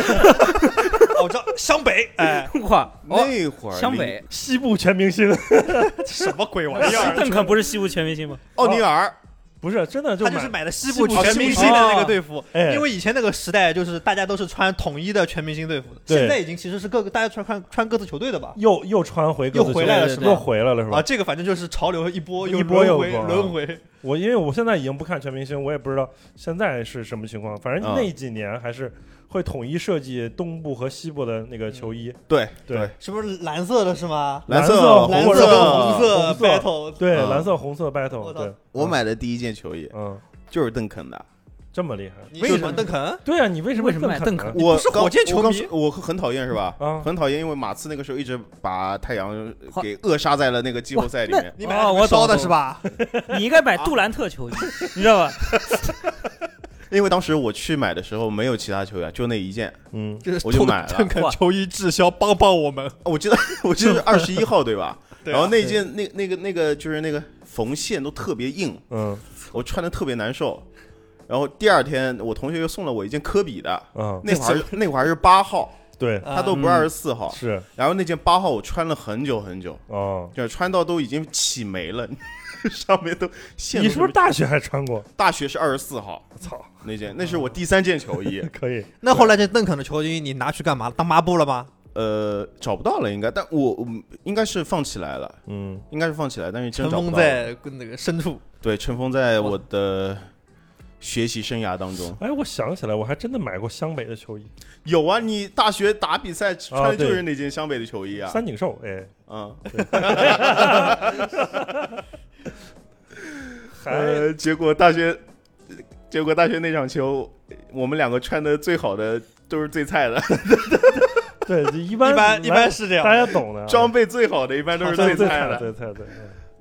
Speaker 4: 哦，我知道湘北，哎，
Speaker 3: 哇，哦，
Speaker 2: 那会儿，
Speaker 3: 湘北，
Speaker 1: 西部全明星，
Speaker 4: 什么鬼玩意儿？啊
Speaker 3: 邓肯不是西部全明星吗？
Speaker 2: 奥尼尔，
Speaker 1: 不是真的就
Speaker 4: 他就是
Speaker 1: 买，
Speaker 4: 买的西
Speaker 1: 部
Speaker 4: 部
Speaker 1: 全
Speaker 4: 全
Speaker 1: 明
Speaker 4: 明
Speaker 1: 星
Speaker 4: 星的那个队服，
Speaker 1: 哎
Speaker 4: 因为以前那个时代就是大家都是穿统一的全明星队服的，
Speaker 1: 对
Speaker 4: 现在已经其实是各个大家穿穿穿各自球队的吧？
Speaker 1: 又又穿回各自
Speaker 4: 又回来了
Speaker 1: 球队
Speaker 4: 是吧
Speaker 1: 又回来了是
Speaker 4: 啊，
Speaker 1: 吧？
Speaker 4: 这个反正就是潮流一波又
Speaker 1: 一波又
Speaker 4: 轮回
Speaker 1: 一波啊
Speaker 4: 轮回，
Speaker 1: 我因为我现在已经不看全明星，我也不知道现在是什么情
Speaker 4: 啊
Speaker 1: 况，反正
Speaker 2: 嗯
Speaker 1: 那几年还是会统一设计东部和西部的那个球
Speaker 4: 嗯
Speaker 1: 衣，
Speaker 2: 对
Speaker 1: 对，
Speaker 4: 是不是蓝色的是吗？
Speaker 1: 蓝色
Speaker 2: 色，啊
Speaker 1: 红
Speaker 4: 蓝
Speaker 1: 色
Speaker 4: 色
Speaker 1: 色
Speaker 4: 红色
Speaker 1: 红色
Speaker 4: battle，
Speaker 1: 对，
Speaker 2: 嗯
Speaker 1: 蓝色红色 battle，
Speaker 4: 啊我操
Speaker 1: 对，
Speaker 2: 我买的第一件球衣
Speaker 1: 嗯，
Speaker 2: 就是邓肯的，
Speaker 1: 这么厉害，
Speaker 4: 你
Speaker 2: 为什
Speaker 4: 喜欢
Speaker 2: 么
Speaker 4: 邓肯？
Speaker 1: 对啊，你为什么
Speaker 3: 为什么买
Speaker 1: 邓
Speaker 3: 邓肯
Speaker 1: 肯？
Speaker 2: 我
Speaker 4: 不是
Speaker 2: 刚
Speaker 4: 火箭球迷
Speaker 2: 我刚我很讨厌是吧？
Speaker 1: 啊
Speaker 2: 很讨厌，因为马刺那个时候一直把太阳
Speaker 3: 好
Speaker 2: 给扼杀在了那个季后赛里面。
Speaker 4: 你买
Speaker 3: 哦我懂
Speaker 4: 烧的
Speaker 3: 懂
Speaker 4: 是吧？
Speaker 3: 你应该买杜兰特 球衣，你知道吧？
Speaker 2: 因为当时我去买的时候没有其他球员，就那一件。
Speaker 1: 嗯，
Speaker 4: 就是
Speaker 2: 我就买了
Speaker 4: 邓肯
Speaker 3: 哇
Speaker 4: 球衣滞销，帮帮我们。
Speaker 2: 我记得 我记得是二十一号 对吧？
Speaker 4: 对啊
Speaker 2: 然后那件那那个那个就是那个缝线都特别硬，
Speaker 1: 嗯
Speaker 2: 我穿的特别难受。然后第二天我同学又送了我一件科比的，
Speaker 1: 嗯，
Speaker 2: 那会儿那会儿是八号，
Speaker 1: 对，
Speaker 4: 啊
Speaker 2: 他都不是
Speaker 3: 嗯
Speaker 2: 二十四号。
Speaker 1: 是
Speaker 2: 然后那件八号我穿了很久很久，
Speaker 1: 哦。
Speaker 2: 就是穿到都已经起霉了， 上面都线
Speaker 1: 你
Speaker 2: 都
Speaker 1: 是不是大学还穿 过？
Speaker 2: 大学是二十四号
Speaker 1: 我操，
Speaker 2: 那件，那是我第三件 球衣，
Speaker 1: 可以，
Speaker 4: 那后来这邓肯的球衣你拿去干嘛？当抹布了吗？
Speaker 2: 呃，找不到了应该，但我我应该是放起来了，
Speaker 1: 嗯，
Speaker 2: 应该是放起来，但是真
Speaker 4: 尘
Speaker 2: 找不
Speaker 4: 封
Speaker 2: 到了。
Speaker 4: 在那个深处。
Speaker 2: 对，尘封在我的学习生涯当中。
Speaker 1: 哎，我想起来，我还真的买过湘北的球衣，
Speaker 2: 有啊，你大学打比赛穿的
Speaker 1: 对
Speaker 2: 就是那件湘北的球衣啊，
Speaker 1: 三井寿，哎，
Speaker 2: 嗯，
Speaker 1: 还
Speaker 2: 呃，结果大学，结果大学那场球，我们两个穿的最好的都是最菜的，
Speaker 1: 对，就一般
Speaker 4: 一般一般是这样
Speaker 1: 大。家懂的啊，
Speaker 2: 装备最好的一般都是
Speaker 1: 对
Speaker 2: 最
Speaker 1: 对
Speaker 2: 菜的。
Speaker 1: 对对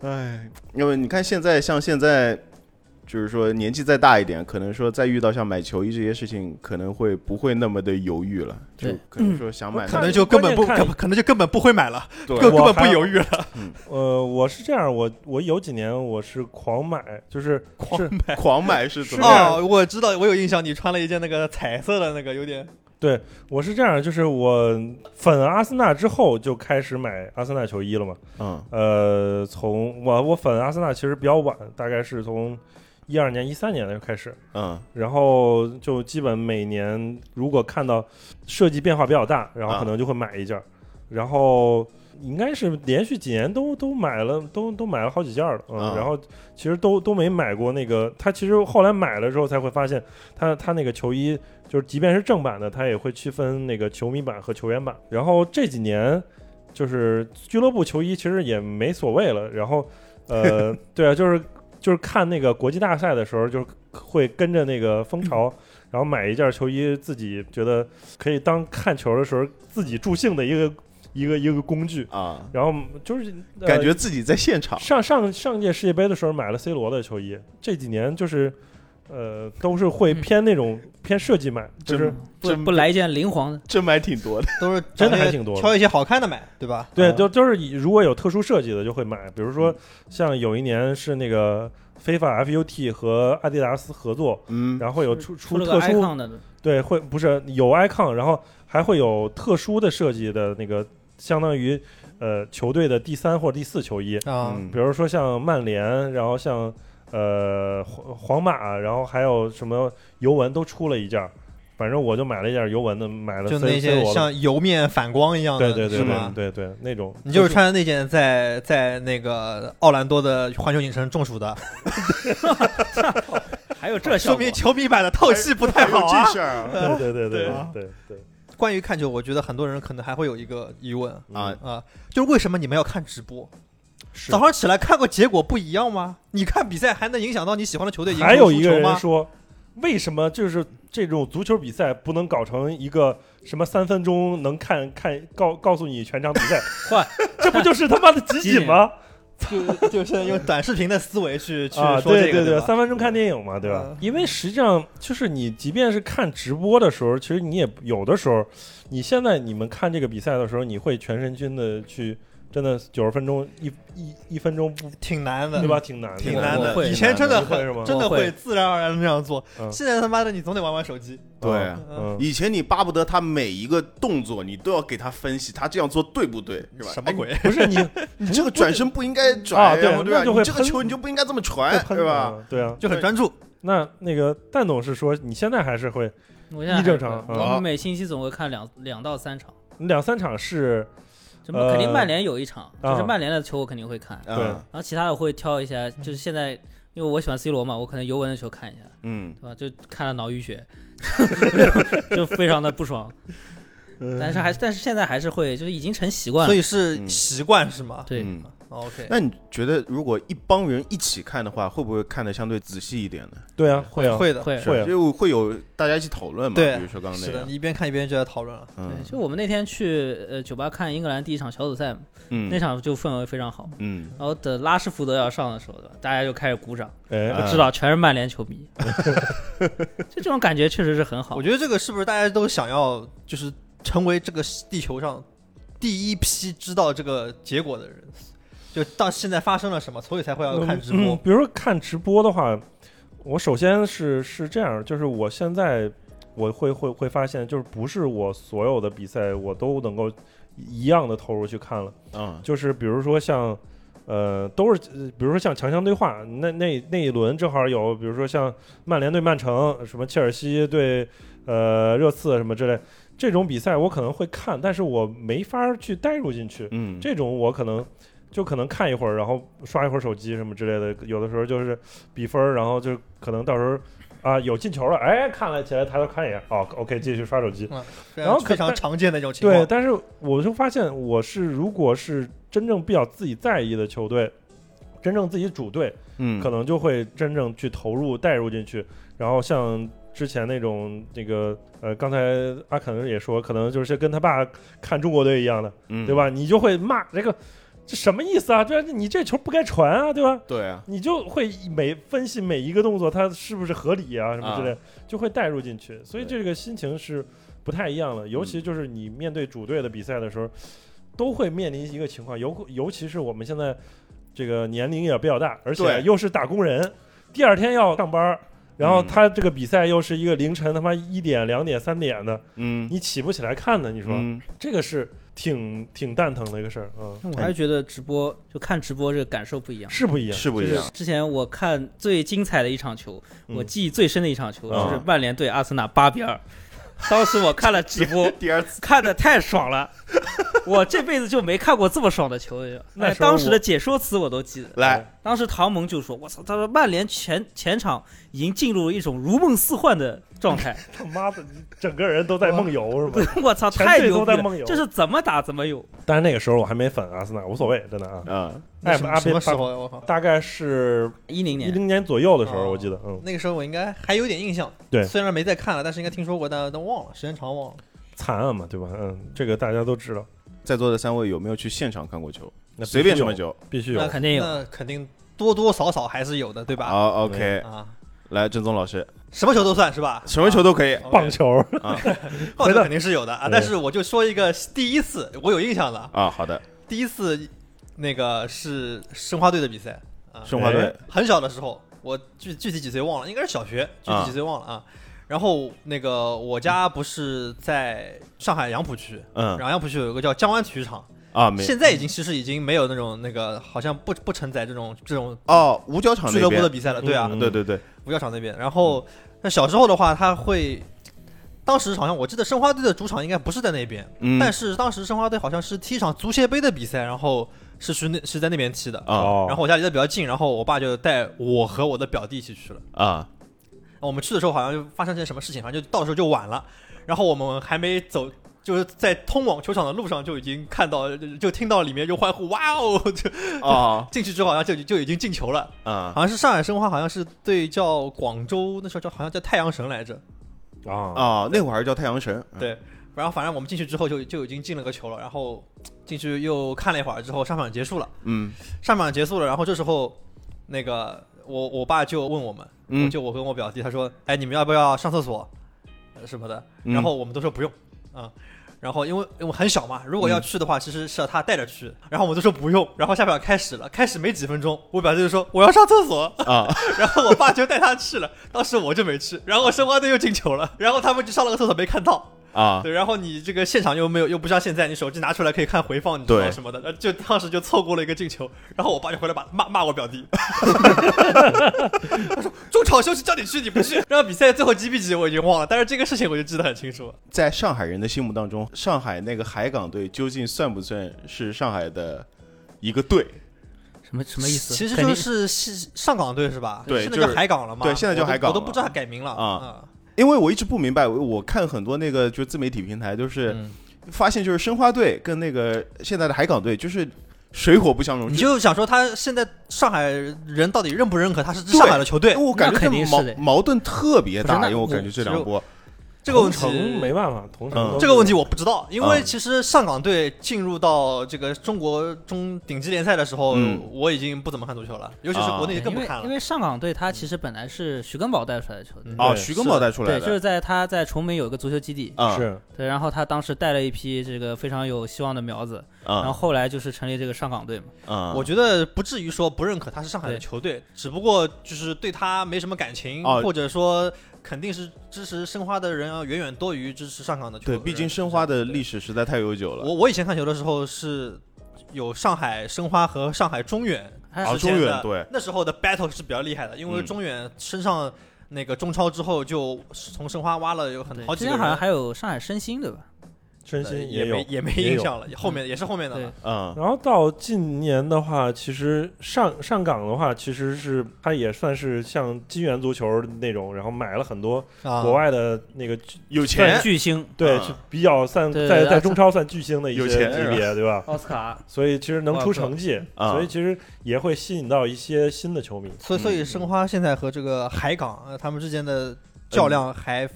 Speaker 1: 对，
Speaker 2: 哎，因为你看现在，像现在，就是说年纪再大一点，可能说再遇到像买球衣这些事情，可能会不会那么的犹豫了，就
Speaker 3: 对
Speaker 2: 可能说想
Speaker 1: 嗯
Speaker 2: 买
Speaker 4: 可
Speaker 2: 哪
Speaker 4: 能
Speaker 2: 个，
Speaker 4: 就根本不，
Speaker 1: 关键
Speaker 4: 可
Speaker 1: 看
Speaker 4: 可能就根本不会买了，
Speaker 2: 对
Speaker 4: 根根
Speaker 1: 我
Speaker 4: 本
Speaker 1: 还
Speaker 4: 不犹豫了。
Speaker 1: 呃，我是这样，我我有几年我是狂买，就是是，
Speaker 2: 狂买是怎么样？
Speaker 4: 哦，我知道，我有印象，你穿了一件那个彩色的那个，有点
Speaker 1: 我是这样，就是我粉阿森纳之后就开始买阿森纳球衣了嘛，
Speaker 2: 嗯
Speaker 1: 呃，从我我粉阿森纳其实比较晚，大概是从一二年、一三年的时候开始，
Speaker 2: 嗯
Speaker 1: 然后就基本每年如果看到设计变化比较大，然
Speaker 2: 啊
Speaker 1: 后可能就会买一件儿，然后应该是连续几年都都买了，都都买了好几件儿了，嗯，
Speaker 2: 啊
Speaker 1: 然后其实都都没买过那个，他其实后来买了之后才会发现他，他那个球衣就是即便是正版的，他也会区分那个球迷版和球员版，然后这几年就是俱乐部球衣其实也没所谓了，然后呃，对啊，就是就是看那个国际大赛的时候，就是会跟着那个风潮，然后买一件球衣，自己觉得可以当看球的时候自己助兴的一个一个一个工具。
Speaker 2: 啊，
Speaker 1: 然后就是、呃
Speaker 2: 感觉自己在现场。
Speaker 1: 上上上届世界杯的时候买了 C 罗的球衣，这几年就是呃都是
Speaker 3: 嗯
Speaker 1: 会偏那种偏设计买，就是
Speaker 3: 不不来一件灵皇的，
Speaker 2: 真买挺多 的，
Speaker 4: 都是
Speaker 1: 真的
Speaker 4: 找一
Speaker 1: 还
Speaker 4: 些
Speaker 1: 挺多的
Speaker 4: 挑一些好看的买，对吧？
Speaker 2: 啊
Speaker 1: 对，
Speaker 4: 嗯
Speaker 1: 就就是以如果有特殊设计的就会买，比如说
Speaker 2: 嗯
Speaker 1: 像有一年是那个非法 FUT 和阿迪达斯合作，
Speaker 2: 嗯，
Speaker 1: 然后会有出出
Speaker 3: 出了个
Speaker 1: 特殊
Speaker 3: icon 的，
Speaker 1: 对，会不是有 icon，然后还会有特殊的设计的那个，相当于呃球队的第三或者第四球衣，
Speaker 2: 嗯
Speaker 4: 啊，
Speaker 1: 比如说像曼联，然后像呃皇皇马，然后还有什么尤文都出了一件儿，反正我就买了一件尤文的，买了
Speaker 4: 就
Speaker 1: 塞
Speaker 4: 那些
Speaker 1: 塞我的
Speaker 4: 像油面反光一样
Speaker 1: 对
Speaker 4: 的，
Speaker 1: 对对
Speaker 4: 是
Speaker 1: 对
Speaker 4: 吧
Speaker 1: 对？对对那种，
Speaker 4: 你就是穿着那件在在那个奥兰多的环球影城中暑的，
Speaker 3: 还有这效
Speaker 4: 说
Speaker 3: 果
Speaker 4: 明。球迷版的透气不太好
Speaker 2: 还有
Speaker 4: 啊
Speaker 2: 这。事儿啊
Speaker 1: 对对对对
Speaker 4: 对啊
Speaker 1: 对对
Speaker 4: 关于看球，我觉得很多人可能还会有一个疑问
Speaker 1: 嗯
Speaker 2: 啊，
Speaker 4: 啊，就是为什么你们要看直播？
Speaker 1: 是
Speaker 4: 早上起来看个结果不一样吗？你看比赛还能影响到你喜欢的球队赢球
Speaker 1: 还有一
Speaker 4: 输
Speaker 1: 个
Speaker 4: 球
Speaker 1: 人
Speaker 4: 吗？
Speaker 1: 说，为什么就是这种足球比赛不能搞成一个什么三分钟能看看告告诉你全场比 赛
Speaker 3: 哇？
Speaker 1: 这不就是他妈的集锦吗？
Speaker 4: 就 就是用短视频的思维去去
Speaker 1: 啊，
Speaker 4: 说这
Speaker 1: 对
Speaker 4: 个，
Speaker 1: 对
Speaker 4: 对吧，
Speaker 1: 三分钟看电影嘛，对吧？
Speaker 4: 嗯
Speaker 1: 因为实际上就是你，即便是看直播的时候，其实你也有的时候，你现在你们看这个比赛的时候，你会全身心的去，真的九十分钟一一一分钟不，
Speaker 4: 挺难的，
Speaker 1: 对吧？？挺难的，
Speaker 4: 嗯挺
Speaker 3: 我
Speaker 4: 难
Speaker 3: 我
Speaker 4: 的，
Speaker 3: 会
Speaker 4: 以前真的
Speaker 1: 你会是吗
Speaker 4: 很真的
Speaker 3: 我会
Speaker 4: 会自然而然的这样做，
Speaker 1: 嗯
Speaker 4: 现在他妈的你总得玩玩手机，
Speaker 2: 对啊
Speaker 1: 嗯。
Speaker 4: 嗯
Speaker 2: 以前你巴不得他每一个动作，你都要给他分析，他这样做对不对，是吧？
Speaker 4: 什么
Speaker 2: 哎？
Speaker 4: 鬼？
Speaker 1: 不是 你
Speaker 2: 你这个转身不应该
Speaker 1: 啊
Speaker 2: 转，
Speaker 1: 对
Speaker 2: 然后对吧？
Speaker 1: 那就会
Speaker 2: 你这个
Speaker 1: 喷
Speaker 2: 球你就不应该这
Speaker 1: 被
Speaker 2: 么传，
Speaker 1: 喷
Speaker 2: 对吧？
Speaker 1: 啊？对啊，
Speaker 4: 就很专注，
Speaker 1: 那那个蛋总是说，你现在还是会
Speaker 3: 我现在
Speaker 1: 一正
Speaker 3: 还是
Speaker 1: 常嗯
Speaker 3: 会
Speaker 4: 嗯
Speaker 2: 啊
Speaker 3: 我每星期总会看两两到三场，
Speaker 1: 两三场是
Speaker 3: 什么肯定
Speaker 1: 呃
Speaker 3: 曼联有一场，就是
Speaker 1: 啊
Speaker 3: 曼联的球我肯定会看，然
Speaker 1: 对
Speaker 4: 嗯
Speaker 2: 啊，
Speaker 3: 后其他的我会挑一下，就是现在因为我喜欢 C 罗嘛，我可能尤文的球看一下，
Speaker 2: 嗯，
Speaker 3: 对吧？就看了脑淤血， 就非常的不爽， 但是还但是现在还是会，就是已经成习惯
Speaker 4: 所
Speaker 3: 了，
Speaker 4: 以是
Speaker 2: 嗯
Speaker 4: 习惯是吗？哦
Speaker 3: 对。
Speaker 2: 嗯
Speaker 4: OK，
Speaker 2: 那你觉得如果一帮人一起看的话，会不会看的相对仔细一点呢？
Speaker 1: 对啊，会啊，
Speaker 4: 会的，
Speaker 3: 会啊
Speaker 1: 是会啊
Speaker 2: 就会有大家一起讨论嘛？
Speaker 4: 对
Speaker 2: 比如说刚刚那
Speaker 4: 是的，
Speaker 2: 个，
Speaker 4: 你一边看一边就在讨论了。
Speaker 2: 嗯
Speaker 3: 对，就我们那天去呃酒吧看英格兰第一场小组赛嘛，那
Speaker 2: 嗯
Speaker 3: 场就氛围非常好。
Speaker 2: 嗯，
Speaker 3: 然后等拉什福德要上的时候，对吧？大家就开始鼓掌，
Speaker 1: 哎，
Speaker 2: 啊
Speaker 3: 知道全是曼联球 迷，就这种感觉确实是很好
Speaker 4: 我。觉得这个是不是大家都想要，就是成为这个地球上第一批知道这个结果的人？就到现在发生了什么，所以才会要呃看直播
Speaker 1: 嗯。比如说看直播的话，我首先是是这样，就是我现在我会会会发现，就是不是我所有的比赛我都能够一样的投入去看了，
Speaker 2: 嗯
Speaker 1: 就是比如说像。呃，都是，呃比如说像强强对话，那那那一轮正好有，比如说像曼联对曼城，什么切尔西对呃热刺什么之类，这种比赛我可能会看，但是我没法儿去带入进去。
Speaker 2: 嗯，
Speaker 1: 这种我可能就可能看一会儿，然后刷一会儿手机什么之类的。有的时候就是比分儿，然后就可能到时候啊有进球了，哎，看了起来抬头看一眼，哦，OK，继续刷手机。
Speaker 4: 嗯，非
Speaker 1: 然后
Speaker 4: 常
Speaker 1: 可
Speaker 4: 非常常见的一种情
Speaker 1: 对，
Speaker 4: 况。
Speaker 1: 但是我就发现，我是如果是真正比较自己在意的球队，真正自己主队，
Speaker 2: 嗯
Speaker 1: 可能就会真正去投入、带入进去。然后像之前那种那个呃，刚才阿肯也说，可能就是跟他爸看中国队一样的，
Speaker 2: 嗯
Speaker 1: 对？吧？你就会骂这个这什么意思啊？对吧？你这球不该传啊，对吧？
Speaker 2: 对啊，
Speaker 1: 你就会每分析每一个动作它是不是合理啊，什么之类的，就会带入进去，所以
Speaker 2: 对嗯
Speaker 1: 这个心情是不太一样了。尤其就是你面对主队的比赛的时候，都会面临一个情况，尤尤其是我们现在这个年龄也比较大，而且
Speaker 2: 对
Speaker 1: 又是打工人，第二天要上班儿。然后
Speaker 2: 嗯
Speaker 1: 他这个比赛又是一个凌晨他妈一点、两点、三点的，
Speaker 2: 嗯，
Speaker 1: 你起不起来看呢？你说、
Speaker 2: 嗯
Speaker 1: 这个是挺挺蛋疼的一个事儿啊、
Speaker 4: 嗯
Speaker 3: 但我还是觉得直播就看直播这个感受不一样。
Speaker 1: 是不一样。
Speaker 2: 是不
Speaker 3: 就
Speaker 2: 一
Speaker 3: 是
Speaker 2: 样，
Speaker 3: 之前我看最精彩的一场球，
Speaker 1: 嗯
Speaker 3: 我记忆最深的一场球
Speaker 2: 啊，
Speaker 3: 就是曼联对阿森纳八比二，当时我看了直 播
Speaker 2: 第二次
Speaker 3: 看的太爽了，我这辈子就没看过这么爽的球。
Speaker 1: 那
Speaker 3: 哎
Speaker 1: 时候
Speaker 3: 当时
Speaker 1: 我
Speaker 3: 的解说词我都记得，
Speaker 2: 来，
Speaker 3: 当时唐蒙就说：“我操，他说曼联前前场已经进入了一种如梦似幻的状态，
Speaker 1: 他妈的，你整个人都在梦 游是吧？
Speaker 3: 我操，
Speaker 1: 全
Speaker 3: 太
Speaker 1: 队
Speaker 3: 牛
Speaker 1: 都
Speaker 3: 逼
Speaker 1: 在梦
Speaker 3: 了！
Speaker 1: 游
Speaker 3: 这是怎么打怎么有。
Speaker 1: 但是那个时候我还没粉阿森纳，无所谓，真的啊。
Speaker 2: 嗯
Speaker 1: 哎，
Speaker 4: 什么
Speaker 1: 阿
Speaker 4: 什
Speaker 1: 贝
Speaker 4: 么时候呀？我靠，
Speaker 1: 大概是
Speaker 3: 一零
Speaker 1: 一
Speaker 3: 年，
Speaker 1: 零年左右的时候，
Speaker 4: 哦
Speaker 1: 我记得，嗯，
Speaker 4: 那个时候我应该还有点印象，
Speaker 1: 对
Speaker 4: 虽然没在看了，但是应该听说过，但但忘了，时间长忘了。
Speaker 1: 惨案嘛，对吧？嗯，这个大家都知道。
Speaker 2: 在座的三位有没有去现场看过球？
Speaker 1: 那必须
Speaker 2: 随便什么
Speaker 1: 有，
Speaker 2: 球？
Speaker 1: 必须有
Speaker 3: 那。肯定有。
Speaker 4: 那肯定多多少少还是有的，对吧？
Speaker 2: 好，OK，
Speaker 4: 啊，
Speaker 2: 来，郑宗老师，
Speaker 4: 什么球都算是吧？
Speaker 2: 什么球都可以。
Speaker 4: 啊
Speaker 1: 棒球，
Speaker 4: 棒
Speaker 1: 回
Speaker 4: 球
Speaker 1: 到
Speaker 4: 肯定是有的啊，
Speaker 1: 对
Speaker 4: 但是我就说一个第一次我有印象的，
Speaker 2: 啊，好的，
Speaker 4: 第一次那个是申花队的比赛啊，
Speaker 2: 申花队，
Speaker 4: 很小的时候，我具具体几岁忘了，应该是小学，具体几岁忘了啊。
Speaker 2: 嗯
Speaker 4: 然后那个我家不是在上海杨浦区，
Speaker 2: 嗯
Speaker 4: 然后杨浦区有一个叫江湾体育场，
Speaker 2: 啊，嗯没
Speaker 4: 现在已经其实已经没有那种那个好像不不承载这种这种
Speaker 2: 哦，五角场
Speaker 4: 俱
Speaker 2: 那
Speaker 4: 乐部的
Speaker 2: 边，
Speaker 4: 比赛了，对啊，
Speaker 1: 嗯
Speaker 2: 对对对，
Speaker 4: 五角场那边。然后那小时候的话，他会当时好像我记得申花队的主场应该不是在那边，
Speaker 2: 嗯，
Speaker 4: 但是当时申花队好像是踢一场足协杯的比赛，然后是去那是在那边踢的。
Speaker 2: 啊
Speaker 1: 哦
Speaker 4: 然后我家离得比较近，然后我爸就带我和我的表弟一起去了。
Speaker 2: 啊
Speaker 4: 我们去的时候好像就发生件什么事情，反正就到的时候就晚了。然后我们还没走，就是在通往球场的路上就已经看到，就就听到里面就欢呼哇哦！ 就
Speaker 2: 啊
Speaker 4: 进去之后好像就就已经进球了，
Speaker 2: 啊
Speaker 4: 好像是上海申花，好像是对叫广州那时候叫好像叫太阳神来着，
Speaker 1: 啊
Speaker 2: 啊！那会儿还叫太阳神，嗯
Speaker 4: 对。然后反正我们进去之后就就已经进了个球了，然后进去又看了一会儿之后上半场结束了。
Speaker 2: 嗯
Speaker 4: 上半场结束了，然后这时候，那个我我爸就问我们，
Speaker 2: 嗯
Speaker 4: 我就我跟我表弟，他说，哎，你们要不要上厕所，呃什么的？
Speaker 2: 嗯
Speaker 4: 然后我们都说不用，啊、然后因为因为我很小嘛，如果
Speaker 2: 嗯
Speaker 4: 要去的话，其实是要他带着去，然后我们都说不用，然后下半场开始了，开始没几分钟，我表弟就说我要上厕所，
Speaker 2: 啊
Speaker 4: 然后我爸就带他去了，当时我就没去，然后申花队又进球了，然后他们就上了个厕所没看到，
Speaker 2: 啊！
Speaker 4: 对，然后你这个现场又没有，又不像现在，你手机拿出来可以看回放，你知道
Speaker 2: 对
Speaker 4: 什么的，呃就当时就错过了一个进球。 然后我爸就回来把骂骂我表弟， 他说中场休息叫你去你不去，然后比赛最后几比几我已经忘了，但是这个事情我就记得很清楚。
Speaker 2: 在上海人的心目当中，上海那个海港队究竟算不算是上海的一个队？
Speaker 3: 什么什么意思？
Speaker 4: 其实
Speaker 3: 肯
Speaker 4: 就
Speaker 3: 定
Speaker 4: 是西上港队是吧？
Speaker 2: 对
Speaker 4: 现在
Speaker 2: 就是
Speaker 4: 叫海港了嘛？
Speaker 2: 对现在叫
Speaker 4: 我都
Speaker 2: 海港
Speaker 4: 我都
Speaker 2: 了
Speaker 4: 不知道他改名了
Speaker 2: 啊
Speaker 4: 嗯
Speaker 2: 因为我一直不明白，我我看很多那个就自媒体平台，就是
Speaker 4: 嗯
Speaker 2: 发现就是申花队跟那个现在的海港队就是水火不相容。
Speaker 4: 你就想说他现在上海人到底认不认可他是上海的球队
Speaker 2: 因为？我感觉
Speaker 3: 那
Speaker 2: 这
Speaker 3: 肯定
Speaker 2: 矛
Speaker 3: 是的
Speaker 2: 矛盾特别
Speaker 3: 不
Speaker 2: 大，
Speaker 3: 是那
Speaker 2: 因为我感觉这两波
Speaker 4: 这个问
Speaker 1: 同城
Speaker 4: 题
Speaker 1: 没办法，同城
Speaker 2: 嗯
Speaker 1: 都是
Speaker 4: 这个问题我不知道，因为
Speaker 2: 嗯
Speaker 4: 其实上港队进入到这个中国中顶级联赛的时候，
Speaker 2: 嗯
Speaker 4: 我已经不怎么看足球了，尤其是
Speaker 2: 啊
Speaker 4: 国内
Speaker 3: 对因
Speaker 4: 更不
Speaker 3: 为
Speaker 4: 看
Speaker 3: 因
Speaker 4: 了。
Speaker 3: 为上港队他其实本来是徐根宝带出来的球队
Speaker 4: 嗯，
Speaker 2: 啊，
Speaker 1: 对
Speaker 2: 徐根宝带出来
Speaker 3: 对，就
Speaker 2: 的
Speaker 3: 是在他在崇明有一个足球基地，
Speaker 2: 啊
Speaker 1: 是
Speaker 3: 对，然后他当时带了一批这个非常有希望的苗子，然后
Speaker 2: 啊
Speaker 3: 后来就是成立这个上港队嘛，
Speaker 2: 啊！
Speaker 4: 我觉得不至于说不认可他是上海的
Speaker 3: 对
Speaker 4: 球队，只不过就是对他没什么感情，
Speaker 2: 哦
Speaker 4: 或者说肯定是支持申花的人要远远多于支持上港的球
Speaker 2: 对，
Speaker 4: 队。
Speaker 2: 毕竟申花的历
Speaker 4: 史，
Speaker 2: 史实在太悠久了
Speaker 4: 我我以前看球的时候是有上海申花和上海中远
Speaker 3: 他
Speaker 2: 啊！
Speaker 4: 之
Speaker 2: 中
Speaker 4: 前的
Speaker 2: 远对
Speaker 4: 那时候的 battle 是比较厉害的，因为
Speaker 2: 嗯
Speaker 4: 中远身上那个中超之后，就从申花挖了有很
Speaker 3: 对
Speaker 4: 好
Speaker 3: 之
Speaker 4: 几个
Speaker 3: 前
Speaker 4: 人，
Speaker 3: 好像还有上海申鑫对吧？
Speaker 1: 真
Speaker 4: 呃
Speaker 1: 心
Speaker 4: 也
Speaker 1: 有
Speaker 4: 没，也没
Speaker 1: 也有
Speaker 4: 印象了，后面也是后面的
Speaker 3: 对
Speaker 4: 了。，
Speaker 2: 嗯
Speaker 1: 然后到近年的话，其实上上港的话，其实是它也算是像金元足球那种，然后买了很多
Speaker 4: 啊
Speaker 1: 国外的那个，
Speaker 2: 有
Speaker 3: 算
Speaker 2: 钱
Speaker 3: 巨星
Speaker 1: 对，
Speaker 2: 啊
Speaker 1: 就比较算
Speaker 3: 对
Speaker 1: 在
Speaker 3: 啊
Speaker 1: 在中超算巨星的一
Speaker 2: 有
Speaker 1: 些
Speaker 2: 钱
Speaker 1: 级别，对吧？
Speaker 3: 奥斯卡，
Speaker 1: 所以其实能
Speaker 3: 哇
Speaker 1: 出
Speaker 3: 这
Speaker 1: 成绩，
Speaker 2: 啊
Speaker 1: 所以其实也会吸引到一些新的球迷。
Speaker 4: 所以所以申花现在和这个海港呃他们之间的较量还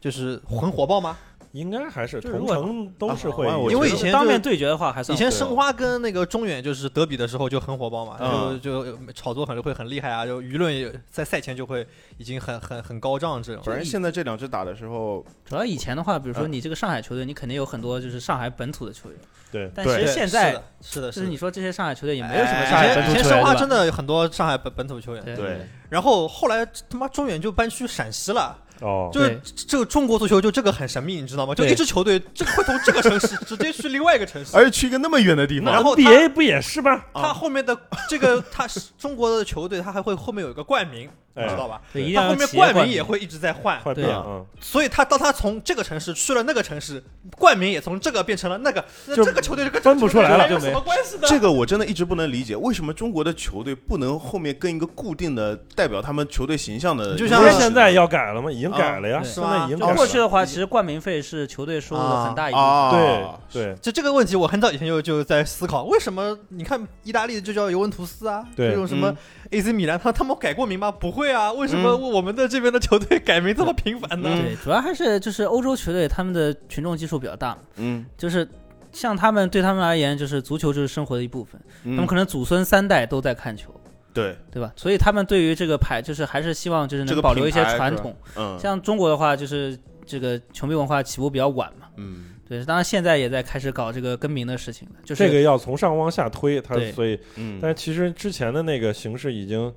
Speaker 4: 就是很火爆吗？
Speaker 1: 应该还是
Speaker 3: 就
Speaker 1: 同
Speaker 3: 如果
Speaker 1: 城都是会
Speaker 2: 啊
Speaker 1: 有，
Speaker 2: 我
Speaker 4: 因为
Speaker 2: 觉
Speaker 4: 以
Speaker 2: 得
Speaker 4: 前
Speaker 3: 当
Speaker 4: 就
Speaker 3: 面对决的话还算
Speaker 4: 以前
Speaker 2: 对
Speaker 4: 申花跟那个中远就是德比的时候就很火爆嘛，
Speaker 2: 嗯
Speaker 4: 就就炒作很会很厉害啊，就舆论也在赛前就会已经很很很高涨这种。
Speaker 2: 反正现在这两支打的时候，
Speaker 3: 主要以前的话，比如说你这个上海球队，你肯定有很多就是上海本土的球员，
Speaker 1: 对
Speaker 3: 但其
Speaker 2: 对
Speaker 3: 实
Speaker 4: 对
Speaker 3: 现
Speaker 4: 是
Speaker 3: 在
Speaker 4: 的是的，
Speaker 3: 就是是
Speaker 4: 的
Speaker 3: 你说这些上海球队也没有什么
Speaker 4: 哎
Speaker 3: 上海
Speaker 4: 以
Speaker 3: 本
Speaker 4: 前
Speaker 3: 土
Speaker 4: 以前
Speaker 3: 球员
Speaker 4: 申
Speaker 3: 对
Speaker 4: 花
Speaker 3: 吧
Speaker 4: 真的有很多上海本本土球员，
Speaker 3: 对
Speaker 2: 对
Speaker 4: 然后后来他妈中远就搬去陕西了，
Speaker 1: 哦，
Speaker 4: 就是这个中国足球就这个很神秘，你知道吗？就
Speaker 3: 对
Speaker 4: 一支球队，这个会从这个城 市直接去另外一个城市，
Speaker 2: 而且去一个那么远的地
Speaker 4: 然
Speaker 2: 方，
Speaker 4: 后他
Speaker 1: NBA 不也是吗？
Speaker 4: 他后面的这个他是中国的球队，他还会后面有一个冠名，你
Speaker 1: 哎
Speaker 4: 知道吧？
Speaker 3: 对，一定
Speaker 4: 他
Speaker 3: 要
Speaker 4: 后
Speaker 3: 有
Speaker 4: 面
Speaker 3: 企业
Speaker 4: 冠名
Speaker 3: 名
Speaker 4: 也会一直在换，
Speaker 1: 快变
Speaker 3: 对
Speaker 2: 啊
Speaker 1: 嗯，
Speaker 4: 所以他当他从这个城市去了那个城市，冠名也从这个变成了那个，那
Speaker 1: 就
Speaker 4: 这个球队就跟
Speaker 1: 分不出来了
Speaker 4: 这个球队有什么关系呢？
Speaker 2: 这个我真的一直不能理解，为什么中国的球队不能后面跟一个固定的代表他们球队形象的？
Speaker 4: 你就像
Speaker 1: 不是现在要改了吗？已经改了呀，
Speaker 4: 啊对
Speaker 1: 现在已经
Speaker 4: 是
Speaker 1: 改
Speaker 4: 吧
Speaker 1: 了。
Speaker 3: 就过去的话，其实冠名费是球队收入的很大一部分。
Speaker 2: 啊
Speaker 1: 对，对
Speaker 4: 就这个问题，我很早以前就就在思考，为什么你看意大利就叫尤文图斯啊，
Speaker 1: 对
Speaker 4: 这种什么
Speaker 3: 嗯
Speaker 4: AC 米兰，他他们改过名吗？不会啊，为什么
Speaker 2: 嗯
Speaker 4: 我们的这边的球队改名这么频繁呢？
Speaker 3: 对，主要还是就是欧洲球队他们的群众基础比较大，
Speaker 2: 嗯，
Speaker 3: 就是像他们对他们而言，就是足球就是生活的一部分，
Speaker 2: 嗯
Speaker 3: 他们可能祖孙三代都在看球，
Speaker 2: 对，
Speaker 3: 对吧？所以他们对于这个牌，就是还是希望就是
Speaker 2: 这个
Speaker 3: 能保留一些
Speaker 2: 品牌
Speaker 3: 传
Speaker 2: 是吧
Speaker 3: 统。
Speaker 2: 嗯
Speaker 3: 像中国的话，就是这个球迷文化起步比较晚嘛，
Speaker 2: 嗯
Speaker 3: 对，当然现在也在开始搞这个更名的事情了，就是
Speaker 1: 这个要从上往下推，它
Speaker 3: 对
Speaker 1: 所以，
Speaker 2: 嗯，
Speaker 1: 但其实之前的那个形式已经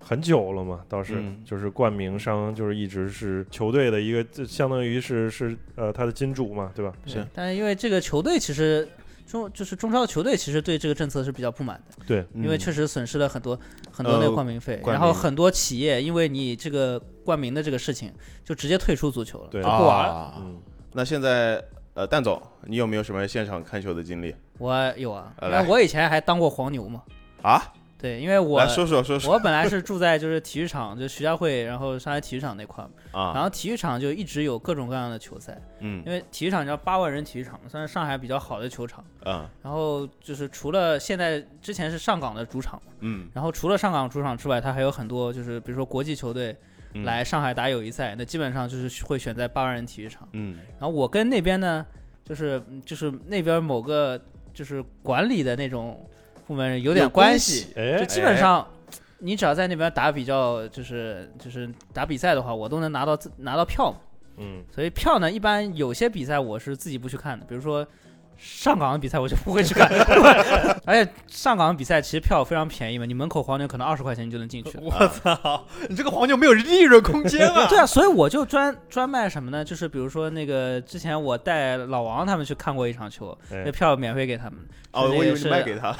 Speaker 1: 很久了嘛，倒是
Speaker 2: 嗯
Speaker 1: 就是冠名商就是一直是球队的一个，就相当于是是呃它的金主嘛，对吧？
Speaker 3: 对
Speaker 2: 是
Speaker 3: 但是因为这个球队其实中就是中超的球队其实对这个政策是比较不满的，
Speaker 1: 对，
Speaker 3: 因为确实损失了很多很多那
Speaker 2: 嗯呃
Speaker 3: 个冠名费，
Speaker 2: 冠
Speaker 3: 然后
Speaker 2: 名
Speaker 3: 很多企业因为你这个冠名的这个事情就直接退出足球了，
Speaker 1: 对
Speaker 3: 就
Speaker 2: 啊
Speaker 3: 不玩了。
Speaker 1: 嗯，
Speaker 2: 那现在呃，蛋总，你有没有什么现场看球的经历
Speaker 3: 我有啊，
Speaker 2: 呃
Speaker 3: 因
Speaker 2: 来
Speaker 3: 为我以前还当过黄牛嘛，
Speaker 2: 啊？
Speaker 3: 对，因为我
Speaker 2: 来说说说说
Speaker 3: 我 本来是住在就是体育场，就徐家汇，然后上海体育场那块儿嘛，然
Speaker 2: 啊，
Speaker 3: 后体育场就一直有各种各样的球赛，
Speaker 2: 嗯
Speaker 3: 因为体育场你知道八万人体育场嘛算是上海比较好的球场，
Speaker 2: 嗯
Speaker 3: 然后就是除了现在之前是上港的主场嘛，
Speaker 2: 嗯，
Speaker 3: 然后除了上港主场之外，它还有很多就是比如说国际球队
Speaker 2: 嗯，
Speaker 3: 来上海打友谊赛，那基本上就是会选在八万人体育场。
Speaker 2: 嗯
Speaker 3: 然后我跟那边呢，就是就是那边某个就是管理的那种部门有点关系，就
Speaker 1: 哎，
Speaker 3: 基本上你只要在那边打比较就是就是打比赛的话，我都能拿到自拿到票嘛。
Speaker 1: 嗯，
Speaker 3: 所以票呢，一般有些比赛我是自己不去看的，比如说上港的比赛我就不会去看， 而且上港的比赛其实票非常便宜嘛，你门口黄牛可能二十块钱你就能进去了。
Speaker 4: 我操，你这个黄牛没有利润空间啊！
Speaker 3: 对啊，所以我就专专卖什么呢？就是比如说那个之前我带老王他们去看过一场球，那
Speaker 1: 哎
Speaker 3: 票免费给他们。
Speaker 2: 哦，我以为你
Speaker 3: 是
Speaker 2: 卖给 他，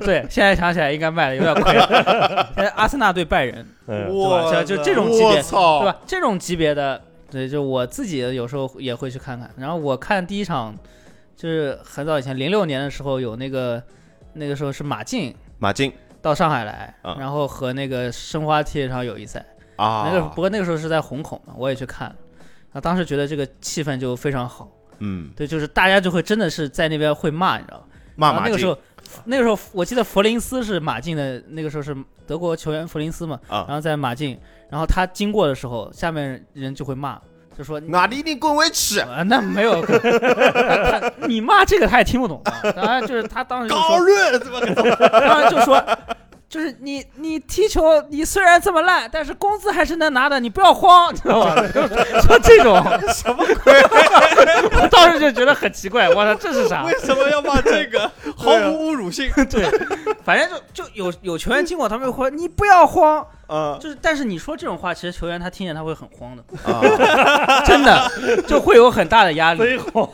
Speaker 3: 对，现在想起来应该卖的有点亏。现在阿森纳对拜仁，
Speaker 1: 哎，
Speaker 3: 对吧
Speaker 4: 哇，
Speaker 3: 就就这种级
Speaker 2: 我
Speaker 3: 别，对
Speaker 4: 哦
Speaker 2: 操，
Speaker 3: 吧？这种级别的，对，就我自己有时候也会去看看。然后我看第一场，就是很早以前，零六年的时候有那个，那个时候是马竞
Speaker 2: 马竞
Speaker 3: 到上海来，
Speaker 2: 嗯
Speaker 3: 然后和那个申花踢了一场友谊赛。
Speaker 2: 啊
Speaker 3: 那个不过那个时候是在虹口嘛，我也去看了。啊，当时觉得这个气氛就非常好，
Speaker 2: 嗯，
Speaker 3: 对，就是大家就会真的是在那边会骂，你知道吗？
Speaker 2: 骂
Speaker 3: 然后
Speaker 2: 啊马
Speaker 3: 啊那个时
Speaker 2: 竞
Speaker 3: 候，那个时候我记得弗林斯是马竞的，那个时候是德国球员弗林斯嘛，然
Speaker 2: 啊，
Speaker 3: 后在马竞，然后他经过的时候，下面人就会骂，就说你
Speaker 2: 哪里 你滚回去，
Speaker 3: 啊那没有，他他 你骂这个他也听不懂啊，当然就是他当时就说，
Speaker 4: 高润 怎么
Speaker 3: 当时就说。就是你，你踢球，你虽然这么烂，但是工资还是能拿的，你不要慌， 知道吧？就说这种什么 鬼，我当时就觉得很奇怪，我操，这是啥？
Speaker 4: 为什么要骂这 个？
Speaker 3: 啊
Speaker 4: 毫无侮辱性。
Speaker 3: 对，反正就就有有球员经过，他们会说你不要慌，
Speaker 2: 嗯
Speaker 3: 就是但是你说这种话，其实球员他听见他会很 慌的，
Speaker 2: 啊，
Speaker 3: 真的就会有很大的压力。
Speaker 1: 飞鸿，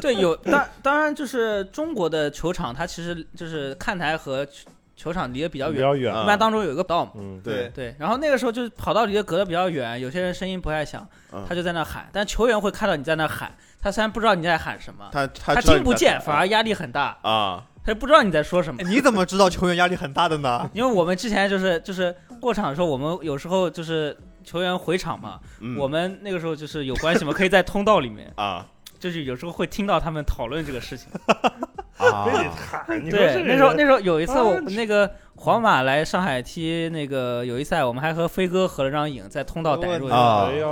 Speaker 3: 对，有当当然就是中国的球场，它其实就是看台和球球场离得比较
Speaker 1: 比
Speaker 3: 远，
Speaker 1: 较远，
Speaker 2: 啊
Speaker 3: 一般当中有一个道嘛。
Speaker 1: 嗯，
Speaker 2: 对，
Speaker 3: 对，然后那个时候就是跑道离得隔得比较远，有些人声音不太响
Speaker 2: 嗯，
Speaker 3: 他就在那喊，但球员会看到你在那喊，他虽然不知道你在喊什么，
Speaker 2: 他他知道
Speaker 3: 听
Speaker 2: 你
Speaker 3: 不
Speaker 2: 在嗯哎
Speaker 3: 见，
Speaker 2: 干
Speaker 3: 反而压力很大，
Speaker 2: 啊，
Speaker 3: 他就不知道你在说什么。
Speaker 4: 哎你怎么知道球员压力很大的呢？
Speaker 3: 因为我们之前就是就是过场的时候，我们有时候就是球员回场嘛，
Speaker 2: 嗯
Speaker 3: 我们那个时候就是有关系嘛，可以在通道里面，
Speaker 2: 啊
Speaker 3: 就是有时候会听到他们讨论这个事情。
Speaker 2: 啊
Speaker 1: 非得喊，你说这
Speaker 3: 对，
Speaker 1: 个
Speaker 3: 那时候那时候有一次
Speaker 1: 啊
Speaker 3: 我们那个皇马来上海踢那个友谊赛，我们还和飞哥合了张影，在通道逮住哦的。
Speaker 2: 啊
Speaker 1: 哎呀，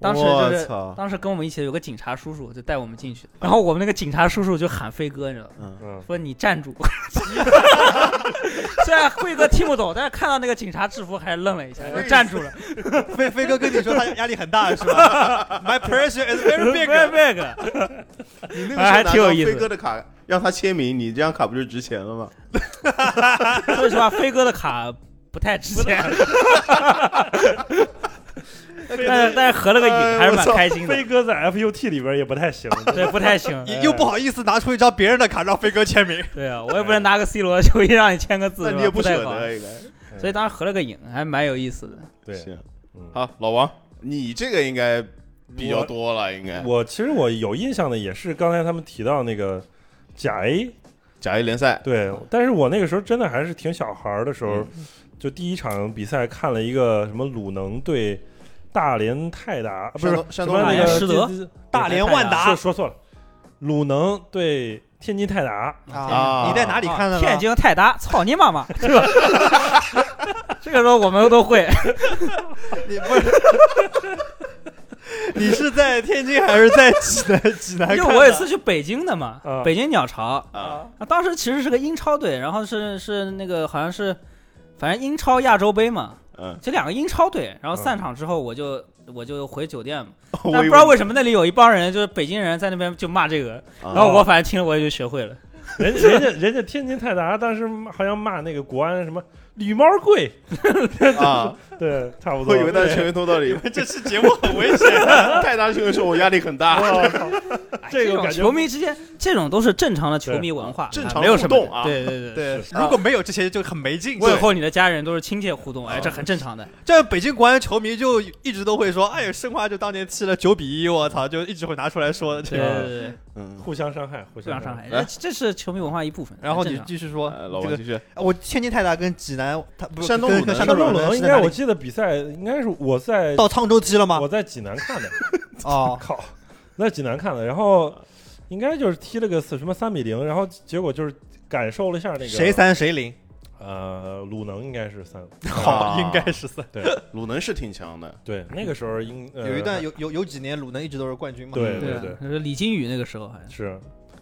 Speaker 3: 当时就是
Speaker 2: 我操
Speaker 3: 当时跟我们一起有个警察叔叔就带我们进去，然后我们那个警察叔叔就喊飞哥，你知道吗？
Speaker 1: 嗯，
Speaker 3: 说你站住！ 虽然辉哥听不懂，但是看到那个警察制服还是愣了一下，就站住了。
Speaker 4: 飞飞哥跟你说他压力很大是吧 ？My pressure is very big。
Speaker 3: 那个，
Speaker 2: 你那个时候
Speaker 3: 还挺有意思
Speaker 2: 拿到飞哥的卡让他签名，你这张卡不就值钱了吗？
Speaker 3: 说实话，飞哥的卡不太值钱， 但是但是合了个
Speaker 2: 哎
Speaker 3: 影还是蛮开心的
Speaker 1: 飞。哥在 FUT 里边也不太行，
Speaker 3: 对，不太 行。
Speaker 4: 你又不好意思拿出一张别人的卡让飞哥签名，
Speaker 3: 对啊，我也不能拿个 C 罗球衣让你签个字，
Speaker 2: 那你
Speaker 3: 是
Speaker 2: 也
Speaker 3: 吧
Speaker 2: 不
Speaker 3: 不
Speaker 2: 舍
Speaker 3: 太好。
Speaker 2: 得哎应该。
Speaker 3: 所以当时合了个影，还蛮有意思的。
Speaker 1: 对，
Speaker 2: 行，
Speaker 1: 嗯
Speaker 2: 好，老王，你这个应该比较多了，应该
Speaker 1: 我其实我有印象的也是刚才他们提到那个甲 A，
Speaker 2: 甲 A 联赛
Speaker 1: 对，但是我那个时候真的还是挺小孩儿的时候，
Speaker 2: 嗯
Speaker 1: 就第一场比赛看了一个什么鲁能对大连泰达，啊不是
Speaker 2: 山东山东
Speaker 1: 什么那
Speaker 3: 鲁
Speaker 1: 个
Speaker 3: 能师德
Speaker 1: 这这
Speaker 4: 大连万达
Speaker 1: 说说错了，鲁能对天津泰达，
Speaker 2: 啊
Speaker 4: 你在哪里看的呢？
Speaker 3: 天津泰达，操你妈妈，是吧？ 这个时候我们都会，
Speaker 4: 你不是？你是在天津还是在济南？济南看
Speaker 3: 因
Speaker 4: 的？
Speaker 3: 为我有一次去北京的嘛，
Speaker 1: 啊
Speaker 3: 北京鸟巢，
Speaker 2: 啊，
Speaker 3: 啊，当时其实是个英超队，然后是是那个好像是，反正英超亚洲杯嘛，
Speaker 2: 嗯，
Speaker 3: 就两个英超队。然后散场之后，我就、我就回酒店嘛，
Speaker 2: 我
Speaker 3: 但
Speaker 2: 以
Speaker 3: 不知道为什么那里有一帮人就是北京人在那边就骂这个，
Speaker 2: 啊
Speaker 3: 然后我反正听了我也就学会了，
Speaker 1: 人家人家人家天津泰达当时好像骂那个国安什么礼貌贵，
Speaker 2: 啊！
Speaker 1: 对，差不多。
Speaker 2: 我以为他是球员通道里，
Speaker 4: 这期节目很危险。
Speaker 2: 泰达球员说我压力很大，
Speaker 1: 我操哎这个
Speaker 3: 种
Speaker 1: 感觉
Speaker 3: 球迷之间，这种都是正常的球迷文化，
Speaker 2: 正
Speaker 3: 啊
Speaker 2: 常
Speaker 3: 没有
Speaker 2: 互
Speaker 3: 什么
Speaker 2: 动
Speaker 3: 的。
Speaker 2: 啊。
Speaker 3: 对对对，
Speaker 4: 对，
Speaker 2: 啊
Speaker 4: 如果没有这些就很没劲。
Speaker 3: 问
Speaker 4: 对，
Speaker 3: 候你的家人都是亲切互
Speaker 2: 啊
Speaker 3: 动，哎，这很 正常的。
Speaker 4: 这样北京国安球迷就一直都会说：“哎呀，申花就当年踢了九比一，我操！”就一直会拿出来说的这
Speaker 3: 对对
Speaker 4: 个。
Speaker 3: 对对，
Speaker 2: 嗯，
Speaker 1: 互相伤害，互
Speaker 3: 不
Speaker 1: 相
Speaker 3: 让上海，
Speaker 2: 来
Speaker 3: 这这是球迷文化一部
Speaker 2: 哎
Speaker 3: 分。
Speaker 4: 然后
Speaker 3: 很
Speaker 4: 你
Speaker 3: 正常
Speaker 4: 哎继续说，
Speaker 2: 呃老
Speaker 4: 这
Speaker 2: 王
Speaker 4: 个
Speaker 2: 继
Speaker 1: 啊
Speaker 2: 续，
Speaker 4: 我天津泰达跟济南，他不是
Speaker 2: 山东
Speaker 4: 跟
Speaker 2: 鲁
Speaker 4: 跟
Speaker 2: 能
Speaker 4: 山
Speaker 1: 山
Speaker 4: 东
Speaker 1: 东
Speaker 4: 鲁
Speaker 1: 鲁能
Speaker 4: 是
Speaker 1: 应
Speaker 4: 在
Speaker 1: 该
Speaker 4: 哪
Speaker 1: 我
Speaker 4: 里
Speaker 1: 记得比赛应该是我在
Speaker 4: 到沧州踢了吗
Speaker 1: 我？在济南看的，
Speaker 4: 哦，
Speaker 1: 靠，那济南看的，然后应该就是踢了个四什么三比零，然后结果就是感受了一下那个
Speaker 4: 谁三谁零？
Speaker 1: 呃鲁能应该是三，
Speaker 4: 好，应该是三。
Speaker 2: 鲁能是挺强的，
Speaker 1: 对，那个时候应、呃、
Speaker 4: 有一段有有有几年鲁能一直都是冠军嘛？
Speaker 1: 对
Speaker 4: 嗯
Speaker 3: 对
Speaker 1: 对
Speaker 3: 啊就是李金羽那个时候好像是
Speaker 1: 是，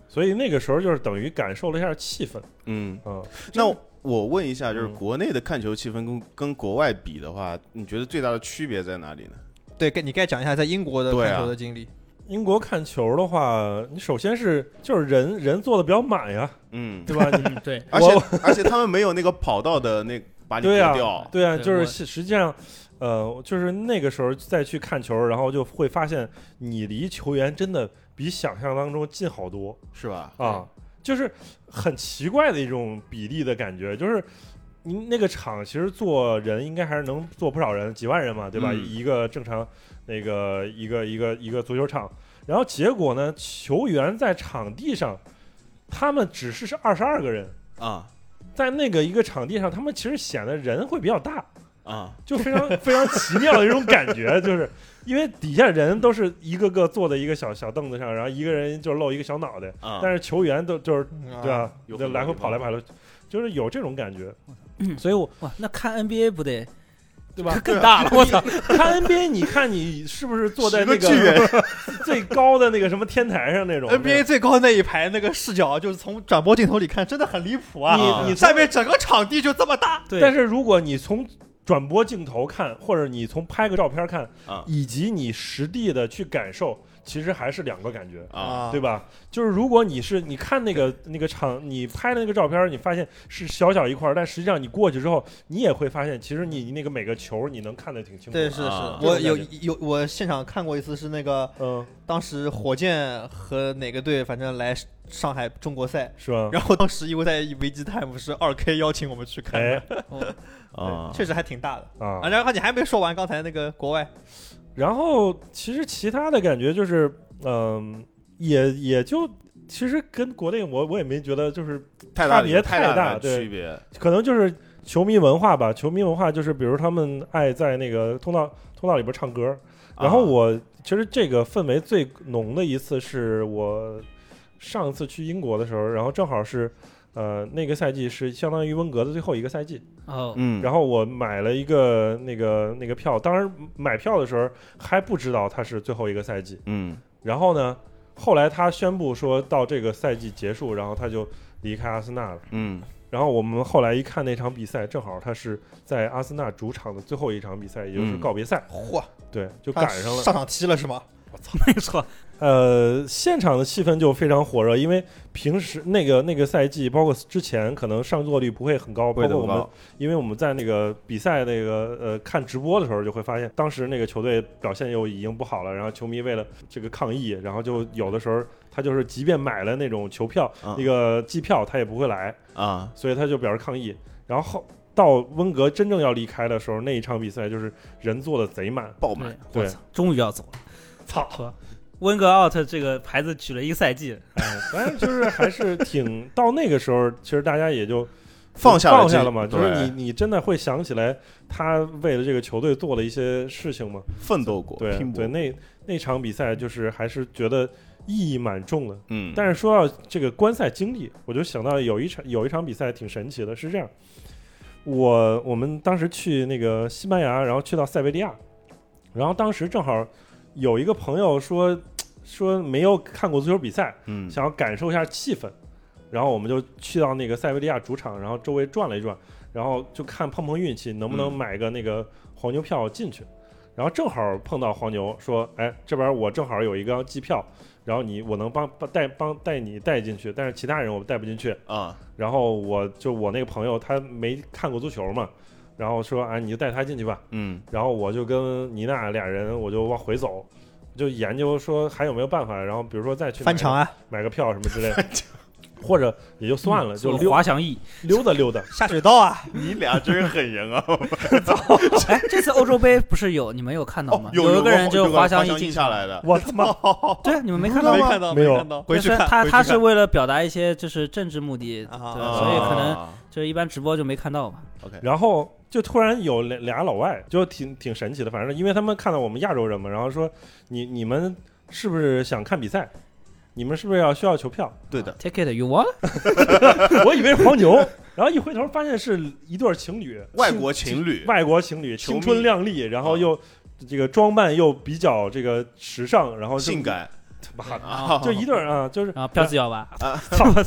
Speaker 1: 所以那个时候就是等于感受了一下气氛，
Speaker 2: 嗯。
Speaker 1: 嗯，
Speaker 2: 那我问一下，就是
Speaker 1: 嗯
Speaker 2: 国内的看球气氛跟跟国外比的话，你觉得最大的区别在哪里呢？
Speaker 4: 对，该你该讲一下在英国的
Speaker 2: 对
Speaker 4: 看
Speaker 2: 啊
Speaker 4: 球的经历。
Speaker 1: 英国看球的话，你首先是就是人人坐的比较满呀，
Speaker 2: 嗯，
Speaker 1: 对吧？ 你
Speaker 3: 嗯对，
Speaker 2: 而且而且他们没有那个跑道的那把你
Speaker 1: 对
Speaker 2: 隔
Speaker 1: 啊
Speaker 2: 掉，
Speaker 1: 对啊，
Speaker 3: 对
Speaker 1: 就是
Speaker 3: 我
Speaker 1: 实实际上，呃，就是那个时候再去看球，然后就会发现你离球员真的比想象当中近好多
Speaker 2: 是吧？
Speaker 1: 啊，就是很奇怪的一种比例的感觉，就是。你那个场其实坐人应该还是能坐不少人，几万人嘛，对吧？
Speaker 2: 嗯
Speaker 1: 一个正常那个一个一个一个足球场，然后结果呢，球员在场地上，他们只是是二十二个人，
Speaker 2: 啊
Speaker 1: 在那个一个场地上，他们其实显得人会比较大，
Speaker 4: 嗯
Speaker 2: 啊，
Speaker 1: 就非 常非常奇妙的一种感觉，就是因为底下人都是一个个坐在一个小小凳子上，然后一个人就露一个小脑袋，
Speaker 4: 嗯
Speaker 2: 啊
Speaker 1: 但是球员都就是对啊
Speaker 4: 啊
Speaker 1: 吧、
Speaker 2: 有
Speaker 1: 就
Speaker 2: 很多
Speaker 1: 来回
Speaker 2: 地
Speaker 1: 跑来跑去，就是有这种感觉，
Speaker 2: 嗯
Speaker 1: 所以我
Speaker 3: 哇，那看 NBA 不得
Speaker 1: 对吧？
Speaker 3: 更大了，我操！
Speaker 1: 看 NBA，你看你是不是坐在那
Speaker 2: 十巨人
Speaker 1: 最高的那个什么天台上那 种
Speaker 4: NBA 最高那一排那个视角，就是从转播镜头里看，真的很离谱啊！
Speaker 1: 你你
Speaker 4: 下面整个场地就这么大，
Speaker 3: 对，
Speaker 1: 但是如果你从转播镜头看，或者你从拍个照片看，
Speaker 2: 啊
Speaker 1: 以及你实地的去感受，其实还是两个感觉，
Speaker 2: 啊，
Speaker 1: 对吧？就是如果你是你看那个那个场，你拍的那个照片，你发现是小小一块儿，但实际上你过去之后，你也会发现，其实你那个每个球你能看得挺清楚。
Speaker 4: 对，是是，
Speaker 2: 啊
Speaker 4: 我有
Speaker 1: 这种
Speaker 4: 有我现场看过一次，是那个
Speaker 1: 嗯，
Speaker 4: 当时火箭和哪个队，反正来上海中国赛，
Speaker 1: 是吧？
Speaker 4: 然后当时因为在维基泰姆是二 K 邀请我们去看的，
Speaker 1: 哎
Speaker 4: 对
Speaker 2: 啊，
Speaker 4: 确实还挺大的。
Speaker 1: 啊
Speaker 4: 啊，，然后你还没说完刚才那个国外，
Speaker 1: 然后其实其他的感觉就是，嗯、也也就其实跟国内我我也没觉得就是
Speaker 2: 太大
Speaker 1: 差别
Speaker 2: 太
Speaker 1: 太
Speaker 2: 大
Speaker 1: 大
Speaker 2: 的
Speaker 1: 对
Speaker 2: 区别，
Speaker 1: 可能就是球迷文化吧。球迷文化就是，比如他们爱在那个通道通道里边唱歌。然后我、其实这个氛围最浓的一次是我上次去英国的时候，然后正好是呃那个赛季是相当于温格的最后一个赛季，
Speaker 3: 哦，
Speaker 2: 嗯，
Speaker 1: 然后我买了一个那个那个票，当然买票的时候还不知道他是最后一个赛季。
Speaker 2: 嗯
Speaker 1: 然后呢，后来他宣布说到这个赛季结束，然后他就离开阿森纳了。
Speaker 2: 嗯
Speaker 1: 然后我们后来一看那场比赛，正好他是在阿森纳主场的最后一场比赛，也就是
Speaker 2: 嗯
Speaker 1: 告别赛，
Speaker 4: 嚯，
Speaker 1: 对，就
Speaker 4: 他
Speaker 1: 赶上了。
Speaker 4: 啊上场踢了是吗？
Speaker 3: 没错，
Speaker 1: 呃，现场的气氛就非常火热，因为平时那个那个赛季，包括之前可能上座率不会很高，包括我们，因为我们在那个比赛那个呃看直播的时候，就会发现当时那个球队表现又已经不好了，然后球迷为了这个抗议，然后就有的时候他就是即便买了那种球票、
Speaker 2: 嗯
Speaker 1: 那个机票，他也不会来，
Speaker 2: 啊
Speaker 1: 所以他就表示抗议。然后到温格真正要离开的时候，那一场比赛就是人坐的贼满，
Speaker 2: 爆
Speaker 3: 对
Speaker 2: 满，，
Speaker 1: 对
Speaker 3: 我操，终于要走了，
Speaker 4: 操！
Speaker 3: 温格 out 这个牌子举了一个赛季，
Speaker 1: 哎，反正就是还是挺到那个时候，其实大家也就
Speaker 2: 放下了
Speaker 1: 放下
Speaker 2: 这
Speaker 1: 了嘛，就
Speaker 2: 对
Speaker 1: 是你你真的会想起来他为了这个球队做了一些事情嘛？
Speaker 2: 奋斗过，
Speaker 1: 对
Speaker 2: 拼搏
Speaker 1: 对，，那那场比赛就是还是觉得意义蛮重的。
Speaker 2: 嗯，
Speaker 1: 但是说到这个观赛经历，我就想到有一场有一场比赛挺神奇的，是这样，我我们当时去那个西班牙，然后去到塞维利亚，然后当时正好有一个朋友说说没有看过足球比赛，
Speaker 2: 嗯
Speaker 1: 想要感受一下气氛，然后我们就去到那个塞维利亚主场，然后周围转了一转，然后就看碰碰运气能不能
Speaker 2: 嗯
Speaker 1: 买个那个黄牛票进去。然后正好碰到黄牛说，哎，这边我正好有一张机票，然后你我能帮帮带帮带你带进去，但是其他人我带不进去。
Speaker 2: 啊，
Speaker 1: 然后我就我那个朋友他没看过足球嘛，然后说啊你就带他进去吧。
Speaker 2: 嗯
Speaker 1: 然后我就跟妮娜俩人我就往回走，就研究说还有没有办法，然后比如说再去买
Speaker 4: 翻
Speaker 1: 个
Speaker 4: 墙啊，
Speaker 1: 买个票什么之类的，或者也就算了，就
Speaker 3: 嗯做
Speaker 1: 溜
Speaker 3: 滑翔翼。
Speaker 1: 溜达溜达。
Speaker 4: 下水道啊，
Speaker 2: 你俩真是狠 人啊！
Speaker 3: 哎，这次欧洲杯不是有你们有看到吗？
Speaker 2: 哦有
Speaker 3: 一个人就
Speaker 2: 有
Speaker 3: 滑
Speaker 2: 翔
Speaker 3: 翔翼进
Speaker 2: 下，来的，
Speaker 1: 我他妈，
Speaker 3: 对，你们没看到
Speaker 4: 没
Speaker 3: 吗？
Speaker 4: 看到，
Speaker 1: 没有
Speaker 4: 看到，
Speaker 2: 回去
Speaker 3: 就是
Speaker 2: 看，
Speaker 3: 他
Speaker 2: 回去
Speaker 3: 他
Speaker 2: 看
Speaker 3: 是为了表达一些就是政治目的，
Speaker 4: 啊
Speaker 3: 对，
Speaker 2: 啊
Speaker 3: 所以可能就是一般直播就没看到嘛。
Speaker 2: OK，
Speaker 1: 然后就突然有俩俩老外，就挺挺神奇的，反正因为他们看到我们亚洲人嘛，然后说你你们是不是想看比赛？你们是不是要需要球票？
Speaker 2: 对的，
Speaker 3: Take it you want？
Speaker 1: 我以为是黄牛，然后一回头发现是一对情侣，
Speaker 2: 外
Speaker 1: 青
Speaker 2: 国情侣，
Speaker 1: 外国情侣，
Speaker 2: 球
Speaker 1: 青
Speaker 2: 迷
Speaker 1: 春靓丽，然后又这个装扮又比较这个时尚，然后就
Speaker 2: 性，感
Speaker 1: 妈的
Speaker 2: 啊，
Speaker 1: 就一对儿啊，就是
Speaker 3: 然后票子要吧，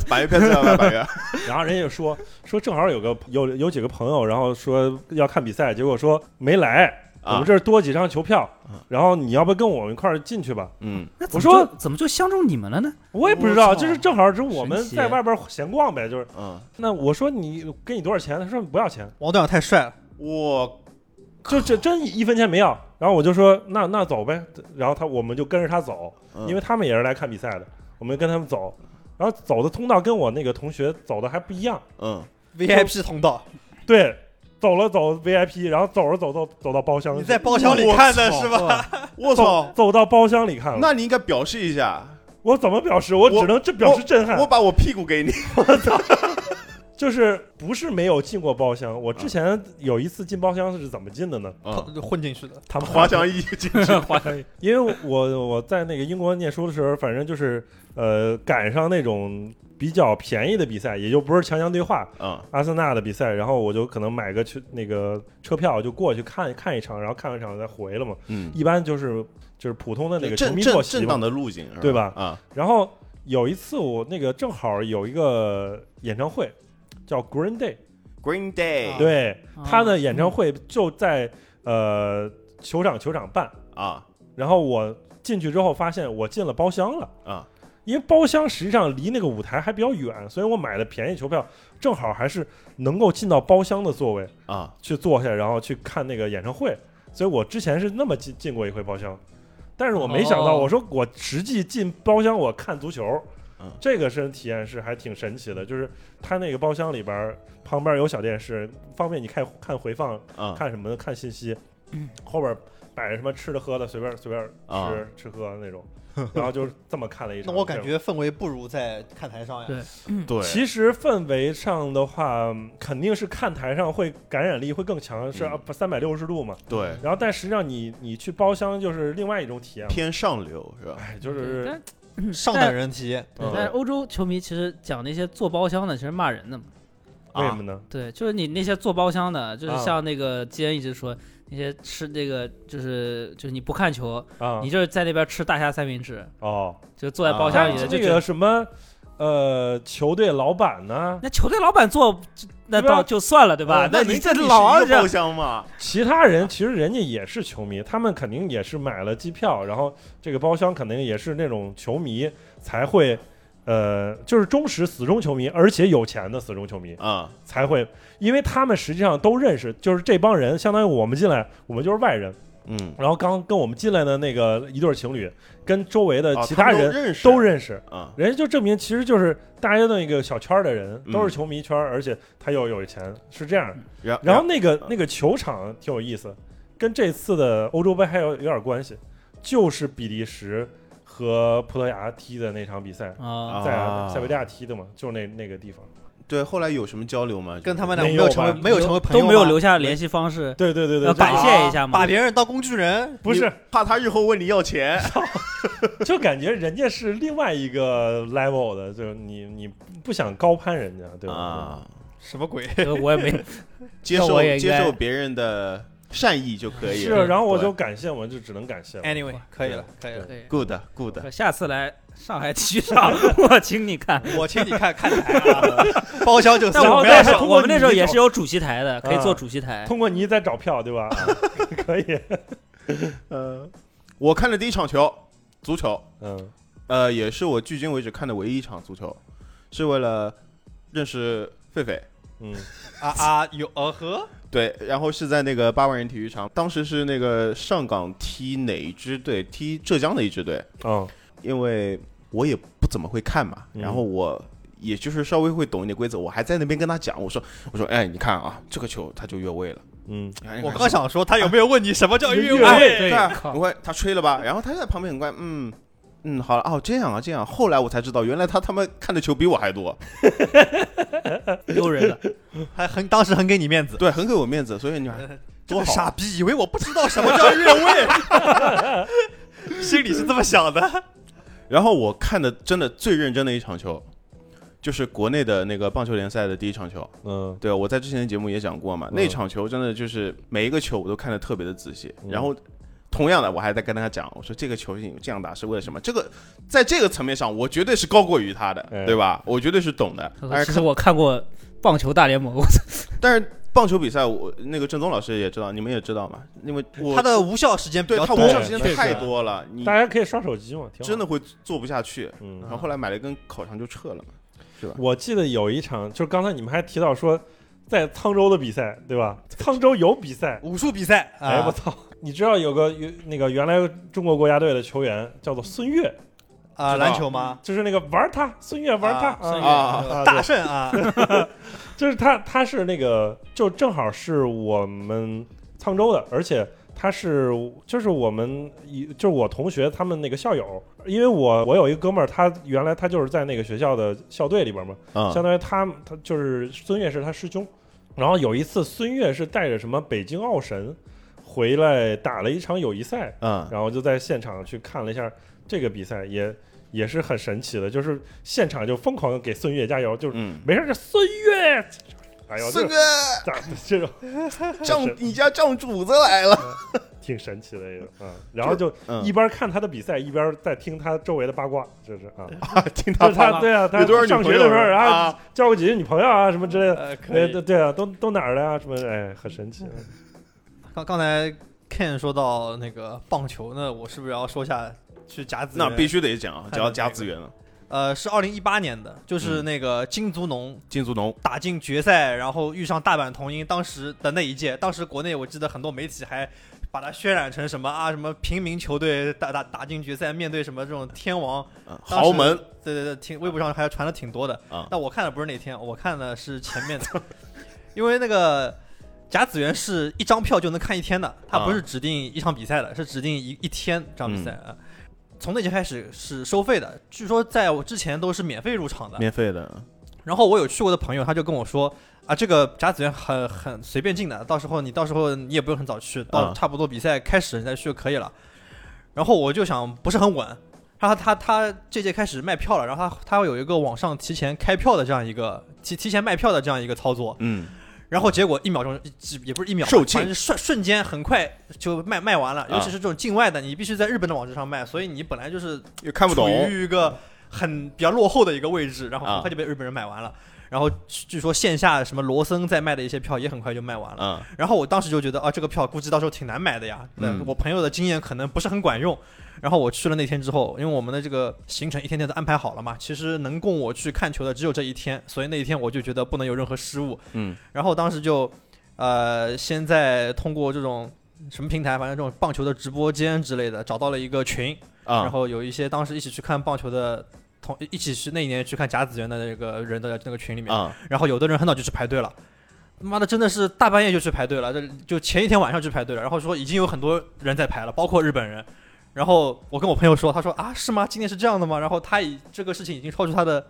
Speaker 2: 百元票子要啊买百元，
Speaker 1: 然后人家就说说正好有个有有几个朋友，然后说要看比赛，结果说没来，我
Speaker 2: 啊
Speaker 1: 们这儿多几张球票
Speaker 2: 啊，
Speaker 1: 然后你要不跟我们一块儿进去吧？
Speaker 2: 嗯，
Speaker 3: 那怎
Speaker 1: 我
Speaker 3: 么
Speaker 1: 说
Speaker 3: 就怎么就相中你们了呢？
Speaker 1: 我也不知
Speaker 4: 我
Speaker 1: 道，
Speaker 4: 操
Speaker 1: 就是正好是我们
Speaker 3: 神奇
Speaker 1: 在外边闲逛呗，就是
Speaker 2: 嗯，
Speaker 1: 那我说你给你多少钱？他说不要钱，
Speaker 4: 王队长太帅了，
Speaker 2: 我
Speaker 1: 就这真一分钱没要。然后我就说那那走呗，然后他我们就跟着他走，因为他们也是来看比赛的，我们跟他们走。然后走的通道跟我那个同学走的还不一样，
Speaker 2: 嗯
Speaker 4: VIP 通道，
Speaker 1: 对，走了走 VIP，然后走着走走走到包厢去，
Speaker 4: 你在包厢里看的是吧？
Speaker 2: 我
Speaker 1: 走
Speaker 2: 操，
Speaker 1: 走到包厢里看了。
Speaker 2: 那你应该表示一下，
Speaker 1: 我怎么表示？我
Speaker 2: 我
Speaker 1: 只能这表示震
Speaker 2: 我
Speaker 1: 撼，
Speaker 2: 把我屁股给你，
Speaker 1: 就是不是没有进过包厢。
Speaker 2: 啊
Speaker 1: 我之前有一次进包厢是怎么进的 呢？
Speaker 2: 嗯，
Speaker 4: 混进去的，
Speaker 1: 他们
Speaker 2: 滑翔翼进去，
Speaker 1: 滑翔翼， 因为我我在那个英国念书的时候，反正就是呃赶上那种比较便宜的比赛，也就不是强强对话，
Speaker 2: 嗯
Speaker 1: 阿森纳的比赛，然后我就可能买个去那个车票就过去看看一场，然后看完场再回了嘛。
Speaker 2: 嗯，
Speaker 1: 一般就是就是普通的那个球
Speaker 2: 正
Speaker 1: 迷
Speaker 2: 正
Speaker 1: 坐席
Speaker 2: 正当
Speaker 1: 嘛。
Speaker 2: 的路径，是
Speaker 1: 对吧
Speaker 2: 啊，
Speaker 1: 然后有一次我那个正好有一个演唱会叫 Green Day，
Speaker 2: Green Day
Speaker 4: 啊
Speaker 1: 对、
Speaker 3: 啊
Speaker 1: 他的演唱会就在呃球场球场办。
Speaker 2: 啊
Speaker 1: 然后我进去之后发现我进了包厢了。
Speaker 2: 啊，
Speaker 1: 因为包厢实际上离那个舞台还比较远，所以我买的便宜球票正好还是能够进到包厢的座位。
Speaker 2: 啊，
Speaker 1: 去坐下，然后去看那个演唱会。所以我之前是那么进进过一回包厢，但是我没想到，
Speaker 3: 哦
Speaker 1: 我说我实际进包厢我看足球，
Speaker 2: 嗯
Speaker 1: 这个是体验是还挺神奇的。就是他那个包厢里边儿旁边有小电视，方便你看看回放、
Speaker 2: 啊
Speaker 1: 看什么的、看信息
Speaker 3: 嗯，
Speaker 1: 后边摆着什么吃的喝的，随便随便吃、
Speaker 2: 啊
Speaker 1: 吃喝那种，然后就这么看了 一
Speaker 4: 那
Speaker 1: 场。
Speaker 4: 我感觉氛围不如在看台上呀
Speaker 3: 对。
Speaker 2: 对，
Speaker 1: 其实氛围上的话，嗯肯定是看台上会感染力会更强，是
Speaker 2: 嗯
Speaker 1: 三百六十度嘛。
Speaker 2: 对
Speaker 1: 然后，但实际上你你去包厢就是另外一种体验嘛，
Speaker 2: 偏上流是 吧？
Speaker 1: 哎，就
Speaker 3: 对
Speaker 1: 是
Speaker 3: 但嗯
Speaker 4: 上
Speaker 3: 但
Speaker 4: 等人体验，
Speaker 3: 对
Speaker 1: 嗯
Speaker 3: 但是欧洲球迷其实讲那些坐包厢的，其实骂人的嘛。
Speaker 1: 为什
Speaker 2: 啊
Speaker 1: 么呢？
Speaker 3: 对，就是你那些坐包厢的，就是
Speaker 1: 啊
Speaker 3: 像那个基恩一直说那些吃那个，就是就是你不看球，
Speaker 1: 啊
Speaker 3: 你，就是在那边吃大虾三明治，
Speaker 1: 哦，
Speaker 3: 就坐在包厢
Speaker 1: 像
Speaker 3: 里的
Speaker 2: 啊
Speaker 3: 就
Speaker 1: 这
Speaker 3: 觉得
Speaker 1: 个什么，呃，球队老板呢，
Speaker 3: 那球队老板坐那
Speaker 1: 对吧
Speaker 3: 倒就算了，对吧？
Speaker 2: 那
Speaker 3: 你
Speaker 2: 您
Speaker 3: 这
Speaker 2: 跟
Speaker 3: 老
Speaker 2: 是
Speaker 3: 王
Speaker 2: 一个
Speaker 3: 这
Speaker 2: 包厢嘛，
Speaker 1: 其他人其实人家也是球迷，他们肯定也是买了机票，然后这个包厢肯定也是那种球迷才会，呃，就是忠实死忠球迷，而且有钱的死忠球迷
Speaker 2: 啊
Speaker 1: 才会，因为他们实际上都认识，就是这帮人相当于我们进来，我们就是外人。
Speaker 2: 嗯，
Speaker 1: 然后刚跟我们进来的那个一对情侣，跟周围的
Speaker 2: 啊
Speaker 1: 呃其
Speaker 2: 他
Speaker 1: 他
Speaker 2: 们
Speaker 1: 人
Speaker 2: 认识
Speaker 1: 都认识，
Speaker 2: 啊，
Speaker 1: 人家就证明其实就是大家那个小圈儿的人
Speaker 2: 嗯
Speaker 1: 都是球迷圈儿，而且他又有钱，是这样。
Speaker 2: 然
Speaker 1: 然后那个那个球场挺有意思，跟这次的欧洲杯还有有点关系，就是比利时和葡萄牙踢的那场比赛，
Speaker 3: 啊，
Speaker 1: 在
Speaker 2: 啊
Speaker 1: 塞维利亚踢的嘛，就是那那个地方。
Speaker 2: 对，后来有什么交流吗？
Speaker 4: 跟他们
Speaker 1: 俩
Speaker 4: 俩
Speaker 1: 没
Speaker 4: 没
Speaker 1: 有
Speaker 4: 有成为
Speaker 1: 吧
Speaker 4: 啊没有成为朋友
Speaker 3: 都没
Speaker 4: 吗，
Speaker 3: 有留下联系方式，
Speaker 1: 对对对
Speaker 3: 要
Speaker 1: 对，
Speaker 3: 呃感
Speaker 1: 就啊
Speaker 3: 谢一下嘛
Speaker 4: 把别人当工具人，
Speaker 1: 不是
Speaker 2: 怕他日后问你要钱，
Speaker 1: 就感觉人家是另外一个 level 的，就是你你不想高攀人家，对吧？
Speaker 2: 啊，
Speaker 4: 什 么鬼？
Speaker 3: 这个呃我也没
Speaker 2: 接
Speaker 3: 那
Speaker 2: 受
Speaker 3: 我也应
Speaker 2: 接
Speaker 3: 该
Speaker 2: 受别人的善意就可以哎
Speaker 1: 是，
Speaker 2: 了。
Speaker 1: 然后我就感谢，我就只能感谢。
Speaker 4: Anyway，可以了，可以了。
Speaker 3: 可以
Speaker 2: good good，
Speaker 3: 说下次来上海体育场，我请你看。
Speaker 4: 我请你看看台啊，包厢就
Speaker 3: 但
Speaker 4: 送
Speaker 3: 我
Speaker 1: 我
Speaker 3: 们
Speaker 1: 们要
Speaker 3: 那
Speaker 4: 要
Speaker 3: 时
Speaker 1: 是
Speaker 3: 候，
Speaker 1: 通
Speaker 3: 我
Speaker 1: 过
Speaker 3: 们那
Speaker 1: 你
Speaker 3: 时候也
Speaker 1: 找
Speaker 3: 是有主席台的，可以
Speaker 1: 啊
Speaker 3: 坐主席台。
Speaker 2: 啊
Speaker 1: 通过你再找票，对吧？可以，
Speaker 2: 呃，我看的第一场球，足球，
Speaker 1: 嗯
Speaker 2: 呃，也是我距今为止看的唯一一场足球，是为了认识狒狒。
Speaker 1: 嗯
Speaker 4: 啊啊有呃呵，
Speaker 2: 对，然后是在那个八万人体育场，当时是那个上港踢哪一支队？踢浙江的一支队，
Speaker 1: 哦
Speaker 2: 因为我也不怎么会看嘛，
Speaker 1: 嗯
Speaker 2: 然后我也就是稍微会懂一点规则，我还在那边跟他讲，我说我说，哎，你看啊，这个球他就越位了，
Speaker 1: 嗯
Speaker 2: 哎
Speaker 4: 我刚想说他有没有问你什么叫越
Speaker 2: 你看
Speaker 4: 位？
Speaker 2: 对
Speaker 3: 对
Speaker 2: 啊，
Speaker 3: 靠
Speaker 2: 很快他吹了吧，然后他在旁边很快，嗯。嗯，好了，哦，这样啊，这样。后来我才知道，原来他他妈看的球比我还多，
Speaker 3: 丢人了。
Speaker 4: 还哎很当时很给你面子，
Speaker 2: 对，很给我面子，所以
Speaker 1: 呃
Speaker 2: 你看 多
Speaker 4: 这个
Speaker 2: 好啊
Speaker 4: 傻逼以为我不知道什么叫 越位，心里是这么想的。
Speaker 2: 然后我看的真的最认真的一场球，就是国内的那个棒球联赛的第一场球。
Speaker 1: 嗯
Speaker 2: 对，我在之前的节目也讲过嘛，
Speaker 1: 嗯
Speaker 2: 那场球真的就是每一个球我都看得特别的仔细。
Speaker 1: 嗯
Speaker 2: 然后，同样的，我还在跟他讲，我说这个球你这样打是为了什么？这个在这个层面上，我绝对是高过于他的
Speaker 1: 哎，
Speaker 2: 对吧？我绝对是懂的。但是
Speaker 3: 其实
Speaker 2: 看，
Speaker 3: 我看过棒球大联盟，我
Speaker 2: 但是棒球比赛，我那个郑宗老师也知道，你们也知道嘛，因为我
Speaker 4: 他的无效时间比
Speaker 2: 对
Speaker 4: 较
Speaker 2: 他
Speaker 4: 多，
Speaker 2: 无效时
Speaker 1: 对
Speaker 2: 间太多了，你
Speaker 1: 大家可以刷手机嘛，挺好
Speaker 2: 真的会做不下去。
Speaker 1: 嗯
Speaker 2: 然后后来买了一根烤肠就撤了嘛。
Speaker 1: 我记得有一场，就是刚才你们还提到说，在沧州的比赛，对 吧？沧州有比赛，
Speaker 4: 武术比赛
Speaker 1: 哎，我
Speaker 4: 啊
Speaker 1: 操！你知道有个有那个原来中国国家队的球员叫做孙悦，
Speaker 4: 啊篮球吗？
Speaker 1: 就是那个玩他，孙悦玩他啊
Speaker 4: 啊
Speaker 3: 孙悦
Speaker 2: 啊
Speaker 1: 啊
Speaker 4: 大圣 啊，
Speaker 1: 就是他，他是那个，就正好是我们沧州的，而且他是就是我们一就是我同学他们那个校友，因为我我有一个哥们儿，他原来他就是在那个学校的校队里边嘛，
Speaker 2: 嗯
Speaker 1: 相当于他他就是孙悦是他师兄，然后有一次孙悦是带着什么北京奥神回来打了一场友谊赛，
Speaker 2: 嗯
Speaker 1: 然后就在现场去看了一下这个比赛，也也是很神奇的，就是现场就疯狂地给孙悦加油，就是
Speaker 2: 嗯。
Speaker 1: 没事，这孙悦，哎呦，
Speaker 2: 四
Speaker 1: 这
Speaker 2: 哥，
Speaker 1: 咋这种
Speaker 2: 仗
Speaker 1: 是
Speaker 2: 你家仗主子来了。
Speaker 1: 挺神奇的一个 啊，然后就
Speaker 2: 嗯
Speaker 1: 一边看他的比赛，一边在听他周围的八卦，就是啊，
Speaker 2: 啊， 听
Speaker 1: 就
Speaker 2: 他
Speaker 1: 是他
Speaker 2: 话
Speaker 1: 对啊，他
Speaker 2: 有多少
Speaker 1: 上
Speaker 2: 女
Speaker 1: 学
Speaker 2: 朋友
Speaker 1: 的时候
Speaker 2: 是吧
Speaker 1: 啊，
Speaker 2: 啊？哎
Speaker 1: 交过几个女朋友啊什么之类的，
Speaker 4: 呃可
Speaker 1: 对
Speaker 4: 以
Speaker 1: 对对啊，都都哪儿的啊什么的，哎，很神奇，
Speaker 4: 刚刚才 Ken 说到那个棒球呢，我是不是要说一下去夹子？
Speaker 2: 那必须得讲啊，
Speaker 4: 看到
Speaker 2: 讲
Speaker 4: 这
Speaker 2: 加
Speaker 4: 个
Speaker 2: 资源了。
Speaker 4: 呃，是二零一八年的，就是那个金足农
Speaker 2: 金足农，
Speaker 4: 打进决赛，然后遇上大阪桐鹰，当时的那一届，当时国内我记得很多媒体还把它渲染成什么啊，什么平民球队打打打进决赛，面对什么这种天王，
Speaker 2: 嗯
Speaker 4: 时
Speaker 2: 豪门
Speaker 4: 对对对，挺微博上还传的挺多的
Speaker 2: 啊
Speaker 4: 但我看的不是那天，我看的是前面的，因为那个甲子园是一张票就能看一天的，它不是指定一场比赛的，是指定一一天这场比赛啊。从那节开始是收费的，据说在我之前都是免费入场的。
Speaker 2: 免费的，
Speaker 4: 然后我有去过的朋友，他就跟我说啊，这个甲子园很很随便进的，到时候你到时候你也不用很早去，
Speaker 2: 啊
Speaker 4: 到差不多比赛开始你再去就可以了。然后我就想不是很稳，他他他这届开始卖票了，然后他他有一个网上提前开票的这样一个提提前卖票的这样一个操作，
Speaker 2: 嗯，
Speaker 4: 然后结果一秒钟一也不是一秒吧，
Speaker 2: 售罄
Speaker 4: 反正瞬瞬间很快就卖卖完了，尤其是这种境外的，你必须在日本的网站上卖，所以你本来就是
Speaker 2: 又看不懂，
Speaker 4: 处于一个很比较落后的一个位置，然后
Speaker 2: 啊
Speaker 4: 很快就被日本人买完了。然后据据说线下什么罗森在卖的一些票也很快就卖完了。
Speaker 2: 嗯
Speaker 4: 然后我当时就觉得啊，这个票估计到时候挺难买的呀。对
Speaker 2: 嗯
Speaker 4: 我朋友的经验可能不是很管用。然后我去了那天之后，因为我们的这个行程一天天都安排好了嘛，其实能供我去看球的只有这一天，所以那一天我就觉得不能有任何失误。
Speaker 2: 嗯
Speaker 4: 然后当时就，呃，先在通过这种什么平台，反正这种棒球的直播间之类的，找到了一个群，然
Speaker 2: 啊，
Speaker 4: 后有一些当时一起去看棒球的同一起去那一年去看甲子园的那个人的那个群里面，
Speaker 2: 啊，
Speaker 4: 然后有的人很早就去排队了。妈的，真的是大半夜就去排队了，这就前一天晚上去排队了，然后说已经有很多人在排了，包括日本人。然后我跟我朋友说，他说啊，是吗？今天是这样的吗？然后他以这个事情已经超出他的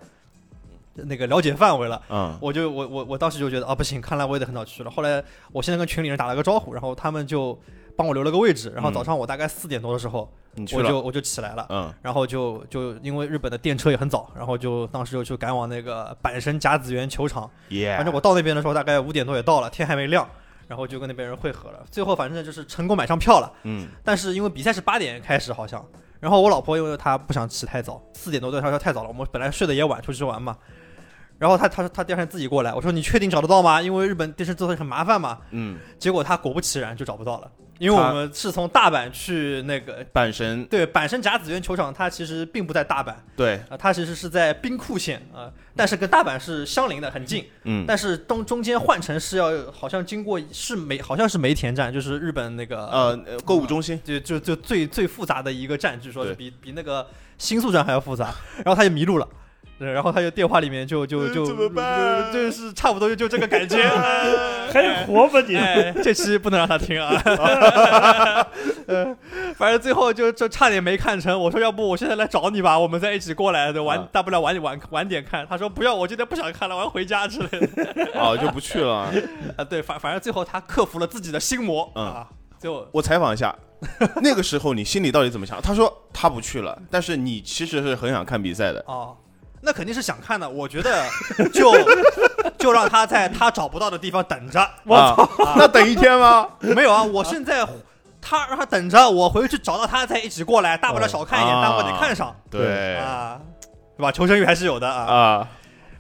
Speaker 4: 那个了解范围了，
Speaker 2: 嗯
Speaker 4: 我就我我我当时就觉得啊不行，看来我也得很早去了。后来我现在跟群里人打了个招呼，然后他们就帮我留了个位置，然后
Speaker 2: 嗯
Speaker 4: 早上我大概四点多的时候，
Speaker 2: 你嗯去
Speaker 4: 我
Speaker 2: 了，
Speaker 4: 就我就起来了。
Speaker 2: 嗯
Speaker 4: 然后就就因为日本的电车也很早，然后就当时就去赶往那个阪神甲子园球场。
Speaker 2: 耶，
Speaker 4: 反正我到那边的时候大概五点多也到了，天还没亮，然后就跟那边人汇合了。最后反正就是成功买上票了，
Speaker 2: 嗯
Speaker 4: 但是因为比赛是八点开始好像，然后我老婆因为她不想起太早，四点多对她说太早了，我们本来睡得也晚，出去玩嘛。然后他他说他第二天自己过来，我说你确定找得到吗？因为日本电视制作很麻烦嘛。
Speaker 2: 嗯，
Speaker 4: 结果他果不其然就找不到了，因为我们是从大阪去那个
Speaker 2: 阪神
Speaker 4: 对阪神甲子园球场，它其实并不在大阪啊、
Speaker 2: 对，
Speaker 4: 它其实是在兵库县啊、但是跟大阪是相邻的，很近。
Speaker 2: 嗯，
Speaker 4: 但是中中间换乘是要好像经过是梅好像是梅田站，就是日本那个
Speaker 2: 呃，呃购物中心，
Speaker 4: 就就就最最复杂的一个站，据说
Speaker 2: 对
Speaker 4: 是比比那个新宿站还要复杂。然后他就迷路了，对然后他就电话里面就就
Speaker 2: 嗯
Speaker 4: 就
Speaker 2: 怎么办
Speaker 4: 就就是差不多就就这个感 觉。哎
Speaker 1: 还活吧你？
Speaker 4: 哎，这期不能让他听啊！ 呃，反正最后就就差点没看成。我说要不我现在来找你吧，我们再一起过来，对晚
Speaker 2: 啊
Speaker 4: 大不了晚晚晚点看。他说不要，我今天不想看了，我要回家之类的。
Speaker 2: 哦，就不去了。
Speaker 4: 啊，对，反反正最后他克服了自己的心魔、
Speaker 2: 嗯
Speaker 4: 啊，就
Speaker 2: 我采访一下， 那个时候你心里到底怎么想？他说他不去了，但是你其实是很想看比赛的。
Speaker 4: 哦，那肯定是想看的。我觉得就就让他在他找不到的地方等着。
Speaker 2: 我操，啊 那等一天吗？
Speaker 4: 没有啊，我现在他让他等着，我回去找到他再一起过来，大不了少看一眼，
Speaker 2: 啊
Speaker 4: 但我得看上
Speaker 2: 对
Speaker 4: 啊，对吧？求生欲还是有的啊。
Speaker 2: 啊，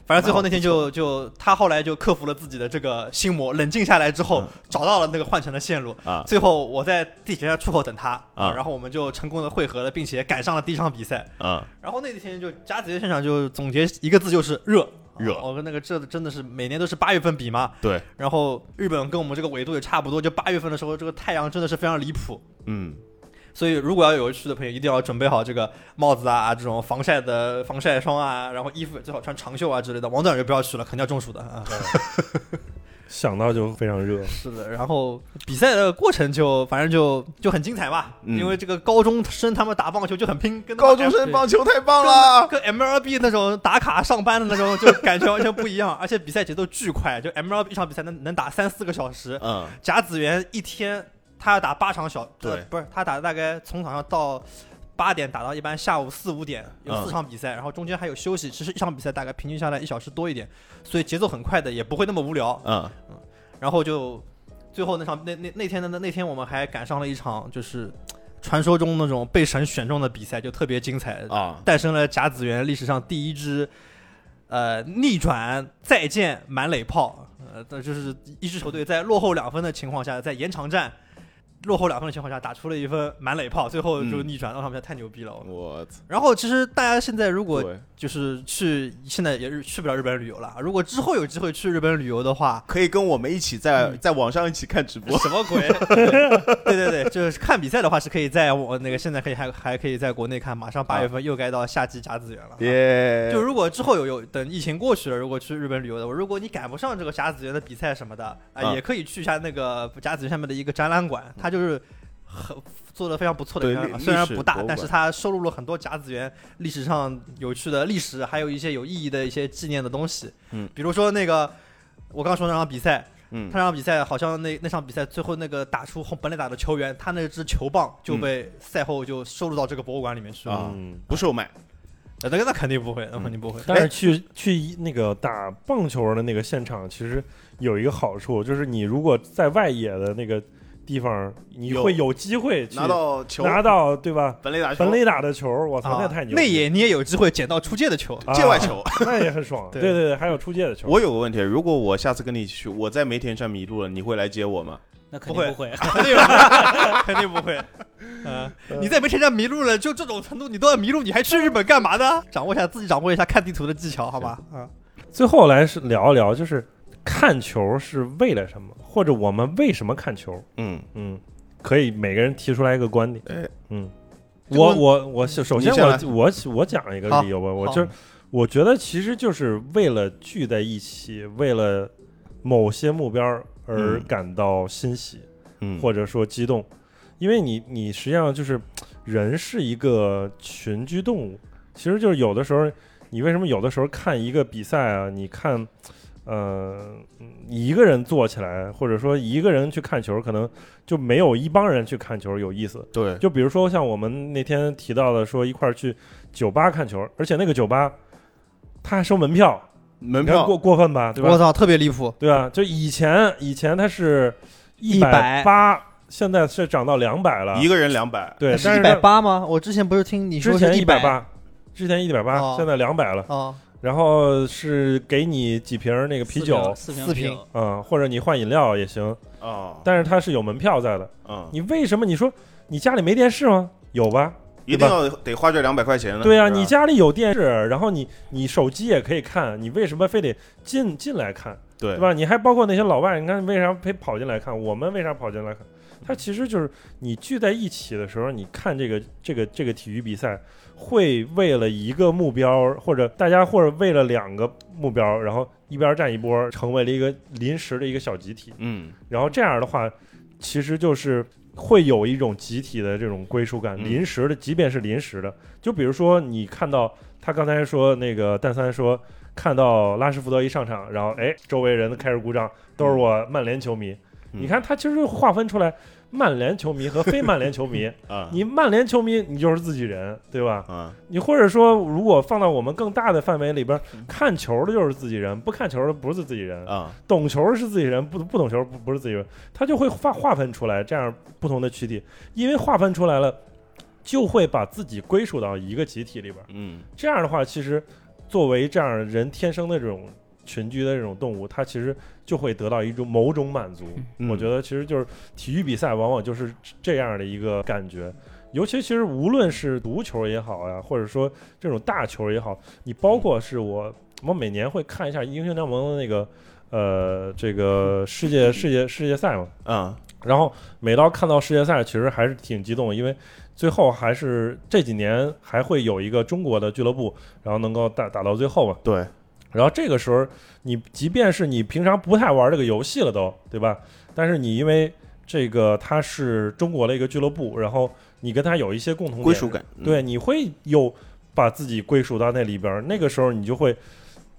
Speaker 4: 反正最后那天就就他后来就克服了自己的这个心魔，冷静下来之后
Speaker 2: 嗯，
Speaker 4: 找到了那个换乘的线路
Speaker 2: 啊
Speaker 4: 最后我在地铁站出口等他
Speaker 2: 啊
Speaker 4: 然后我们就成功的汇合了，并且赶上了第一场比赛。
Speaker 2: 嗯，
Speaker 4: 然后那天就甲子园现场就总结一个字就是热哦
Speaker 2: 热
Speaker 4: 我跟那个这真的是每年都是八月份比嘛，
Speaker 2: 对，
Speaker 4: 然后日本跟我们这个纬度也差不多，就八月份的时候这个太阳真的是非常离谱，
Speaker 2: 嗯，
Speaker 4: 所以如果要有去的朋友一定要准备好这个帽子啊，这种防晒的防晒霜啊，然后衣服最好穿长袖啊之类的，王队长就不要去了，肯定要中暑的啊。
Speaker 1: 想到就非常热，
Speaker 4: 是的，然后比赛的过程就反正就就很精彩嘛，
Speaker 2: 嗯
Speaker 4: 因为这个高中生他们打棒球就很拼，跟他
Speaker 2: 高
Speaker 4: 们
Speaker 2: 中生棒球太棒了。
Speaker 4: 跟 MLB 那种打卡上班的那种就感觉完全不一样，而且比赛节奏巨快，就 MLB 一场比赛能能打三四个小时，
Speaker 2: 嗯，
Speaker 4: 甲子园一天他要打八场小，
Speaker 2: 对
Speaker 4: 呃不是他打大概从早上到八点打到一般下午四五点，有四场比赛，然后中间还有休息，其实一场比赛大概平均下来一小时多一点，所以节奏很快的，也不会那么无聊，
Speaker 2: 嗯，
Speaker 4: 然后就最后那场那那那天的那天我们还赶上了一场就是传说中那种被神选中的比赛，就特别精彩，
Speaker 2: 啊，
Speaker 4: 诞生了甲子园历史上第一支，呃，逆转再见满垒炮，呃，这就是一支球队在落后两分的情况下，在延长战落后两分的情况下打出了一分满垒炮，最后就
Speaker 2: 嗯
Speaker 4: 逆转，那场比赛太牛逼了。我
Speaker 2: 我操，
Speaker 4: 然后其实大家现在如果
Speaker 2: 对
Speaker 4: 就是去，现在也是去不了日本旅游了，啊如果之后有机会去日本旅游的话。
Speaker 2: 可以跟我们一起在在网上一起看直播。
Speaker 4: 什么鬼？对对对，就是看比赛的话是可以在我那个现在可以还还可以在国内看，马上
Speaker 2: 啊
Speaker 4: 八月份又该到夏季甲子园了。
Speaker 2: 耶
Speaker 4: 就如果之后有有等疫情过去了，如果去日本旅游的，如果你赶不上这个甲子园的比赛什么的，啊、
Speaker 2: 啊
Speaker 4: 也可以去一下那个甲子园下面的一个展览馆，它就是很做的非常不错的
Speaker 2: 对
Speaker 4: 一个展览
Speaker 2: 历
Speaker 4: 虽然
Speaker 2: 历史
Speaker 4: 不
Speaker 2: 博
Speaker 4: 大，
Speaker 2: 物
Speaker 4: 但
Speaker 2: 馆
Speaker 4: 是它收录了很多甲子园历史上有趣的历史，还有一些有意义的一些纪念的东西。
Speaker 2: 嗯，
Speaker 4: 比如说那个我刚说那场比赛，
Speaker 2: 嗯
Speaker 4: 他那场比赛好像那那场比赛最后那个打出红本垒打的球员，他那支球棒就被赛后就收录到这个博物馆里面去了。
Speaker 2: 嗯啊嗯
Speaker 1: 嗯。
Speaker 2: 不售卖，
Speaker 4: 呃那个那肯定不会，那肯定不会。
Speaker 1: 但是去去那个打棒球的那个现场，其实有一个好处，就是你如果在外野的那个地方，你
Speaker 2: 有
Speaker 1: 会有机会去
Speaker 2: 拿到球，
Speaker 1: 拿到对吧？
Speaker 2: 本垒打球，啊
Speaker 1: 本垒打的球，我哦操，那太牛了！
Speaker 4: 内野你啊也有机会捡到出界的球。
Speaker 1: 啊
Speaker 2: 界外球。
Speaker 1: 那也很爽。
Speaker 4: 对
Speaker 1: 对对对，还有出界的球，
Speaker 2: 我有个问题，如果我下次跟你一起去，我在梅田站迷路了，你会来接我吗？
Speaker 3: 那肯定
Speaker 4: 不
Speaker 3: 不会。啊
Speaker 4: 肯定不 会，肯定不会。
Speaker 1: 啊
Speaker 4: 嗯，你在没车站迷路了，就这种程度，你都要迷路，你还去日本干嘛呢？掌握一下自己，掌握一下看地图的技巧，好吧？嗯，
Speaker 1: 最后来是聊一聊，就是看球是为了什么，或者我们为什么看球？
Speaker 2: 嗯，
Speaker 1: 嗯，可以每个人提出来一个观点。
Speaker 2: 哎
Speaker 1: 嗯，
Speaker 4: 这个
Speaker 1: 我
Speaker 4: 问
Speaker 1: 我我首先
Speaker 2: 你先来
Speaker 1: 我我我讲一个
Speaker 4: 好
Speaker 1: 理由吧，我
Speaker 4: 好
Speaker 1: 就是我觉得其实就是为了聚在一起，为了某些目标而
Speaker 2: 嗯
Speaker 1: 感到欣喜。
Speaker 2: 嗯
Speaker 1: 或者说激动，因为你你实际上就是人是一个群居动物，其实就是有的时候你为什么有的时候看一个比赛啊，你看，呃，你一个人坐起来，或者说一个人去看球，可能就没有一帮人去看球有意思。
Speaker 2: 对，
Speaker 1: 就比如说像我们那天提到的，说一块儿去酒吧看球，而且那个酒吧他还收门票，
Speaker 2: 门
Speaker 1: 你看
Speaker 2: 票
Speaker 1: 过过分吧？对吧？
Speaker 4: 操，特别离谱。
Speaker 1: 对啊，就以前以前它是一百八，现在是涨到两百了。
Speaker 2: 一个人两百，
Speaker 1: 对，但是
Speaker 4: 八吗？我之前不是听你
Speaker 1: 之前
Speaker 4: 一
Speaker 1: 一百八，之前一百八，
Speaker 4: 哦
Speaker 1: 现在两百了。
Speaker 4: 啊？
Speaker 1: 然后是给你几瓶那个啤酒，
Speaker 3: 四瓶
Speaker 4: 四
Speaker 3: 啤
Speaker 4: 瓶
Speaker 3: 酒
Speaker 1: 嗯，或者你换饮料也行，
Speaker 2: 哦，
Speaker 1: 但是它是有门票在的。
Speaker 2: 嗯，
Speaker 1: 你为什么你说你家里没电视吗？有吧？
Speaker 2: 一定要得花啊这两百块钱呢。
Speaker 1: 对呀、
Speaker 2: 嗯是吧
Speaker 1: 你家里有电视，然后你你手机也可以看，你为什么非得进进来看，
Speaker 2: 对
Speaker 1: 对吧？你还包括那些老外，你看为啥非跑进来看？我们为啥跑进来看？它其实就是你聚在一起的时候，你看这个这个这个体育比赛，会为了一个目标，或者大家或者为了两个目标，然后一边站一波，成为了一个临时的一个小集体。
Speaker 2: 嗯，
Speaker 1: 然后这样的话，其实就是会有一种集体的这种归属感，
Speaker 2: 嗯
Speaker 1: 临时的，即便是临时的，就比如说你看到他刚才说那个蛋三说看到拉什福德一上场，然后哎，周围人开始鼓掌，都是我曼联球迷。
Speaker 2: 嗯
Speaker 1: 你看他其实划分出来曼联球迷和非曼联球迷，
Speaker 2: 啊，
Speaker 1: 你曼联球迷你就是自己人，对吧？
Speaker 2: 啊，
Speaker 1: 你或者说，如果放到我们更大的范围里边
Speaker 2: 嗯，
Speaker 1: 看球的就是自己人，不看球的不是自己人
Speaker 2: 啊，
Speaker 1: 懂球是自己人，不不懂球不不是自己人，他就会划划分出来这样不同的群体，因为划分出来了，就会把自己归属到一个集体里边儿。
Speaker 2: 嗯，
Speaker 1: 这样的话，其实作为这样人天生的这种群居的这种动物，它其实就会得到一种某种满足。
Speaker 2: 嗯
Speaker 1: 我觉得其实就是体育比赛往往就是这样的一个感觉。尤其其实无论是足球也好呀、或者说这种大球也好，你包括是我，我每年会看一下英雄联盟的那个，呃，这个世界世界世界赛嘛。
Speaker 2: 啊，
Speaker 1: 然后每到看到世界赛，其实还是挺激动的，因为最后还是这几年还会有一个中国的俱乐部，然后能够打打到最后嘛。
Speaker 2: 对，
Speaker 1: 然后这个时候，你即便是你平常不太玩这个游戏了都，对吧？但是你因为这个它是中国的一个俱乐部，然后你跟它有一些共同点
Speaker 2: 归属，感，嗯，
Speaker 1: 对，你会有把自己归属到那里边儿，那个时候你就会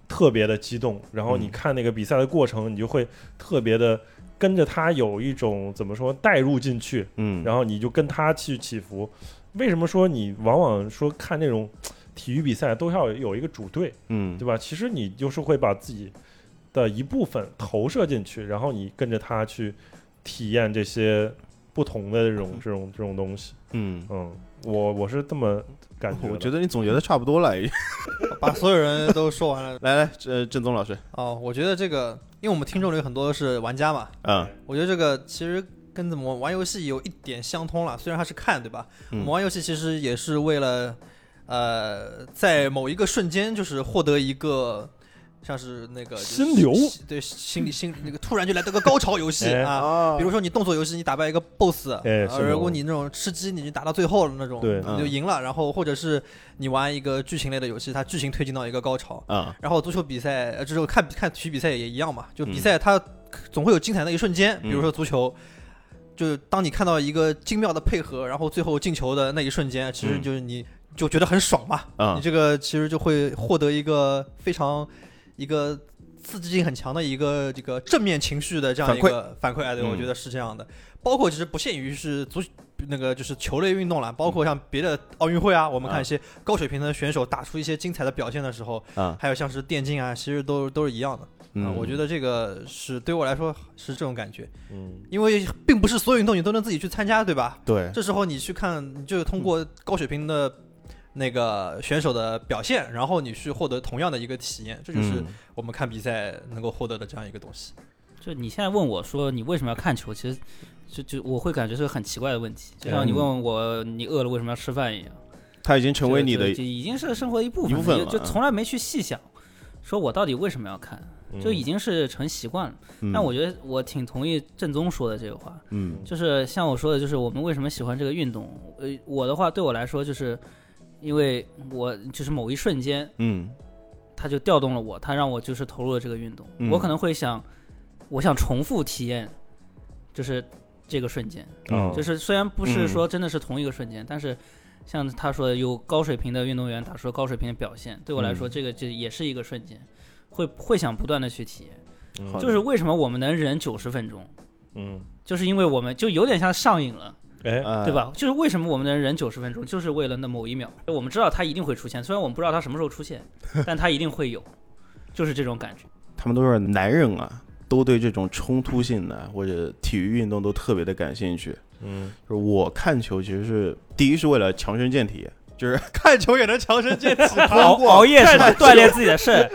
Speaker 1: 特别的激动，然后你
Speaker 2: 嗯
Speaker 1: 看那个比赛的过程，你就会特别的跟着他有一种怎么说带入进去，
Speaker 2: 嗯，
Speaker 1: 然后你就跟他去起伏。为什么说你往往说看这种体育比赛都要有一个主队，
Speaker 2: 嗯
Speaker 1: 对，吧？其实你就是会把自己的一部分投射进去，然后你跟着他去体验这些不同的这种这种这种东西。
Speaker 2: 嗯，
Speaker 1: 嗯，我我是这么感觉的。
Speaker 2: 我觉得你总结的差不多了，已经
Speaker 4: 把所有人都说完 了
Speaker 2: 来来，这郑宗老师，
Speaker 4: 哦。我觉得这个，因为我们听众里有很多是玩家嘛，
Speaker 2: 嗯
Speaker 4: 我觉得这个其实跟怎么玩游戏有一点相通了，虽然它是看，对吧？
Speaker 2: 嗯
Speaker 4: 我们玩游戏其实也是为了，呃，在某一个瞬间就是获得一个。像是那个就是
Speaker 1: 心流
Speaker 4: 对心理心那个突然就来到个高潮游戏
Speaker 1: 哎
Speaker 4: 啊，
Speaker 2: 啊
Speaker 4: 比如说你动作游戏，你打败一个 BOSS，
Speaker 1: 哎
Speaker 4: 啊
Speaker 1: 是的
Speaker 4: 如果你那种吃鸡，你就打到最后了那种，
Speaker 1: 对
Speaker 4: 你就赢了。然后或者是你玩一个剧情类的游戏，它剧情推进到一个高潮，
Speaker 2: 啊，
Speaker 4: 然后足球比赛，呃，就是看看体育比赛也一样嘛，就
Speaker 2: 嗯
Speaker 4: 比赛它总会有精彩的一瞬间，
Speaker 2: 嗯
Speaker 4: 比如说足球，就是当你看到一个精妙的配合，然后最后进球的那一瞬间，其实
Speaker 2: 嗯
Speaker 4: 就是你就觉得很爽嘛，
Speaker 2: 嗯
Speaker 4: 你这个其实就会获得一个非常一个。刺激性很强的一个这个正面情绪的这样一个反馈，哎，对，
Speaker 2: 嗯
Speaker 4: 我觉得是这样的。包括其实不限于是足那个就是球类运动了，包括像别的奥运会啊，我们看一些高水平的选手打出一些精彩的表现的时候，
Speaker 2: 啊，
Speaker 4: 还有像是电竞啊，其实都都是一样的。啊，
Speaker 2: 嗯，
Speaker 4: 我觉得这个是对我来说是这种感觉，
Speaker 1: 嗯，
Speaker 4: 因为并不是所有运动你都能自己去参加，对吧？
Speaker 2: 对，
Speaker 4: 这时候你去看，你就通
Speaker 2: 嗯
Speaker 4: 过高水平的那个选手的表现，然后你去获得同样的一个体验，这就是
Speaker 2: 嗯
Speaker 4: 我们看比赛能够获得的这样一个东西。
Speaker 3: 就你现在问我说你为什么要看球，其实就就我会感觉是个很奇怪的问题，就像你问我你饿了为什么要吃饭一样，
Speaker 2: 他已经嗯成为你
Speaker 3: 就
Speaker 2: 的
Speaker 3: 就就已经是生活的一部分
Speaker 2: 一
Speaker 3: 了，
Speaker 2: 部分了啊
Speaker 3: 就就从来没去细想，说我到底为什么要看，
Speaker 1: 嗯
Speaker 3: 就已经是成习惯了。
Speaker 2: 嗯
Speaker 3: 但我觉得我挺同意正宗说的这个话，
Speaker 2: 嗯
Speaker 3: 就是像我说的，就是我们为什么喜欢这个运动？呃，我的话对我来说，就是因为我就是某一瞬间，
Speaker 2: 嗯
Speaker 3: 它就调动了我，它让我就是投入了这个运动。
Speaker 2: 嗯
Speaker 3: 我可能会想，我想重复体验，就是这个瞬间。
Speaker 2: 哦
Speaker 1: 嗯
Speaker 3: 就是虽然不是说真的是同一个瞬间，但是像他说的，有高水平的运动员打出高水平的表现，对我来说，
Speaker 2: 嗯
Speaker 3: 这个这也是一个瞬间，会会想不断的去体验。
Speaker 1: 嗯
Speaker 2: 好的
Speaker 3: 就是为什么我们能忍九十分钟，
Speaker 1: 嗯，
Speaker 3: 就是因为我们就有点像上瘾了。
Speaker 1: 哎，
Speaker 2: 啊
Speaker 3: 对？吧？就是为什么我们能忍九十分钟，就是为了那某一秒。我们知道它一定会出现，虽然我们不知道它什么时候出现，但它一定会有，就是这种感觉。
Speaker 2: 他们都是男人啊，都对这种冲突性的或者体育运动都特别的感兴趣。
Speaker 1: 嗯
Speaker 2: 就是我看球其实是第一是为了强身健体，就是
Speaker 4: 看球也能强身健体
Speaker 3: 熬
Speaker 2: 通过
Speaker 3: 熬夜是吧
Speaker 2: 看
Speaker 3: 锻炼自己的肾，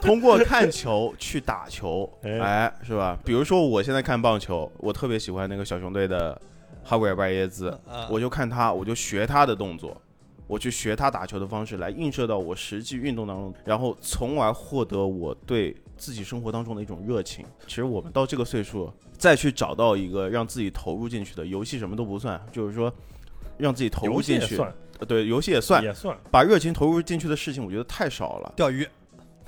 Speaker 2: 通过看球去打球，
Speaker 1: 哎
Speaker 2: 哎，是吧？比如说我现在看棒球，我特别喜欢那个小熊队的哈维尔巴耶兹，
Speaker 4: 啊，
Speaker 2: 我就看他，我就学他的动作，我去学他打球的方式来映射到我实际运动当中，然后从而获得我对自己生活当中的一种热情。其实我们到这个岁数，再去找到一个让自己投入进去的游戏，什么都不算，就是说让自己投入
Speaker 1: 游戏
Speaker 2: 进
Speaker 1: 也
Speaker 2: 去，
Speaker 1: 算
Speaker 2: 呃对，游戏也算，
Speaker 1: 也算，
Speaker 2: 把热情投入进去的事情，我觉得太少了。
Speaker 4: 钓鱼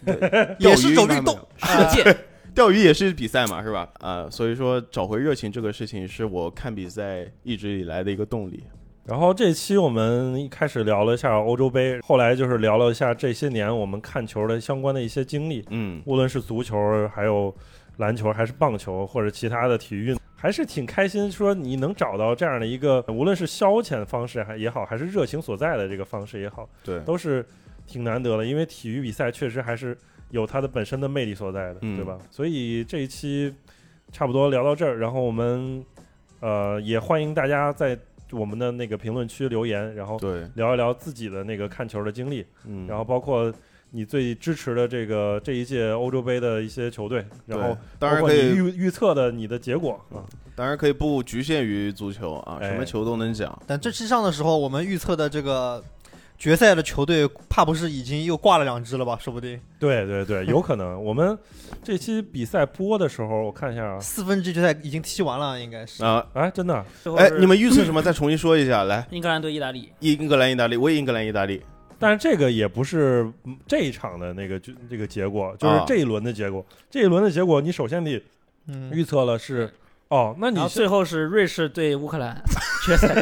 Speaker 2: 钓
Speaker 4: 也
Speaker 2: 鱼
Speaker 4: 是种
Speaker 2: 应该
Speaker 4: 运
Speaker 2: 没 有
Speaker 4: 动，
Speaker 3: 射箭。
Speaker 2: 钓鱼也是比赛嘛，是吧？呃，所以说找回热情这个事情是我看比赛一直以来的一个动力。
Speaker 1: 然后这期我们一开始聊了一下欧洲杯，后来就是聊了一下这些年我们看球的相关的一些经历，
Speaker 2: 嗯，
Speaker 1: 无论是足球，还有篮球，还是棒球，或者其他的体育运动，还是挺开心。说你能找到这样的一个，无论是消遣方式还也好，还是热情所在的这个方式也好，
Speaker 2: 对，
Speaker 1: 都是挺难得的。因为体育比赛确实还是有它的本身的魅力所在的，
Speaker 2: 嗯
Speaker 1: 对吧？所以这一期差不多聊到这儿，然后我们呃也欢迎大家在我们的那个评论区留言，然后
Speaker 2: 对，
Speaker 1: 聊一聊自己的那个看球的经历。
Speaker 2: 嗯，
Speaker 1: 然后包括你最支持的这个这一届欧洲杯的一些球队，然后
Speaker 2: 对当然
Speaker 1: 包括
Speaker 2: 可
Speaker 1: 你
Speaker 2: 以，
Speaker 1: 预预测的你的结 果啊，
Speaker 2: 当然可以不局限于足球啊，什么
Speaker 1: 哎
Speaker 2: 球都能讲。
Speaker 4: 但这期上的时候，我们预测的这个决赛的球队，怕不是已经又挂了两支了吧？说不定
Speaker 1: 对对对，有可能。 我们这期比赛播的时候，我看一下啊，
Speaker 4: 四分之一决赛已经踢完了，应该是。
Speaker 2: 啊，
Speaker 1: 哎，真的啊，
Speaker 3: 最后
Speaker 2: 哎，
Speaker 3: 是
Speaker 2: 你们预测什么？ 再重新说一下，来，
Speaker 3: 英格兰对意大利，
Speaker 2: 英格兰、意大利，我也英格兰、意大利。
Speaker 1: 但是这个也不是嗯这一场的那个就这个结果，就是
Speaker 2: 啊
Speaker 1: 这一轮的结果。这一轮的结果，你首先得
Speaker 4: 嗯，
Speaker 1: 预测了是哦，那你
Speaker 3: 然后
Speaker 1: 是
Speaker 3: 最后是瑞士对乌克兰 决赛。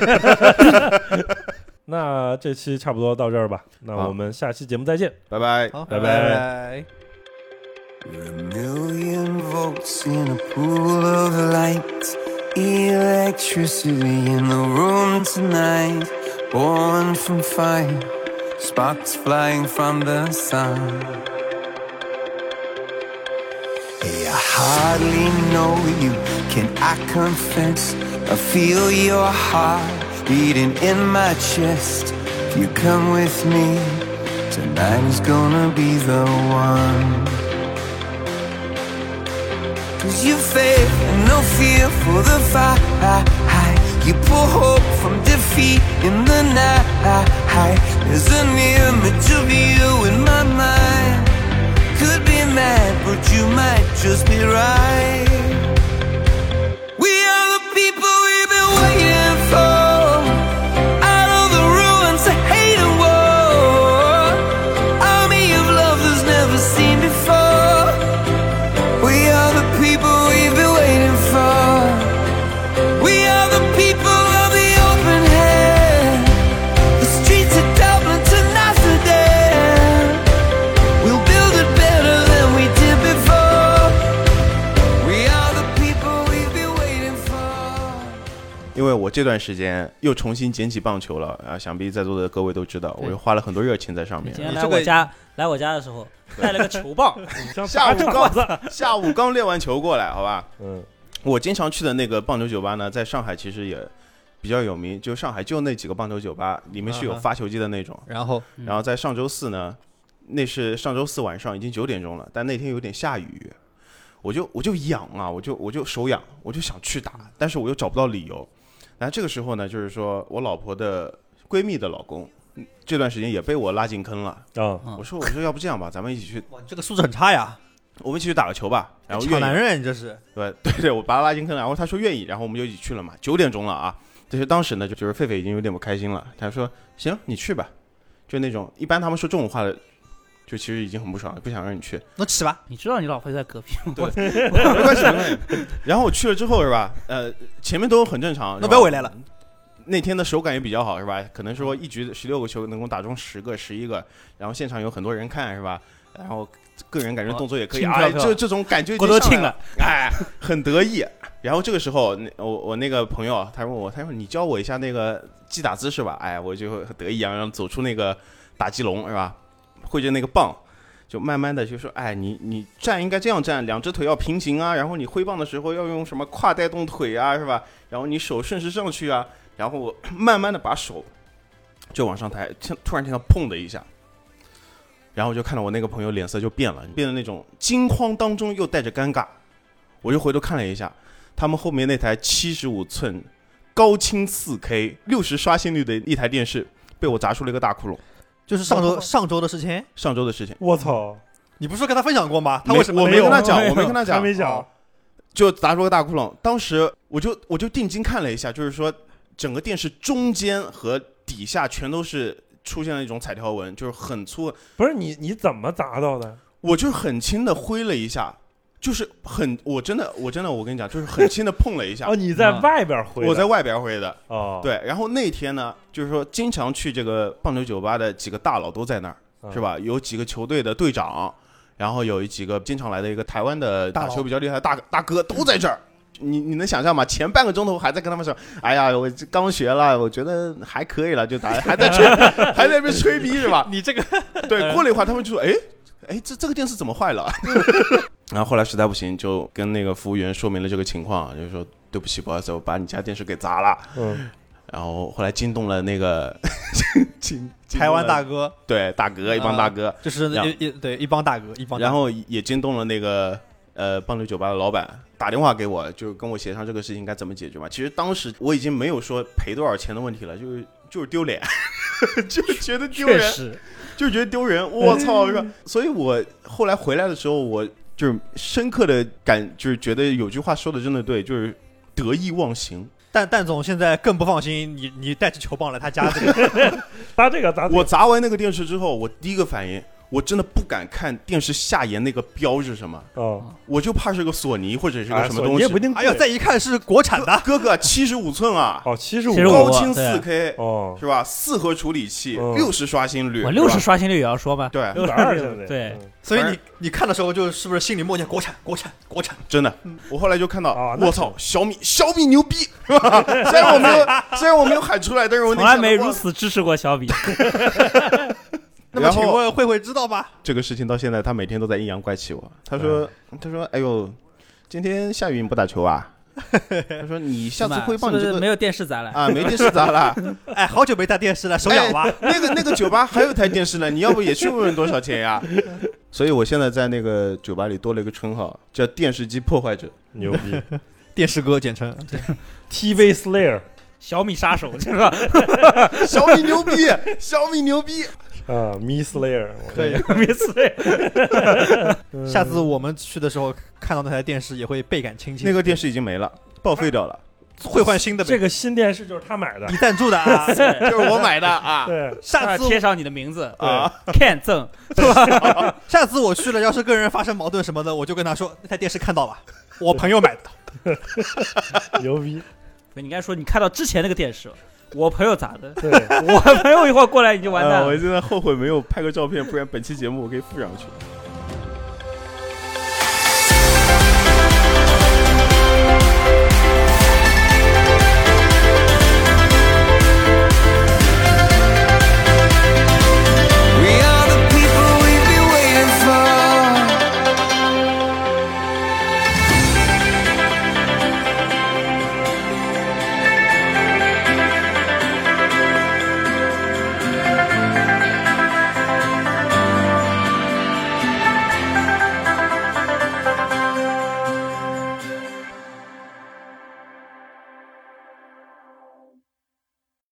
Speaker 1: 那这期差不多到这儿吧，那
Speaker 2: 好
Speaker 1: 我们下期节目再见。
Speaker 2: 拜拜。
Speaker 4: 好，
Speaker 1: 拜拜
Speaker 4: 拜拜
Speaker 5: A million volts in a pool of light. Electricity in the room tonight. Born from fire. Sparks flying from the sun. Hey, I hardly know you. Can I confess? I feel your heart beating in my chest. If you come with me, tonight is gonna be the one. Cause you faith and no fear for the fight. You pull hope from defeat in the night. There's an image of you in my mind. Could be mad, but you might just be right. We are the people we've been waiting for. Out of the ruins of hate and war. Army of lovers never seen before. We are the people we've been waiting for. We are the people of the open hand. The streets of Dublin to Notre Dame. We'll build it better than we did before. We are the people we've been waiting for.
Speaker 2: 因为我这段时间又重新捡起棒球了啊，想必在座的各位都知道，
Speaker 3: 对
Speaker 2: 我又花了很多热情在上面
Speaker 3: 今。天
Speaker 4: 你
Speaker 3: 来
Speaker 4: 这个
Speaker 3: 我家来我家的时候带了个球棒，
Speaker 1: 像
Speaker 2: 下午
Speaker 1: 打
Speaker 2: 告
Speaker 1: 场子，
Speaker 2: 下午刚练完球过来，好吧？
Speaker 1: 嗯，
Speaker 2: 我经常去的那个棒球酒吧呢，在上海其实也比较有名，就上海就那几个棒球酒吧，里面是有
Speaker 4: 啊哈
Speaker 2: 发球机的那种。
Speaker 4: 然后
Speaker 3: 嗯
Speaker 2: 然后在上周四呢，那是上周四晚上已经九点钟了，但那天有点下雨，我就我就痒啊，我就我就手痒，我就想去打，但是我又找不到理由。然后这个时候呢，就是说我老婆的闺蜜的老公，嗯这段时间也被我拉进坑了。
Speaker 1: 啊，
Speaker 3: 嗯
Speaker 2: 我说我说要不这样吧，咱们一起去，
Speaker 4: 哇，你这个素质很差呀，
Speaker 2: 我们一起去打个球吧。然后 愿
Speaker 4: 抢
Speaker 2: 意
Speaker 4: 男人啊你这是。
Speaker 2: 对对 对，我把他拉进坑了，然后他说愿意，然后我们就一起去了嘛。九点钟了啊，就是当时呢，就就是狒狒已经有点不开心了，他说行，你去吧，就那种一般他们说这种话的，就其实已经很不爽了，不想让你去。
Speaker 4: 那起吧，
Speaker 3: 你知道你老婆在隔壁吗？
Speaker 2: 对 没关系，没关系。 然后我去了之后是吧？呃，前面都很正常。
Speaker 4: 那不要回来了。
Speaker 2: 那天的手感也比较好是吧？可能说一局十六个球能够打中十个、十一个，然后现场有很多人看是吧？然后个人感觉动作也可以，
Speaker 3: 轻飘
Speaker 2: 哎，
Speaker 3: 飘
Speaker 2: 这这种感觉已经
Speaker 3: 过多
Speaker 2: 上来
Speaker 3: 庆
Speaker 2: 了，哎，很得意。然后这个时候，那我我那个朋友啊他问我，他说你教我一下那个击打姿势吧，哎，我就很得意洋洋走出那个打击笼是吧？挥着那个棒，就慢慢的就说，哎，你你站应该这样站，两只腿要平行啊，然后你挥棒的时候要用什么胯带动腿啊，是吧？然后你手顺势上去啊，然后我慢慢的把手就往上抬，听突然听到砰的一下，然后我就看到我那个朋友脸色就变了，变得那种惊慌当中又带着尴尬，我就回头看了一下，他们后面那台七十五寸高清四 K 六十刷新率的一台电视被我砸出了一个大窟窿。
Speaker 4: 就是上周上周的事情，
Speaker 2: 上周的事情，
Speaker 1: 我操，
Speaker 4: 你不是说跟他分享过吗？他
Speaker 2: 没
Speaker 4: 为什么
Speaker 2: 我没
Speaker 4: 有
Speaker 2: 跟他
Speaker 4: 啊？
Speaker 2: 讲
Speaker 1: 有
Speaker 2: 我没跟 他讲
Speaker 1: 他没讲
Speaker 4: 哦，
Speaker 2: 就砸出个大窟窿。当时我就我就定睛看了一下，就是说整个电视中间和底下全都是出现了一种彩条纹，就是很粗。
Speaker 1: 不是你你怎么砸到的？
Speaker 2: 我就是很轻的挥了一下，就是很我真的我真的我跟你讲，就是很轻的碰了一下
Speaker 1: 哦，。你在
Speaker 3: 嗯
Speaker 1: 外边挥的，
Speaker 2: 我在外边挥的，
Speaker 1: 哦，
Speaker 2: 对。然后那天呢，就是说经常去这个棒球酒吧的几个大佬都在那儿，
Speaker 1: 嗯
Speaker 2: 是？吧？有几个球队的队长，然后有几个经常来的一个台湾的
Speaker 4: 大
Speaker 2: 打
Speaker 4: 佬
Speaker 2: 球比较厉害的大大哥都在这儿。你你能想象吗？前半个钟头还在跟他们说，哎呀，我这刚学了，我觉得还可以了，就打还在吹， 还在那边吹逼是吧？
Speaker 4: 你这个 嗯
Speaker 2: 对，过了一会儿他们就说，哎哎，这这个电视怎么坏了？ 然后后来实在不行，就跟那个服务员说明了这个情况，就是说对不起，不好意思，我把你家电视给砸了。
Speaker 1: 嗯，
Speaker 2: 然后后来惊动了那 个惊惊动
Speaker 4: 台湾
Speaker 2: 了
Speaker 4: 大哥，
Speaker 2: 对大哥一帮大哥，
Speaker 4: 就是
Speaker 2: 呀
Speaker 4: 一一对一帮大哥，一帮大哥
Speaker 2: 然后也惊动了那个呃棒球酒吧的老板，打电话给我，就跟我协商这个事情该怎么解决嘛。其实当时我已经没有说赔多少钱的问题了，就是就是丢脸， 就是觉得丢
Speaker 3: 确
Speaker 2: 人，
Speaker 3: 实，
Speaker 2: 就是觉得丢人。我操！是吧？所以我后来回来的时候，我就是深刻的感，就是觉得有句话说的真的对，就是得意忘形。
Speaker 4: 但但总现在更不放心你，你带着球棒来他家 这个，
Speaker 1: 砸这个砸这个
Speaker 2: 我砸完那个电视之后，我第一个反应，我真的不敢看电视下沿那个标是什么，
Speaker 1: 哦，
Speaker 2: 我就怕是个索尼或者是个
Speaker 1: 哎
Speaker 2: 什么
Speaker 1: 所以
Speaker 2: 东
Speaker 1: 你
Speaker 2: 西
Speaker 1: 也。不一定贵。
Speaker 4: 哎呦，再一看是国产的，
Speaker 2: 哥哥七十五寸啊，
Speaker 1: 哦，七十五
Speaker 3: 其实我
Speaker 2: 高清四 K
Speaker 1: 哦，
Speaker 2: 是吧？四核处理器，
Speaker 1: 嗯
Speaker 2: 六十刷新率，
Speaker 3: 我六
Speaker 2: 是
Speaker 3: 十
Speaker 2: 吧
Speaker 3: 刷新率也要说吧，
Speaker 2: 对，
Speaker 1: 六十二现在
Speaker 3: 对
Speaker 1: 嗯
Speaker 4: 所以你你看的时候就是不是心里默念国产国产国产，
Speaker 2: 真的，
Speaker 3: 嗯
Speaker 2: 我后来就看到
Speaker 1: 哦，那
Speaker 2: 我操，小米小米牛逼， 是吧虽然我没有， 虽然我没有喊出来，但是我
Speaker 3: 从来没如
Speaker 2: 入。
Speaker 3: 此支持过小米。
Speaker 4: 那么
Speaker 2: 然
Speaker 4: 请
Speaker 2: 后
Speaker 4: 问慧慧知道吗？
Speaker 2: 这个事情到现在，他每天都在阴阳怪气我，他说，他说，哎呦，今天下雨你不打球 啊？他说你下次
Speaker 3: 是吧
Speaker 2: 汇报
Speaker 3: 是
Speaker 2: 你
Speaker 3: 不
Speaker 2: 这
Speaker 3: 是
Speaker 2: 个
Speaker 3: 没有电视砸了，
Speaker 2: 啊，没电视砸了，哎
Speaker 4: 哎，好久没带电视了， 手痒吧？
Speaker 2: 那个那个酒吧还有台电视呢，你要不也去问问多少钱 呀？所以我现在在那个酒吧里多了一个称号，叫电视机破坏者。
Speaker 1: 牛逼
Speaker 4: 电视哥简称，
Speaker 1: ，TV Slayer
Speaker 3: 小米杀手是吧？
Speaker 2: 小米牛逼，小米牛逼。
Speaker 1: 啊，Me Slayer
Speaker 4: 可以。
Speaker 3: 米 Slayer
Speaker 4: 下次我们去的时候看到那台电视也会倍感亲切，
Speaker 2: 那个电视已经没了，报废掉了，
Speaker 4: 会换新的
Speaker 1: 这
Speaker 4: 呗，
Speaker 1: 个新电视就是他买的
Speaker 4: 你，赞助的啊。
Speaker 2: 就是我买的啊。
Speaker 1: 对，
Speaker 4: 下次
Speaker 3: 贴上你的名字
Speaker 2: 啊，
Speaker 3: ，Ken 赠
Speaker 4: 下次我去了，要是跟人发生矛盾什么的，我就跟他说那台电视看到了，我朋友买的。
Speaker 1: 牛逼，
Speaker 3: 你应该说你看到之前那个电视，我朋友咋的？
Speaker 1: 对，
Speaker 3: 我朋友一会儿过来你就完蛋
Speaker 2: 呃
Speaker 3: 了
Speaker 2: 我。现在后悔没有拍个照片，不然本期节目我可以附上去。